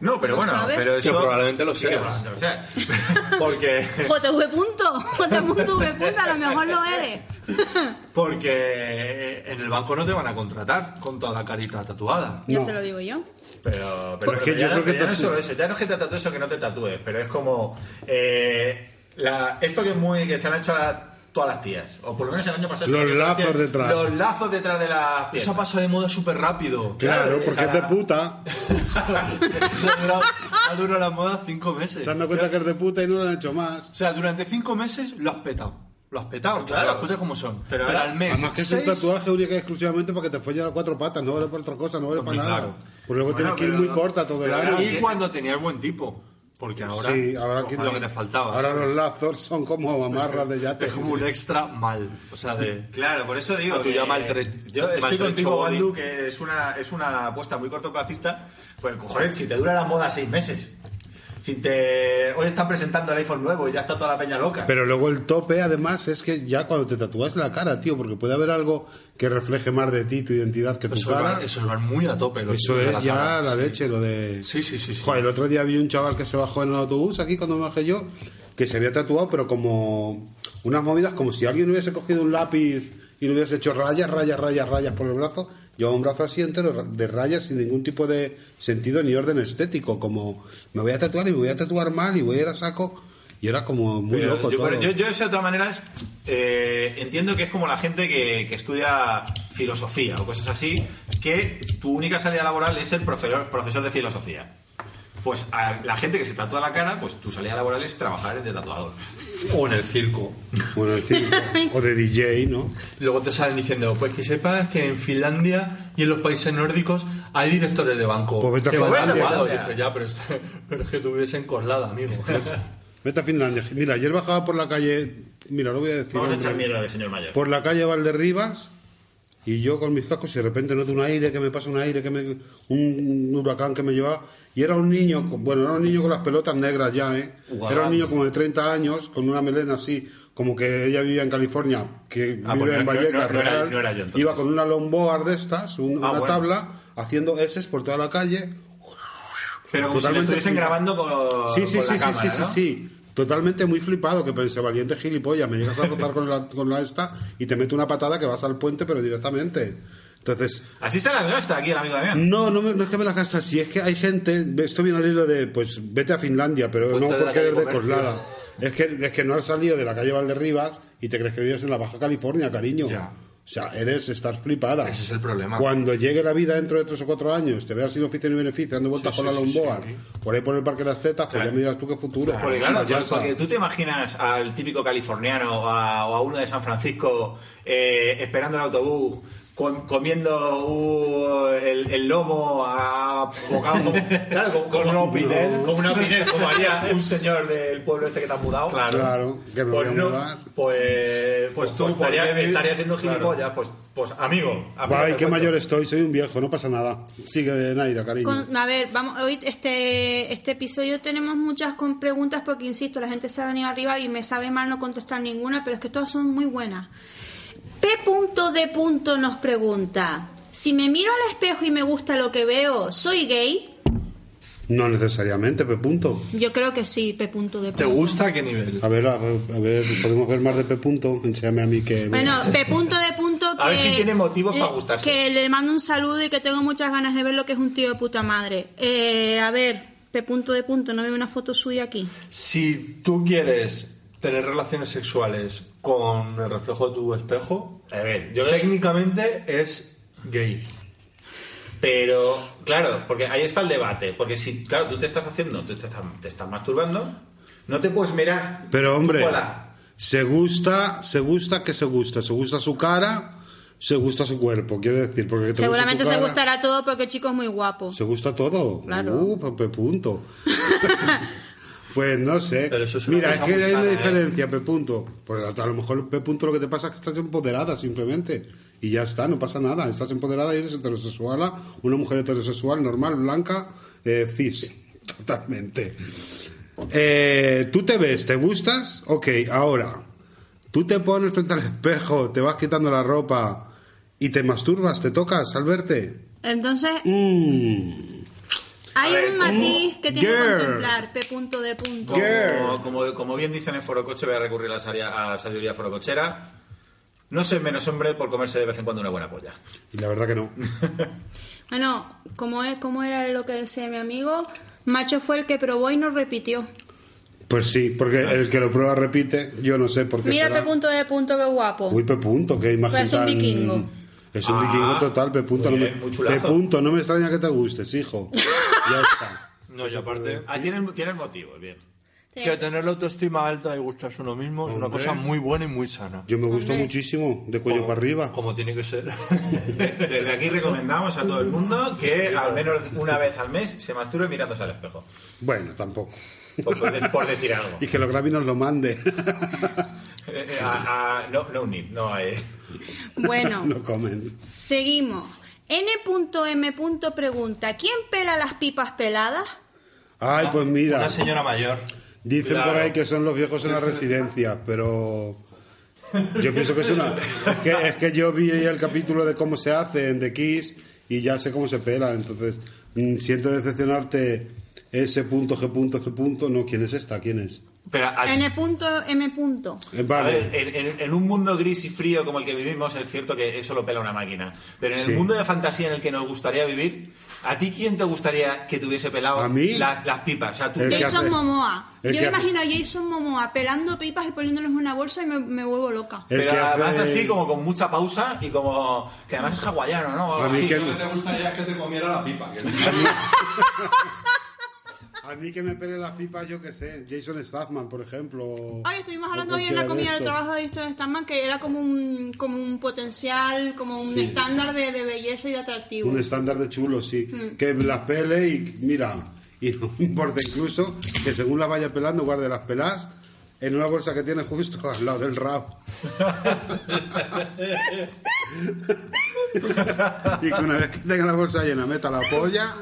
C: No, pero
B: ¿Lo
C: bueno,
B: sabes?
C: pero
E: Que
C: eso...
E: probablemente lo
C: Sí, que
E: seas.
C: probablemente lo seas.
E: Porque,
B: JV punto, JV punto, a lo mejor lo eres.
E: porque eh, en el banco no te van a contratar con toda la carita tatuada.
B: Ya
A: No.
B: te lo digo yo.
C: Pero, pero,
A: Es que
C: pero
A: yo
C: ya, no,
A: creo que
C: ya no es
A: tatu-
C: solo eso, ya no es que te tatúes o que no te tatúes, pero es como eh, la- esto que es muy que se han hecho a la- todas las tías, o por lo menos el año pasado.
A: Los
C: se lo que
A: lazos
C: hacían,
A: detrás.
C: Los lazos detrás de las
E: Eso ha
C: piernas.
E: pasado de moda súper rápido.
A: Claro,
C: Claro,
A: porque
C: esa-
A: es de puta.
E: Eso ha durado- ha durado la moda 5 meses.
A: Se han dado cuenta que es de puta y no lo han hecho más.
E: O sea, durante cinco meses lo has petado. Lo has petado,
C: Claro.
E: las cosas como son. Pero,
C: Pero
E: al mes.
A: Además que es un
E: seis,
A: tatuaje única y exclusivamente para que te follen a cuatro patas, no vale para otra cosa, no vale para
E: Hombre,
A: nada.
E: claro.
A: Pues luego
C: Bueno,
A: tienes que ir
C: pero
A: muy
C: no-
A: corta todo el
C: pero
A: año.
C: ahora-
E: Y cuando tenías buen tipo. Porque ahora,
A: Sí, ahora
E: ojo,
A: que-
E: lo que te faltaba.
A: Ahora
E: ¿sabes?
A: los lazos son como amarras de yate.
E: Es como un extra mal. O sea, de.
C: Claro, por eso digo.
E: A tu
C: que-
E: ya maltre-
C: yo estoy
E: maltrecho
C: contigo,
E: body.
C: Waldu, que es una, es una apuesta muy cortoplacista. Pues, cojones, si te dura la moda seis meses. Si te. Hoy están presentando el iPhone nuevo y ya está toda la peña loca.
A: Pero luego el tope, además, es que ya cuando te tatúas la cara, tío, porque puede haber algo que refleje más de ti, tu identidad, que tu
E: Eso
A: cara.
E: va, eso va muy a tope. los
A: Eso
E: tíos de
A: es ya
E: cara,
A: la
E: sí.
A: leche, lo de...
E: Sí, sí, sí, sí.
A: Joder, el otro día vi un chaval que se bajó en el autobús, aquí cuando me bajé yo, que se había tatuado, pero como unas movidas, como si alguien hubiese cogido un lápiz y le hubiese hecho rayas, rayas, rayas, rayas por el brazo, llevaba un brazo así entero ra- de rayas sin ningún tipo de sentido ni orden estético, como me voy a tatuar y me voy a tatuar mal y voy a ir a saco, y era como muy
C: Pero
A: loco
C: yo,
A: todo.
C: bueno, yo- yo eso de todas maneras eh, entiendo que es como la gente que, que estudia filosofía o cosas así, que tu única salida laboral es el profesor, profesor de filosofía. Pues a la gente que se tatúa la cara, pues tu salida laboral es trabajar de tatuador.
E: O en el circo.
A: Bueno, en fin, o de DJ, ¿no?
E: Luego te salen diciendo, pues que sepas que en Finlandia y en los países nórdicos hay directores de banco.
A: Pues vete a
E: que van
A: Finlandia.
E: tatuados. Y dices, ya, pero, es- pero es que tuviese encorlada, amigo.
A: Vete a Finlandia. Mira, ayer bajaba por la calle, mira, lo voy a decir.
C: Vamos a
A: hombre.
C: echar mierda de señor mayor.
A: por la calle Valderribas y yo con mis cascos y de repente noto un aire que me pasa un aire que me un huracán que me llevaba y era un niño con- bueno era un niño con las pelotas negras ya eh
C: Guau.
A: era un niño como de 30 años con una melena así como que ella vivía en California que
C: Ah,
A: vive
C: pues no-
A: en
C: no-
A: Vallecas
C: no- no era-
A: Real,
C: no era yo, entonces.
A: iba con una longboard de estas un- una
C: Ah, bueno.
A: tabla haciendo S por toda la calle
C: Pero como si lo
A: Totalmente
C: estuviesen
A: flipa-
C: grabando con,
A: Sí, sí,
C: con
A: sí,
C: la
A: sí,
C: cámara,
A: sí, sí,
C: ¿no?
A: sí. Totalmente muy flipado que pensé, valiente gilipollas, me llegas a rozar con la, con la esta y te meto una patada que vas al puente, pero directamente. Entonces,
C: Así se las gasta aquí el amigo Damián.
A: no, no, me- no es que me las gastas, si es que hay gente, estoy viendo al hilo de, pues vete a Finlandia, pero
E: Ponte de
A: no
E: la
A: porque
E: calle
A: eres de
E: Comercio.
A: Coslada. Es que, es que no has salido de la calle Valderribas y te crees que vives en la Baja California, cariño.
D: Ya.
A: O sea, eres estar flipada.
D: Ese es el problema.
A: Cuando llegue la vida dentro de tres o cuatro años, te veas sin oficio ni beneficio, dando vueltas
D: Sí,
A: por
D: sí,
A: la
D: sí,
A: lomboa,
D: sí,
A: por ahí por el Parque de las Tetas, pues
C: Claro.
A: ya me dirás tú qué futuro.
C: Porque claro, pues,
A: Ya está.
C: porque tú te imaginas al típico californiano o a, o a uno de San Francisco eh, esperando el autobús, com- comiendo uh, el, el lomo a bocado, como, claro, como, como-
D: una opinel.
C: Como una opinel, como haría un señor del pueblo este que te ha mudado.
A: Claro, que me
C: Pues,
A: voy a
C: no,
A: mudar.
C: pues, pues tú
D: pues
C: estaría,
D: podría vivir-
C: estaría haciendo el
D: claro.
C: gilipollas. Pues, pues amigo, amigo, pues,
A: Ay,
C: te
A: qué
C: cuento.
A: mayor estoy, soy un viejo, no pasa nada. Sigue, Naira, cariño.
B: Con- a ver, vamos, hoy este, este episodio tenemos muchas con preguntas porque, insisto, la gente se ha venido arriba y me sabe mal no contestar ninguna, pero es que todas son muy buenas. P.D. nos pregunta, si me miro al espejo y me gusta lo que veo, ¿soy gay?
A: No necesariamente, pero punto.
B: Yo creo que sí, P.D.
E: ¿Te gusta a qué nivel?
A: A ver, a ver, a ver, podemos ver más de P. Punto. Enséñame a mí que.
B: Bueno, P punto de punto que...
C: A ver si tiene motivos para
B: eh,
C: gustarse.
B: Que le mando un saludo y que tengo muchas ganas de ver lo que es un tío de puta madre. Eh, a ver, P punto de punto, no veo una foto suya aquí.
E: Si tú quieres tener relaciones sexuales con el reflejo de tu espejo,
C: pues, A ver, yo creo que-
E: técnicamente es gay.
C: Pero, claro, porque ahí está el debate. Porque si, claro, tú te estás haciendo, tú te estás, te estás masturbando, no te puedes mirar.
A: Pero hombre,
C: tu cola.
A: se gusta, se gusta que se gusta. Se gusta su cara, se gusta su cuerpo, quiero decir. Porque que te guste tu
B: Seguramente se
A: cara,
B: gustará todo porque el chico es muy guapo.
A: Se gusta todo.
B: Claro.
A: Uh, P. P. Punto. pues no sé.
E: Pero eso es una
A: Mira, es
E: cosa
A: que
E: muy
A: hay una
E: sana, ¿eh?
A: diferencia, P. Punto. Pues a a lo mejor P. Punto lo que te pasa es que estás empoderada simplemente. Y ya está, no pasa nada. Estás empoderada y eres heterosexual, una mujer heterosexual normal, blanca, eh, cis. Totalmente. Eh, tú te ves, te gustas, ok, ahora, tú te pones frente al espejo, te vas quitando la ropa y te masturbas, te tocas al verte.
B: Entonces,
A: Mm.
B: hay
C: ver,
B: un matiz que tiene que
A: Girl.
B: contemplar, P punto de punto.
A: Girl.
C: Como, como, como bien dicen en Foro Coche, voy a recurrir a la saria- a sabiduría forocochera. No ser menos hombre por comerse de vez en cuando una buena polla.
A: Y la verdad que no.
B: Bueno, como, es, como era lo que decía mi amigo, macho fue el que probó y no repitió.
A: Pues sí, porque el que lo prueba repite, yo no sé por qué.
B: Mira
A: será.
B: P punto de punto, qué guapo.
A: Uy, P punto, qué imagen
B: Pero es un
A: tan-
B: vikingo.
A: mm, Es un
C: Ah,
A: vikingo total, P punto.
C: muy
A: no
C: bien,
A: me...
C: muy chulazo.
A: P punto, no me extraña que te gustes, hijo. ya está.
E: No, y aparte,
C: Ah, tienes, tienes motivos, bien.
B: Sí.
E: que tener la autoestima alta y gustarse uno mismo es una
A: Hombre.
E: cosa muy buena y muy sana.
A: Yo me gusto
B: Hombre.
A: muchísimo, de cuello para arriba.
C: Oh.
E: Como tiene que ser.
C: Desde aquí recomendamos a todo el mundo que al menos una vez al mes se masturbe mirándose al espejo.
A: Bueno, tampoco.
C: Por, por de- por decir algo.
A: Y que lo grabe y nos lo mande.
C: Eh, eh, a- a- no, no need, no eh. hay.
B: Bueno.
A: no comen.
B: Seguimos. N.M. pregunta, ¿quién pela las pipas peladas?
A: Ay, pues mira.
E: Una señora mayor.
A: Dicen por ahí que son los viejos en las residencias, pero yo pienso que es una... Es que, es que yo vi el capítulo de cómo se hacen de Kiss y ya sé cómo se pelan, entonces mm, siento decepcionarte ese punto, G punto, G punto, no, ¿quién es esta? ¿Quién es?
C: Pero a-
B: N.M.
A: Eh,
C: A
A: Vale,
C: ver, en, en- en un mundo gris y frío como el que vivimos, es cierto que eso lo pela una máquina. Pero en el
A: Sí.
C: mundo de fantasía en el que nos gustaría vivir, ¿a ti quién te gustaría que tuviese pelado
A: ¿A mí?
C: la- las pipas? O sea, tú-
A: El que
B: Jason
A: hace-
B: Momoa.
A: el
B: Yo
A: que
B: me
A: hace-
B: imagino a Jason Momoa pelando pipas y poniéndolas en una bolsa y me, me vuelvo loca.
A: el
C: pero
A: que hace-
C: además así, como con mucha pausa y como... Que además es hawaiano, ¿no? O algo
A: A mí
C: así.
A: que-
C: Yo-
D: te gustaría que te comiera la pipa?
A: A mí que me pele las pipas, yo qué sé, Jason Statham, por ejemplo. o-
B: Ay, estuvimos
A: o
B: hablando hoy en
A: cualquiera
B: la
A: de
B: comida del
A: estos.
B: trabajo de Víctor Stanman que era como un, como un potencial, como un estándar de, de belleza y de atractivo.
A: Un estándar de chulo, sí. Que las pele y mira, y no me importa incluso que según las vaya pelando, guarde las pelas en una bolsa que tiene justo al lado del rabo. y que una vez que tenga la bolsa llena, meta la polla,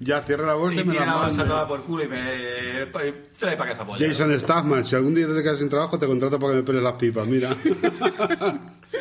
A: ya cierra la bolsa
C: Y
A: y, me
C: tiene
A: la
C: la bolsa
A: manda.
C: toda por culo y me... eh, Trae para casa polla.
A: Jason Statham, si algún día te quedas sin trabajo, te contrato para que me peles las pipas, mira.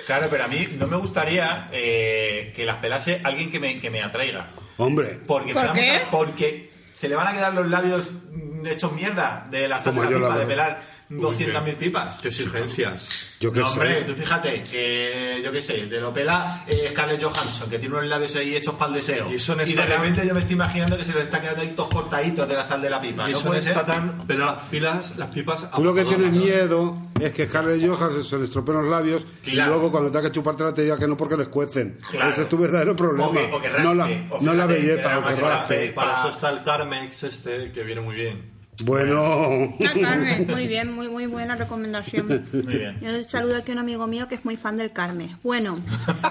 C: Claro, pero a mí no me gustaría eh, que las pelase alguien que me, que me atraiga.
A: Hombre,
C: Porque me
B: ¿Por
C: da
B: qué?
C: mucha- porque se le van a quedar los labios mm, hechos mierda de la sal de
A: Como
C: la
A: yo la
C: pipa, de
A: veo.
C: pelar
D: Uy, qué-
C: 200.000 pipas.
D: Qué exigencias.
A: Yo qué
C: no,
A: sé.
C: hombre, tú fíjate, que yo qué sé, te lo pela eh, Scarlett Johansson, que tiene unos labios ahí hechos para el deseo.
D: Y
C: Y,
D: son
C: de
D: esta-
C: repente yo me estoy imaginando que se le están quedando ahí todos cortaditos de la sal de la pipa.
D: Y
C: no
D: eso
C: puede ser.
D: está tan. Pero las pilas, las pipas.
A: Tú lo que tienes
D: ahogadoras.
A: miedo es que Scarlett Johansson se le estropeen los labios y
C: Claro.
A: luego cuando tenga que chupártela te diga que no porque les cuecen.
C: Claro.
A: Ese es tu verdadero problema.
C: O que- o que raspe,
A: no la,
C: o
A: no la
C: fíjate, que
A: belleza,
C: la
A: o que
C: máquina
A: raspe.
C: raspe.
D: Para
C: Pa-
D: eso está el Carmex este, que viene muy bien.
A: Bueno.
B: Ah, Carmen, muy bien, muy, muy buena recomendación.
C: Muy bien.
B: Yo saludo aquí a un amigo mío que es muy fan del Carmen. Bueno,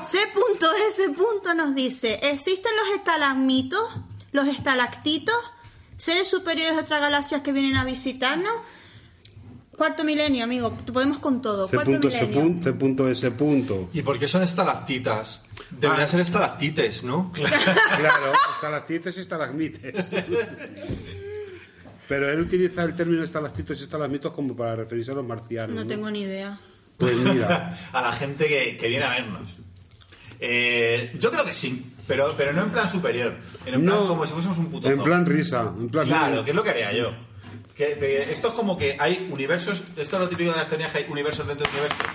B: C.S. nos dice, ¿existen los estalagmitos, los estalactitos, seres superiores de otras galaxias que vienen a visitarnos? Cuarto milenio, amigo, podemos con todo.
A: C
B: Cuarto
A: punto, S
B: milenio.
A: punto, C punto, S punto.
E: ¿Y por qué son estalactitas? Deberían ser estalactites, ¿no?
A: Ah. Claro, estalactites y estalagmites. Pero él utiliza el término estalactitos y estalagmitos como para referirse a los marcianos.
B: No
A: ¿no?
B: tengo ni idea.
A: Pues mira,
C: a la gente que, que viene a vernos. Eh, yo creo que sí, pero, pero no en plan superior, en plan
A: No.
C: como si fuésemos un puto
A: en
C: zoo.
A: plan risa, en plan
C: Claro, que es lo que haría yo. Que, que esto es como que hay universos, esto es lo típico de las teorías que hay universos dentro de universos.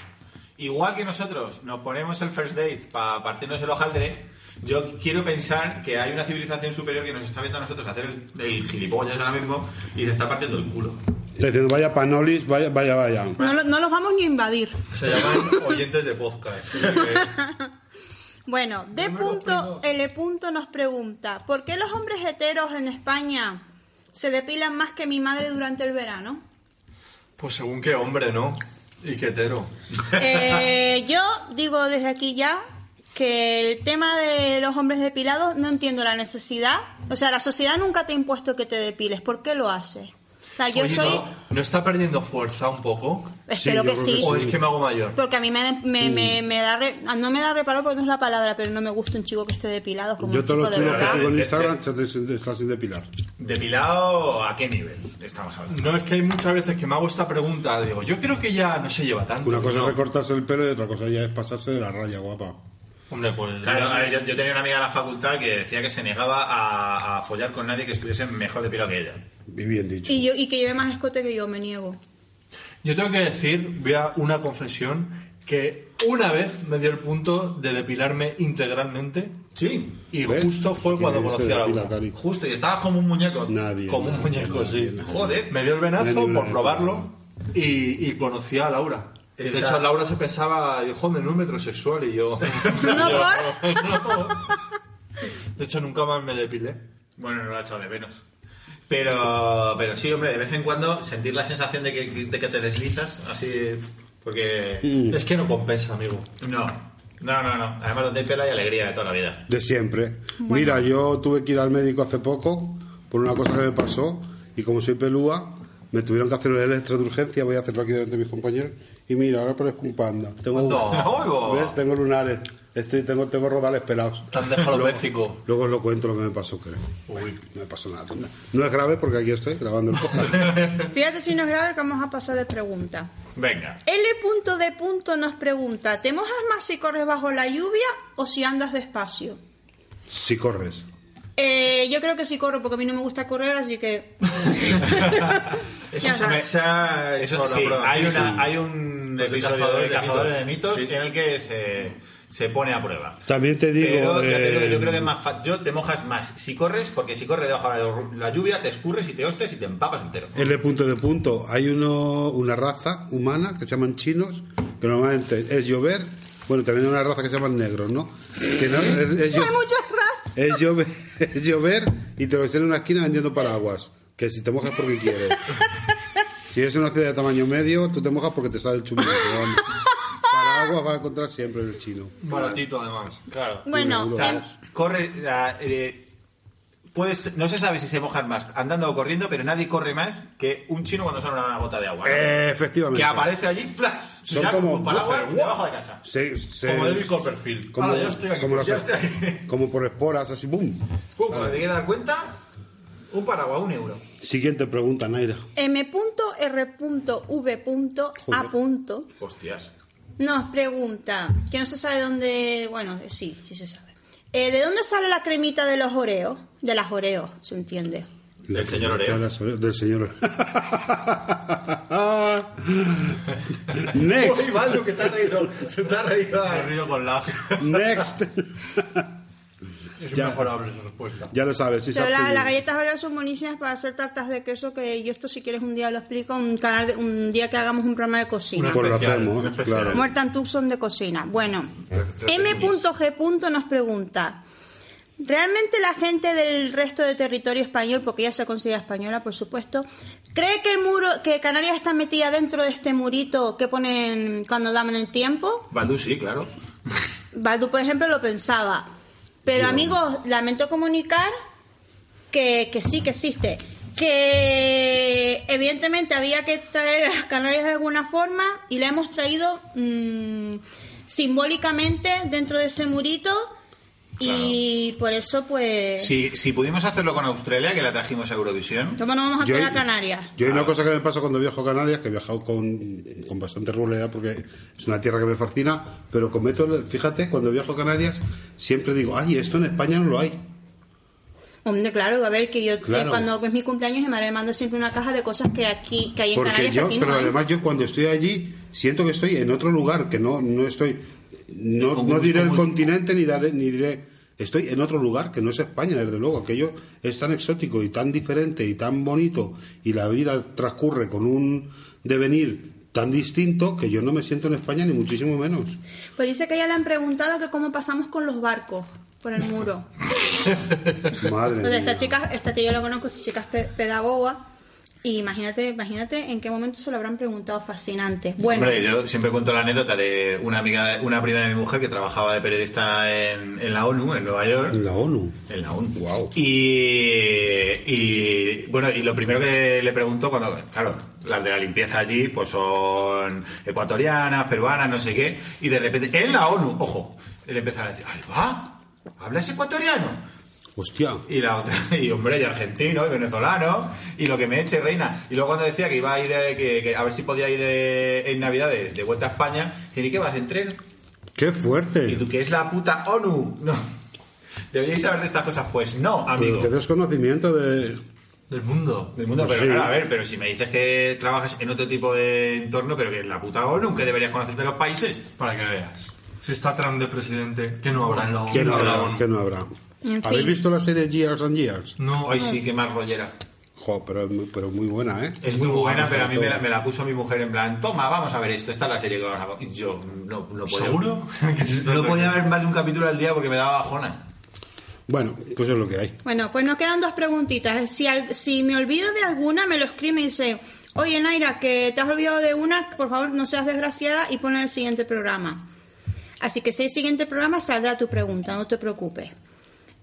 C: Igual que nosotros nos ponemos el first date para partirnos el hojaldre, yo quiero pensar que hay una civilización superior que nos está viendo a nosotros hacer el, el gilipollas ahora mismo y se está partiendo el culo.
A: Está diciendo, vaya panolis, vaya, vaya, vaya.
B: No, lo- no los vamos ni a invadir.
D: Se llaman oyentes de podcast.
B: Bueno, D.L. nos pregunta, ¿por qué los hombres heteros en España se depilan más que mi madre durante el verano?
E: Pues según qué hombre, ¿no?
D: Y qué hetero.
B: Eh, yo digo desde aquí ya que el tema de los hombres depilados no entiendo la necesidad. O sea, la sociedad nunca te ha impuesto que te depiles. ¿por qué lo hace? O sea, yo
E: Oye,
B: soy...
E: ¿no, ¿no está perdiendo fuerza un poco?
B: Espero
A: Sí, yo
B: que
A: creo
B: sí.
A: que
E: ¿O es que me hago mayor?
B: Porque a mí me, me, me- me da... re- No me da reparo porque no es la palabra, pero no me gusta un chico que esté depilado como
A: Yo
B: un
A: todos los
B: chico de
A: chulos que
B: verdad.
A: sigo en
E: Eh,
A: Instagram se des- se están sin depilar.
C: ¿Depilado a qué nivel estamos hablando?
E: No, es que hay muchas veces que me hago esta pregunta, digo, yo creo que ya no se lleva tanto.
A: Una cosa
E: ¿no?
A: es recortarse el pelo y otra cosa ya es pasarse de la raya, guapa.
E: Hombre, pues...
C: Claro, a ver, yo, yo tenía una amiga en la facultad que decía que se negaba a, a follar con nadie que estuviese mejor depilado que ella.
A: Y bien dicho.
B: Y, yo, y que lleve más escote que yo, me niego.
E: Yo tengo que decir, voy a una confesión, que una vez me dio el punto de depilarme integralmente
C: Sí,
E: y
A: ¿Ves?
E: justo fue
A: Que
E: cuando
A: se
E: conocí a
A: depila,
E: Laura.
A: Cari.
C: justo, y estaba como un muñeco.
A: Nadie.
E: Como un
A: nadie,
E: muñeco,
A: nadie,
E: sí.
A: nadie.
C: Joder,
E: Me dio el
A: Nadie
E: venazo
A: me lo
E: por
A: ha
E: probarlo y, y conocí a Laura. De
C: O sea-
E: hecho, Laura se pensaba, dijo, me no es metrosexual y yo...
B: No, por...
E: No. De hecho, nunca más me depilé.
C: Bueno, no lo ha echado de menos. Pero, pero sí, hombre, de vez en cuando sentir la sensación de que, de que te deslizas, así, porque...
E: Es que no compensa, amigo.
C: No, no, no, no. Además, donde hay pela y alegría de toda la vida.
A: De siempre. Mira, yo tuve que ir al médico hace poco por una cosa que me pasó y como soy pelúa, me tuvieron que hacer una electro de urgencia, voy a hacerlo aquí delante de mis compañeros. Y mira, ahora parezco un panda. Tengo,
E: ¡Anda!
A: ¿Ves? Tengo lunares, estoy, tengo, tengo rodales pelados.
E: Tan dejalopéfico.
A: Luego os lo cuento lo que me pasó, creo. No me pasó nada. No es grave porque aquí estoy grabando el podcast.
B: Fíjate si no es grave que vamos a pasar de pregunta.
C: Venga.
B: L.D. nos pregunta, ¿te mojas más si corres bajo la lluvia o si andas despacio?
A: si corres.
B: Eh, yo creo que sí corro porque a mí no me gusta correr, así que... Ya
C: se
B: está.
C: me- Eso,
D: con la
C: sí,
D: prueba.
C: hay, una, hay un
D: Los
C: episodio
D: cazadores
C: de
D: de
C: Cazadores de
D: mitos.
C: Mitos en el que se, se pone a prueba.
A: También te digo,
C: Pero ya te digo que yo
A: eh,
C: creo que es más fa- yo te mojas más si corres, porque si corres debajo de la lluvia, te escurres y te hostes y te empapas entero.
A: L punto de punto. Hay uno, una raza humana que se llaman chinos, que normalmente es llover. Bueno, también hay una raza que se llaman negros, ¿no? Que no- es, es llo-
B: Hay muchas razas.
A: es llover, es llover y te lo echan en una esquina vendiendo paraguas. Que si te mojas porque quieres. Si eres una ciudad de tamaño medio, tú te mojas porque te sale el chumbo. pero vamos, Paraguas vas a encontrar siempre en el chino.
E: Baratito, además.
C: Claro.
B: Bueno,
A: Duro,
C: O
A: duro.
B: em,
C: sea, corre. o sea, eh, puedes, no se sabe si se mojan más andando o corriendo, pero nadie corre más que un chino cuando sale una gota de agua. ¿no?
A: Eh, efectivamente.
C: que aparece allí, flash,
A: Son
C: ya
A: como-
C: con tu paraguas
A: Buffet,
C: debajo de casa.
A: Se- se-
C: Como David Copperfield.
A: como-
C: Ahora, ya estoy aquí.
A: como las-
C: ya estoy aquí.
A: como por esporas, así, ¡boom!
C: Pum, cuando te quieres dar cuenta, un paraguas, un euro.
A: Siguiente pregunta, Naira.
B: M.R.V.A.
C: Hostias.
B: nos pregunta, que no se sabe dónde, bueno, eh, sí, sí se sabe. Eh, ¿De dónde sale la cremita de los oreos? De las oreos, ¿se entiende?
A: La
C: Del
A: que
C: señor
A: me
C: Oreo.
A: queda las ore- Del señor Next.
C: Uy, Baldu, que te has reído. Se te has reído.
E: Me río con lag.
A: Next.
E: Es
A: Ya.
E: inmejorable esa respuesta.
A: ya lo sabes. sí
B: Pero
A: sabes
B: la-
A: que-
B: las galletas Oreo son buenísimas para hacer tartas de queso, que yo esto si quieres un día lo explico, un canal de- un día que hagamos un programa de cocina.
A: Pues lo
C: especial,
A: hacemos,
C: una especial.
A: claro.
B: Muerta en Tucson de cocina. Bueno, M.G. nos pregunta, ¿realmente la gente del resto del territorio español, porque ella se considera española, por supuesto, cree que el muro, que Canarias está metida dentro de este murito que ponen cuando dan el tiempo?
C: Baldu sí, claro.
B: Baldu, por ejemplo, lo pensaba. Pero, amigos, lamento comunicar que, que sí, que existe. Que evidentemente había que traer a las Canarias de alguna forma y la hemos traído mm, simbólicamente dentro de ese murito y por eso, pues...
C: Si, si pudimos hacerlo con Australia, que la trajimos a Eurovisión,
B: ¿Cómo no vamos a
A: Yo-
B: traer a Canarias?
A: Yo hay una cosa que me pasa cuando viajo a Canarias, que he viajado con, con bastante regularidad porque es una tierra que me fascina, pero cometo, el- fíjate, cuando viajo a Canarias siempre digo, ay, esto en España no lo hay.
B: Hombre, claro, a ver, que yo
A: Claro.
B: cuando es mi cumpleaños mi madre me manda siempre una caja de cosas que aquí que hay en
A: Porque
B: Canarias que
A: yo,
B: aquí no
A: pero
B: hay.
A: además yo cuando estoy allí siento que estoy en otro lugar, que no, no estoy, no,
C: Como-
A: no diré el
C: como-
A: continente ni, daré- ni diré, estoy en otro lugar que no es España, desde luego, aquello es tan exótico y tan diferente y tan bonito y la vida transcurre con un devenir tan distinto que yo no me siento en España ni muchísimo menos.
B: Pues dice que ya le han preguntado que cómo pasamos con los barcos por el muro.
A: Madre
B: Entonces,
A: mía.
B: esta chica, esta tía yo la conozco, esta chica es pe- pedagoga. Y imagínate, imagínate en qué momento se lo habrán preguntado fascinante. Bueno,
C: Hombre, yo siempre cuento la anécdota de una amiga, una prima de mi mujer que trabajaba de periodista en, en la ONU, en Nueva York.
A: La ONU.
C: Mm. En la ONU.
A: Guau.
C: Y, y, bueno, y lo primero que le preguntó cuando, claro, las de la limpieza allí, pues son ecuatorianas, peruanas, no sé qué, y de repente, en la ONU, ojo, le empezaron a decir, ¡ay, va! ¿Hablas ecuatoriano?
A: Hostia.
C: Y la otra, y hombre, y argentino, y venezolano, y lo que me eche, reina. Y luego cuando decía que iba a ir, eh, que, que a ver si podía ir eh, en Navidades de vuelta a España, decía, ¿y qué vas, en tren?
A: Qué
C: Y
A: fuerte.
C: tú, que es la puta ONU? No. ¿Deberíais saber de estas cosas? Pues no,
A: Pero
C: amigo.
A: qué desconocimiento de...
E: Del mundo.
C: Del mundo,
A: Pues
C: pero
A: sí.
C: claro, a ver, pero si me dices que trabajas en otro tipo de entorno, pero que es la puta ONU, que deberías conocerte los países.
E: Para que veas. Si está Trump de presidente, que no habrá en la ONU?
A: ¿Qué no
E: En la
A: habrá?
E: ONU.
A: ¿Qué no habrá?
B: En fin.
A: ¿Habéis visto la serie Years and Years?
E: No,
C: Hoy sí, que más rollera.
A: Jo, pero, es muy- pero muy buena, ¿eh?
C: Es muy buena, pero a mí me la,
A: todo.
C: me la puso mi mujer en plan, toma, vamos a ver esto, esta es la serie que vamos a ver. Y yo no, no podía...
E: ¿Seguro?
C: No podía ver más de un capítulo al día porque me daba bajona.
A: Bueno, pues es lo que hay.
B: bueno, pues nos quedan dos preguntitas. Eh, Si, al- si me olvido de alguna, me lo escribe y me dice, oye Naira, que te has olvidado de una, por favor no seas desgraciada y pon en el siguiente programa. Así que si el siguiente programa saldrá tu pregunta, no te preocupes.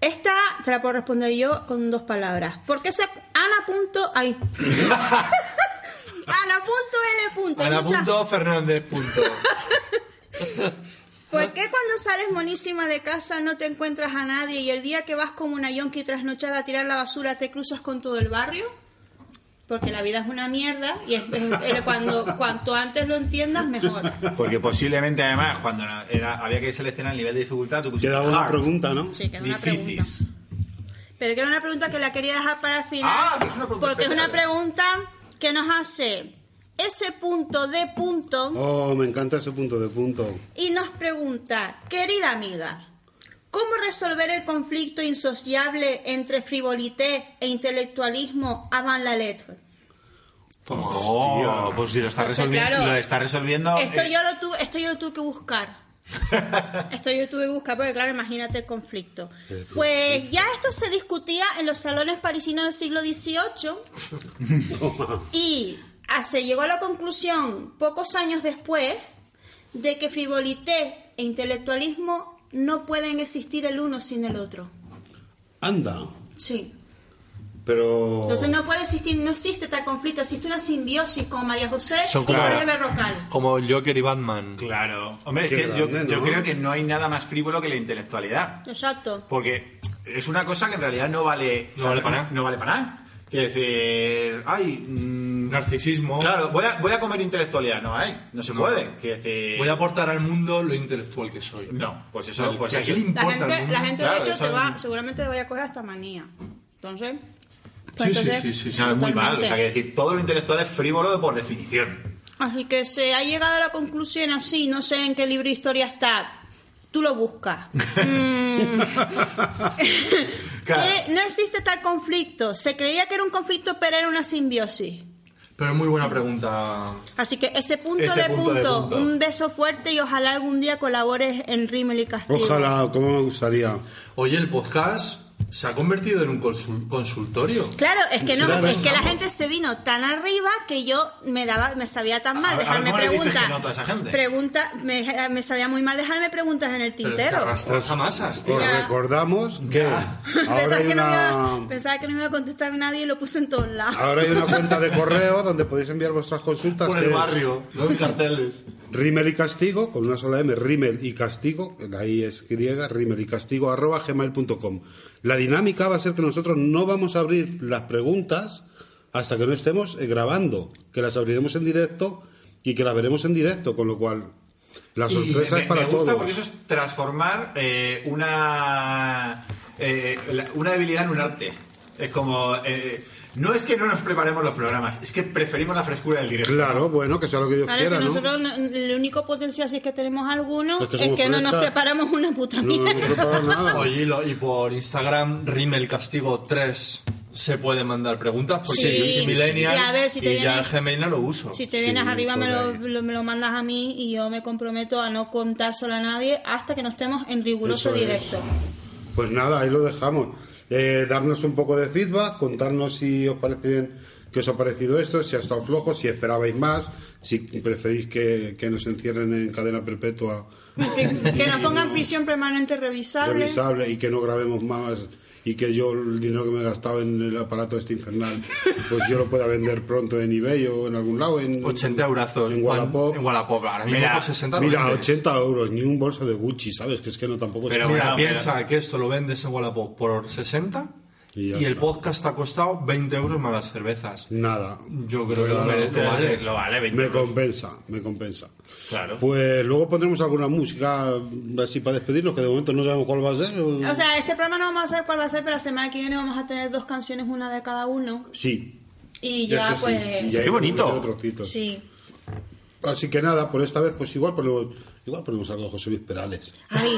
B: Esta te la puedo responder yo con dos palabras. ¿Por qué se... Ana punto... Ay. Ana punto L punto.
E: Ana
B: Muchas-
E: punto Fernández punto.
B: ¿Por qué cuando sales monísima de casa no te encuentras a nadie y el día que vas como una yonki trasnochada a tirar la basura te cruzas con todo el barrio? Porque la vida es una mierda y es- es- es- cuando cuanto antes lo entiendas mejor.
C: Porque posiblemente, además, cuando era- había que seleccionar el nivel de dificultad, tú pusiste
A: Queda una
C: hard,
A: pregunta, ¿no?
B: Sí, que es una
C: difícil.
B: pregunta. Pero que era una pregunta que la quería dejar para el final.
C: Ah, que es una pregunta
B: porque es
C: especial.
B: una pregunta que nos hace ese punto de punto.
A: Oh, me encanta ese punto de punto.
B: y nos pregunta, querida amiga, ¿cómo resolver el conflicto insociable entre frivolité e intelectualismo avant la lettre?
C: Oh, pues si lo está
B: Entonces,
C: resolviendo,
B: claro,
C: lo está resolviendo.
B: Esto
C: eh,
B: yo lo tuve, esto yo lo tuve que buscar. Esto yo tuve que buscar porque claro, imagínate el conflicto. Pues ya esto se discutía en los salones parisinos del siglo XVIII y ah, se llegó a la conclusión pocos años después de que frivolité e intelectualismo no pueden existir el uno sin el otro.
A: Anda,
B: Sí.
A: pero...
B: Entonces no puede existir, no existe tal conflicto, existe una simbiosis con María José
E: Son
B: y
E: como-
B: Jorge Berrocal.
E: Como el Joker y Batman.
C: Claro. Hombre, es
A: Qué
C: que yo,
A: grande,
C: yo
A: ¿no?
C: creo que no hay nada más frívolo que la intelectualidad.
B: Exacto.
C: Porque es una cosa que en realidad no vale.
E: No vale para nada.
C: No vale para nada. Quiero decir. Ay. mm,
E: Narcisismo.
C: Claro, voy a, voy a comer intelectualidad, no hay. No se
E: No.
C: puede. Quiero decir.
E: Voy a aportar al mundo lo intelectual que soy.
C: No, pues eso. Pues
E: ¿Que a
C: eso.
E: quién le
B: La
E: importa al
B: gente,
E: mundo?
B: la gente
C: Claro,
B: de hecho
C: eso
B: te
C: es-
B: va, seguramente te vaya a coger hasta manía. Entonces, Pues entonces,
C: No, es muy mal. O sea, que
B: totalmente.
C: decir, todo lo intelectual es frívolo por definición.
B: Así que se ha llegado a la conclusión así, no sé en qué libro de historia está. Tú lo buscas. Mm.
C: Claro.
B: Que no existe tal conflicto. Se creía que era un conflicto, pero era una simbiosis.
E: Pero es muy buena pregunta.
B: Así que ese punto,
C: Ese
B: de,
C: punto
B: punto,
C: de punto.
B: un beso fuerte y ojalá algún día colabores en Rimmel y Castillo.
A: Ojalá, cómo me gustaría.
E: Oye, el podcast se ha convertido en un consul- consultorio.
B: Claro, es que no,
E: Claro,
B: es que la
E: vamos.
B: gente se vino tan arriba que yo me daba, me sabía tan mal
C: A ver, a ver,
B: dejarme
C: ¿cómo le dices
B: preguntas.
C: que no a toda esa gente?
B: Pregunta, me, me sabía muy mal dejarme preguntas en el
E: Pero es que
B: tintero.
E: arrastras a masas, tío.
A: Os
B: Ya.
A: recordamos que ahora
B: pensaba,
A: hay
B: que no me iba,
A: una...
B: pensaba que no me iba a contestar nadie y lo puse en todos lados.
A: Ahora hay una cuenta de correo donde podéis enviar vuestras consultas.
E: Por
A: que
E: el
A: es
E: barrio, ¿no? En carteles.
A: Rímel y castigo, con una sola M, rímel y castigo, la I es griega, rímel y castigo, arroba gmail.com. La dinámica va a ser que nosotros no vamos a abrir las preguntas hasta que no estemos eh, grabando, que las abriremos en directo y que las veremos en directo, con lo cual la sorpresa
C: me,
A: es para
C: me gusta
A: todos.
C: porque eso es transformar eh, una, eh, la- una debilidad en un arte. Es como... eh, no es que no nos preparemos los programas, es que preferimos la frescura del directo.
A: Claro, bueno, que sea lo que Dios
B: Claro,
A: quiera,
B: que
A: ¿no?
B: nosotros no- el único potencial, si es que tenemos alguno,
A: Es
B: es
A: que
B: que,
A: somos
B: no nos
A: frescas.
B: preparamos una puta
A: No
B: mierda.
A: hemos preparado nada.
E: Ah, Oye, y lo- y por Instagram, Rimmel Castigo 3 se puede mandar preguntas porque
B: Sí.
E: yo soy millennial
B: Y a ver si te
E: y
B: viene-
E: ya el Gmail no lo uso.
B: Si te vienes
A: Sí,
B: arriba,
A: por
B: me lo,
A: ahí.
B: lo- me lo mandas a mí y yo me comprometo a no contárselo a nadie hasta que no estemos en
A: Eso
B: riguroso
A: es.
B: directo.
A: Pues nada, ahí lo dejamos. Eh, darnos un poco de feedback, contarnos si os parece bien, que os ha parecido esto, si ha estado flojo, si esperabais más, si preferís que, que nos encierren en cadena perpetua
B: que nos pongan prisión permanente revisable.
A: revisable y que no grabemos más y que yo el dinero que me he gastado en el aparato este infernal, pues yo lo pueda vender pronto en eBay o en algún lado. En,
E: 80 eurazos
A: En Wallapop.
E: En Wallapop. Ahora mismo
C: Mira,
E: por 60 lo
A: Mira,
E: vendes.
A: 80 euros, ni un bolso de Gucci, ¿sabes? Que es que no tampoco...
C: Pero
A: es-
E: Mira,
C: bueno,
E: piensa que esto lo vendes en Wallapop por 60
A: Y
E: y,
A: ya
E: el
A: está.
E: podcast te ha costado 20 euros más las cervezas.
A: Nada.
E: Yo creo que lo
A: Nada.
E: merece. ¿eh?
C: Entonces, eh,
E: vale.
C: Lo vale, 20
A: Me
C: euros.
A: compensa, me compensa.
C: Claro.
A: Pues luego pondremos alguna música así para despedirnos, que de momento no sabemos cuál va a ser. o-
B: O sea, este programa no vamos a hacer cuál va a ser, pero la semana que viene vamos a tener dos canciones, una de cada uno.
A: sí.
B: Y ya,
A: eso sí,
B: pues.
A: y ya pues.
C: Qué bonito.
A: iremos a otro trocito.
B: Sí.
A: Así que nada, por esta vez, pues igual ponemos, igual ponemos algo de José Luis Perales.
B: Ay,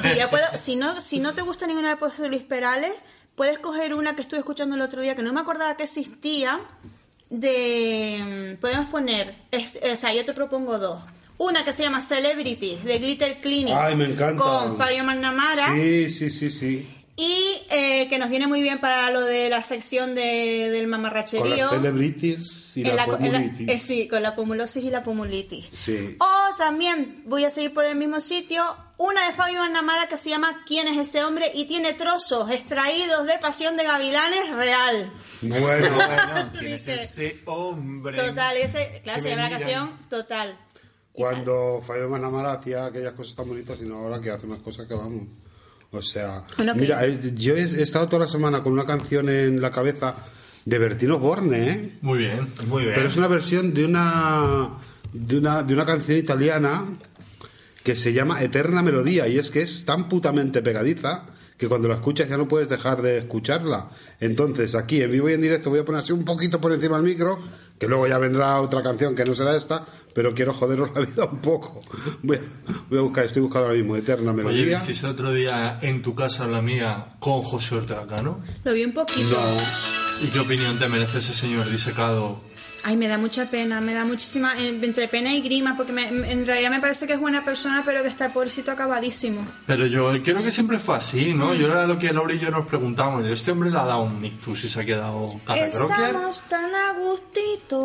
B: sí, ya puedo. Si no, si no te gusta ninguna de José Luis Perales, puedes coger una que estuve escuchando el otro día que no me acordaba que existía. De. mm, Podemos poner. es- o sea, yo te propongo dos. Una que se llama Celebrities de Glitter Clinic.
A: Ay, me encanta.
B: Con Fabio Magnamara.
A: Sí, sí, sí, sí.
B: Y eh, que nos viene muy bien para lo de la sección de- del
A: Con las
B: mamarracherío.
A: celebrities y
B: En
A: la,
B: la- en la-
A: comunities.
B: eh, sí, Oh. con la pomulosis y la pomulitis.
A: Sí.
B: O también voy a seguir por el mismo sitio, una de Fabio Namara que se llama ¿Quién es ese hombre? y tiene trozos extraídos de Pasión de Gavilanes real.
A: Bueno,
C: Bueno, ¿quién es
B: Dice,
C: ese hombre?
B: Total, ese, claro,
C: Que
B: se llama la
C: me miran.
B: canción total.
A: cuando Fabio Manamara hacía aquellas cosas tan bonitas, sino ahora que hace unas cosas que vamos. O sea,
B: Bueno, que-
A: mira, eh, yo he he estado toda la semana con una canción en la cabeza de Bertino Borne, ¿eh?
E: Muy bien.
C: Muy bien.
A: Pero es una versión de una, de una de una canción italiana que se llama Eterna Melodía y es que es tan putamente pegadiza que cuando la escuchas ya no puedes dejar de escucharla. Entonces, aquí en vivo y en directo voy a poner así un poquito por encima del micro, que luego ya vendrá otra canción que no será esta, pero quiero joderos la vida un poco. Voy a, voy a buscar, estoy buscando ahora mismo Eterna
E: Oye,
A: Melodía.
E: ¿visteis el otro día en tu casa, en la mía, con José Ortega, ¿no?
B: Lo vi un poquito.
E: ¿Y qué opinión te merece ese señor disecado?
B: Ay, me da mucha pena, me da muchísima, eh, entre pena y grima, porque me- en realidad me parece que es buena persona, pero que está el pobrecito acabadísimo.
E: Pero yo creo que siempre fue así, ¿no? Yo era lo que Laura y yo nos preguntamos. Este hombre le ha dado un ictus y se ha quedado catacroker.
B: Estamos tan a gustito.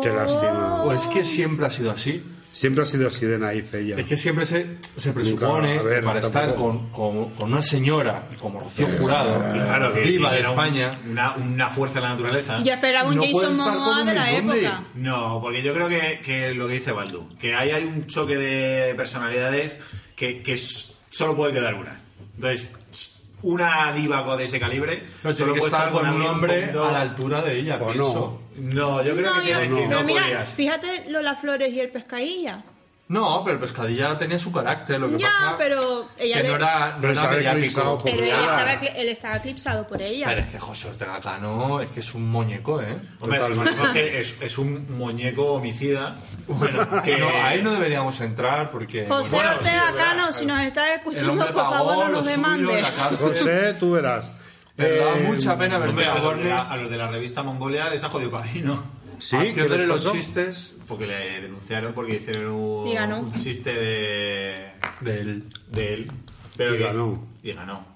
A: Ah, Qué lástima.
E: O es que siempre ha sido así.
A: Siempre ha sido así de naif ella.
E: Es que siempre se, se presupone
A: a ver,
E: que para estar
A: tampoco.
E: con, con- con una señora como Rocío Jurado,
C: Claro que
E: viva de
C: era un-
E: España,
C: una, una fuerza de la naturaleza.
B: Yo esperaba un
E: No
B: Jason
E: puedes estar
B: Momoa
E: con
B: de la
E: un Mindundi.
B: época.
C: No, porque yo creo que, que lo que dice Baldu, que ahí hay un choque de personalidades que, que s- solo puede quedar una. Entonces, s- una diva de ese calibre
E: no
C: solo
E: tiene que
C: puede
E: estar con un
C: alguien
E: hombre
C: poquito-
E: a la altura de ella,
A: O
E: pienso.
A: no.
C: No, yo creo
B: No,
C: que, tiene-
B: yo-
C: que no
B: pero mira,
C: podrías.
B: fíjate Lola Flores y el pescadilla.
E: No, pero el pescadilla tenía su carácter, lo que
B: Ya,
E: pasa
B: pero ella
E: que
B: le-
E: no era, no
A: Pero
E: era
A: estaba eclipsado
E: mediático.
A: por-
B: Pero ella
A: nada.
B: estaba, ecli- él estaba eclipsado por ella.
E: Pero es que José Ortega Cano es que es un muñeco, ¿eh?
I: Hombre,
A: Totalmente.
I: el problema es, que es, es un muñeco homicida. Bueno, que
E: Que no, ahí no deberíamos entrar porque...
B: José
I: bueno, sí,
B: Ortega
I: es verdad.
B: Cano, si nos estás
E: el
B: escuchando,
E: hombre
B: por
E: pagó
B: favor no
E: lo
B: nos
E: suyo,
B: demandes.
E: la cárcel.
A: José, tú verás.
E: Me da
A: Eh,
E: mucha pena ver
I: Hombre, a, los de la,
E: a
I: a los de la revista Mongolia les ha jodido para mí, ¿no?
A: Sí, ¿qué
E: haciéndole
A: les
E: los
A: pasó?
E: chistes
I: Porque le denunciaron porque hicieron un,
B: Y ganó.
I: un chiste de,
E: del...
I: de él. Pero
A: Y
I: que-
A: ganó.
I: Y ganó.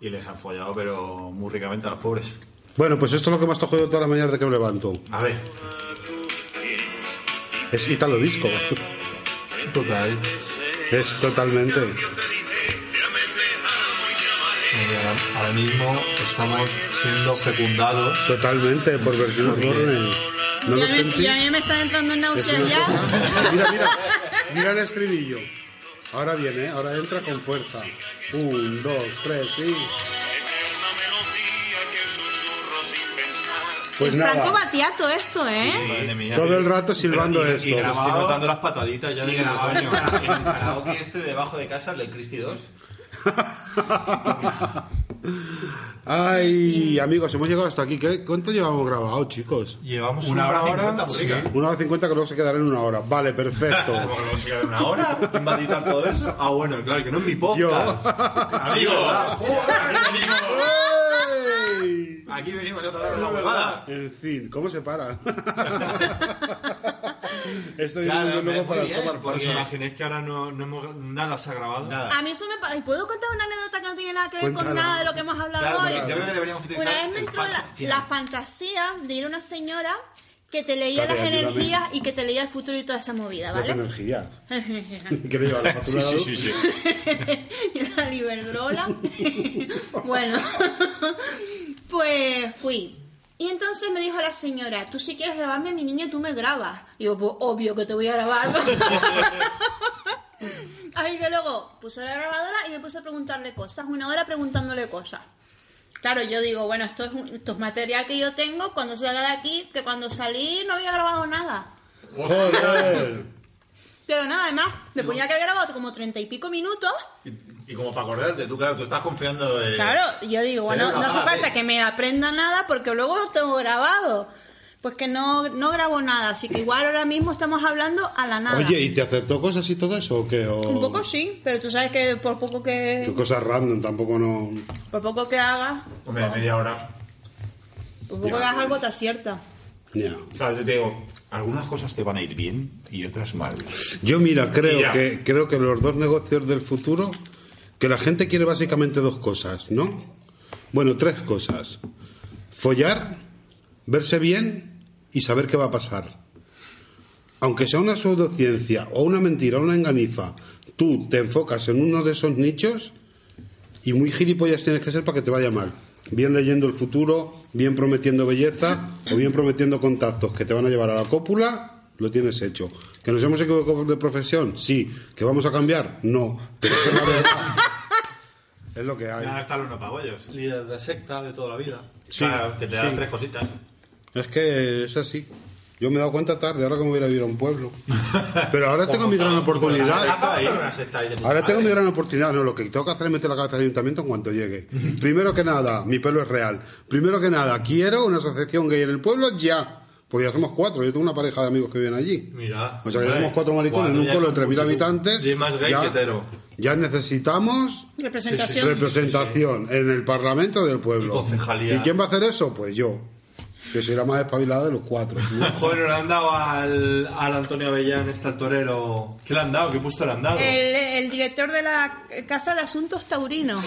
I: Y les han follado, pero muy ricamente a los pobres.
A: Bueno, pues esto es lo que más te jodido toda la mañana de que me levanto.
I: A ver,
A: Es Italo Disco.
E: Total.
A: Es totalmente.
E: Mira, Eh, Ahora mismo estamos siendo fecundados.
A: Totalmente, por versiones Borne. No
B: y,
A: lo
B: a mí,
A: sentí.
B: y a mí me están entrando en
A: Es
B: náuseas
A: una
B: ya.
A: cosa- Mira, mira. Mira el estribillo. Ahora viene, ¿eh? ahora entra con fuerza. Un, dos, tres, sí. Pues
B: El
A: nada.
B: Franco Batiato esto, ¿eh?
E: Madre mía.
A: Todo el rato Pues silbando
I: y- y
A: esto.
I: grabado.
E: Estoy notando las pataditas ya
I: y
E: de
I: grabado en el
E: otoño.
I: kara- en el karaoke este debajo de casa, el del Christie 2.
A: Ay, amigos, hemos llegado hasta aquí. ¿Qué- ¿Cuánto llevamos grabado, chicos?
E: Llevamos
I: Una hora
E: una,
I: cincuenta,
E: hora.
I: por
E: sí.
I: ahí.
A: Una hora cincuenta que luego se quedará en una hora. Vale, perfecto.
I: Porque luego se queda una hora, ¿quién va a editar todo eso?
E: Ah, bueno, claro, que no es mi
A: Yo.
E: podcast.
I: Amigos, aquí venimos-
A: Ey.
I: aquí venimos a dar una huevada.
A: En fin, ¿cómo se para? Estoy
E: Claro,
A: viendo
E: hombre,
A: luego para
E: muy bien,
A: tomar
E: Por
A: por
E: eso imaginéis que ahora no, no hemos- nada se ha grabado.
I: Nada.
B: A mí eso me... pa- ¿Puedo contar una anécdota que no tiene nada que ver con
A: Cuéntala.
B: nada de lo que hemos hablado
I: Claro,
B: hoy?
I: porque yo creo que deberíamos utilizar
B: Una vez me
I: el
B: entró
I: falso
B: la,
I: final.
B: la fantasía de ir a una señora que te leía
A: Claro,
B: las
A: ayúdame.
B: energías y que te leía el futuro y toda esa movida,
A: las
B: ¿vale?
A: energías. ¿Qué le lleva la
E: Sí,
A: factura?
E: sí, sí, sí.
B: y la liberdrola. bueno, pues fui. Y entonces me dijo la señora, tú si quieres grabarme a mi niño, tú me grabas. Y yo, pues obvio que te voy a grabar. Así que luego puse la grabadora y me puse a preguntarle cosas, una hora preguntándole cosas. Claro, yo digo, bueno, esto es, un- esto es material que yo tengo cuando salga de aquí, que cuando salí no había grabado nada.
A: ¡Joder!
B: Pero nada, además, me ponía que había grabado como treinta y pico minutos
I: Y, y como para acordarte, tú, claro, tú estás confiando de.
B: Claro, yo digo, bueno,
I: Cerebro,
B: no hace
I: apaga,
B: falta
I: ve.
B: que me aprenda nada porque luego lo tengo grabado. Pues que no, no grabo nada, así que igual ahora mismo estamos hablando a la nada.
A: Oye, ¿y te acertó cosas y todo eso o qué? O-
B: Un poco sí, pero tú sabes que por poco que
A: Cosas random, tampoco no...
B: por poco que hagas,
I: Hombre, media hora.
B: por poco que hagas algo te acierta.
A: Ya.
I: Claro, yo te digo, algunas cosas te van a ir bien y otras mal.
A: Yo mira, creo
I: Ya.
A: que, creo que los dos negocios del futuro, que la gente quiere básicamente dos cosas, ¿no? Bueno, tres cosas. Follar, verse bien y saber qué va a pasar. Aunque sea una pseudociencia o una mentira, una enganifa, tú te enfocas en uno de esos nichos y muy gilipollas tienes que ser para que te vaya mal. Bien leyendo el futuro, bien prometiendo belleza o bien prometiendo contactos que te van a llevar a la cópula, lo tienes hecho. ¿Que nos hemos equivocado de profesión? Sí. ¿Que vamos a cambiar? No. Pero es la verdad. Es lo que hay.
I: Ahora están los nopagollos.
E: Líder de secta de toda la vida.
A: Sí,
I: claro, que te dan
A: sí.
I: tres cositas.
A: Es que es así. Yo me he dado cuenta tarde, ahora que me voy a ir a vivir a un pueblo. Pero ahora tengo mi gran
I: Pues
A: oportunidad.
I: ahora, ahí. Una secta y te
A: Ahora
I: puta
A: tengo mi
I: madre.
A: gran oportunidad. No, lo que tengo que hacer es meter la cabeza al ayuntamiento en cuanto llegue. Primero que nada, mi pelo es real. Primero que nada, quiero una asociación gay en el pueblo ya. Porque ya somos cuatro. Yo tengo una pareja de amigos que viven allí.
E: Mira.
I: Pues
A: O sea, que
E: hombre,
A: tenemos cuatro maricones en un
E: ya
A: pueblo de
E: son
A: 3.000 habitantes.
E: Y es más gay
A: ya-
E: que hetero.
A: Ya necesitamos
B: Representación.
A: representación en el Parlamento del pueblo.
E: Y concejalía.
A: ¿Y quién va a hacer eso? Pues yo. Que soy la más espabilada de los cuatro.
E: Joder, no le han dado al, al Antonio Avellán, este al torero. ¿Qué le han dado? ¿Qué puesto le han dado?
B: El, el director de la Casa de Asuntos Taurinos.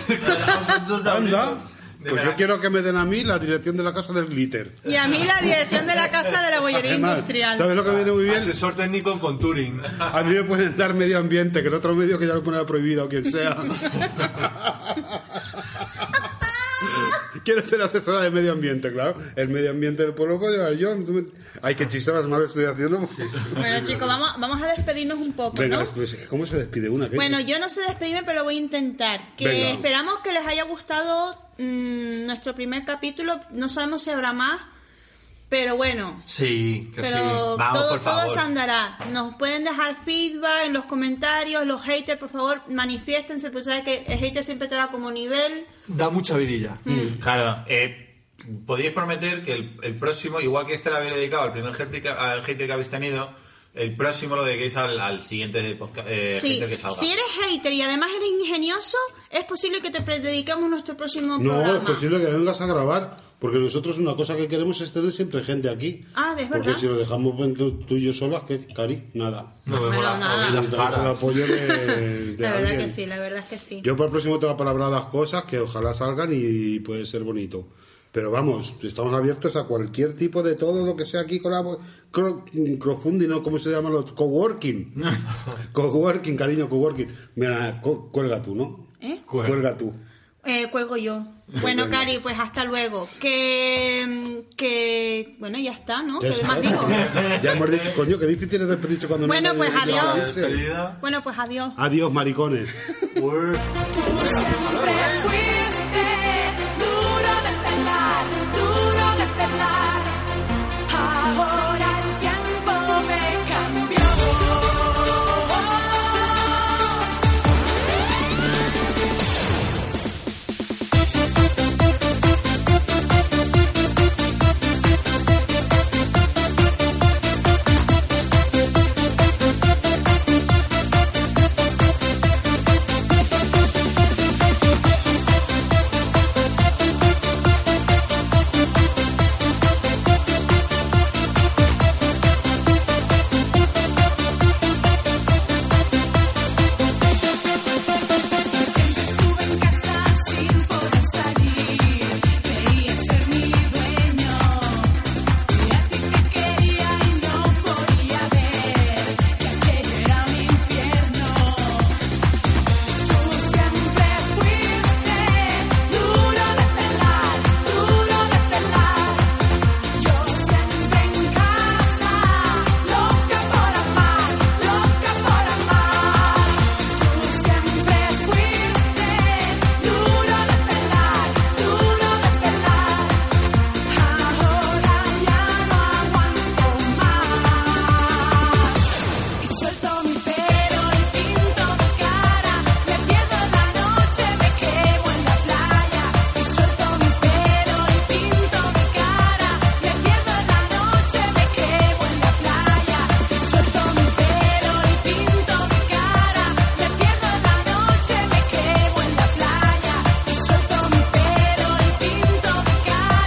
A: Anda.
I: De
A: Pues yo
I: verdad.
A: quiero que me den a mí la dirección de la casa del glitter.
B: Y a mí la dirección de la Casa de la Bollería
A: Además,
B: Industrial.
A: ¿sabes lo que viene muy bien?
E: Asesor técnico en Contouring.
A: A mí me pueden dar medio ambiente, que en otro medio que ya lo pone prohibido o quien sea. Quiero ser asesora de medio ambiente, claro. El medio ambiente del pueblo, coño, yo. tú me- Ay, qué chistes más malos estoy haciendo.
B: Bueno, chicos, vamos, vamos a despedirnos un poco,
A: Venga,
B: ¿no?
A: pues, ¿cómo se despide una? ¿Qué?
B: Bueno, yo no sé despedirme, pero voy a intentar. Que
A: Venga.
B: esperamos que les haya gustado mm, nuestro primer capítulo. No sabemos si habrá más. Pero bueno,
D: Sí, que sí.
B: pero
D: Vamos,
B: todo,
D: por
B: todo
D: favor.
B: se andará. Nos pueden dejar feedback en los comentarios, los haters, por favor, manifiéstense, pues sabes que el hater siempre te da como nivel.
D: Da mucha vidilla.
B: Mm.
C: Claro, eh, podéis prometer que el, el próximo, igual que este lo habéis dedicado al primer hater que, al hater que habéis tenido, el próximo lo dediquéis al, al siguiente podcast, eh,
B: Sí,
C: hater que salga.
B: si eres hater y además eres ingenioso, es posible que te dediquemos nuestro
A: No,
B: próximo
A: es
B: programa.
A: posible que vengas a grabar, porque nosotros una cosa que queremos es tener siempre gente aquí.
B: Ah, es verdad.
A: Porque si lo dejamos tú- tú y yo solas, que cari, nada.
D: No
B: Bueno, nada.
D: las
A: Necesitamos el
D: caras.
A: apoyo de, de
B: la verdad
A: alguien.
B: que sí, la verdad es que sí.
A: Yo para el próximo tengo apalabradas cosas que ojalá salgan y puede ser bonito. Pero vamos, estamos abiertos a cualquier tipo de todo lo que sea aquí colabo, cro, crowdfunding, ¿no? ¿Cómo se llama? Los coworking. coworking, cariño, coworking. Mira, cu- cuelga tú, ¿no?
B: ¿Eh?
A: Cuelga, tú.
B: Eh, cuelgo yo. Bueno, Cari, pues hasta luego. Que, mm, que bueno, ya está, ¿no?
A: Ya
B: ¿Qué más
A: sabes.
B: digo?
A: ya hemos dicho, coño, qué difícil es despedirse cuando
B: Bueno,
A: no
B: pues
A: nadie dice
B: adiós.
A: adiós.
B: Bueno, pues adiós.
A: Adiós, maricones.
J: Siempre fuiste duro de pelar, duro de pelar. Ahora el tiempo me cambió. Estuve en casa sin poder salir. Quería ser mi dueño. Y a ti te quería y no podía ver que aquello era mi infierno. Tú siempre fuiste duro de pelar, duro de pelar. Yo siempre en casa, loca por amar, loca por amar. Tú siempre fuiste duro de pelar, duro de pelar. Ahora ya no aguanto más. Y suelto mi pelo y pinto mi cara, me pierdo en la noche, me quedo en la playa. Y suelto mi pelo y pinto mi cara, me pierdo en la noche, me quedo en la playa. Y suelto mi pelo y pinto mi cara, me pierdo en la noche, me quedo en la playa. Y suelto mi pelo y pinto mi cara, me pierdo en la noche,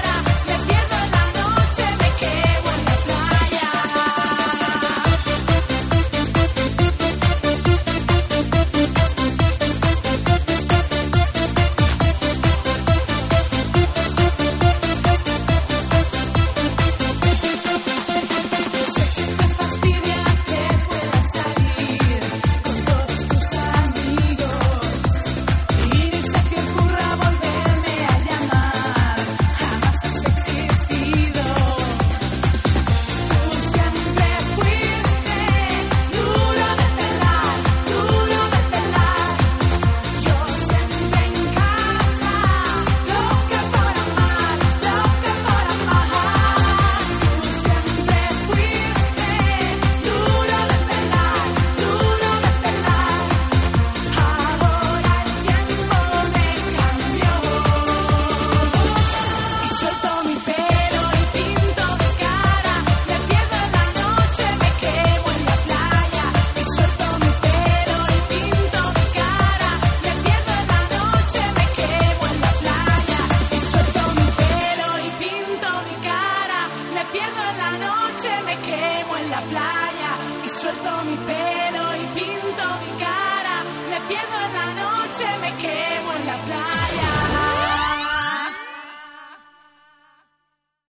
J: me quedo en la playa. Sé que te fastidia que puedas salir con todos tus amigos y dice que ocurra volverme a llamar. Jamás has existido. Tú siempre fuiste duro de pelar, duro de pelar. Yo siempre en casa, loca por amar, loca por amar. Tú siempre fuiste duro de pelar, duro de pelar. Ahora el tiempo me cambió. Y suelto mi pelo y pinto mi cara, me pierdo en la noche, me quedo en la playa. Y suelto mi pelo y pinto mi cara, me pierdo en la noche, me quedo en la playa. Y suelto mi pelo y pinto mi cara, me pierdo en la noche, me quedo en la playa. Y suelto mi pelo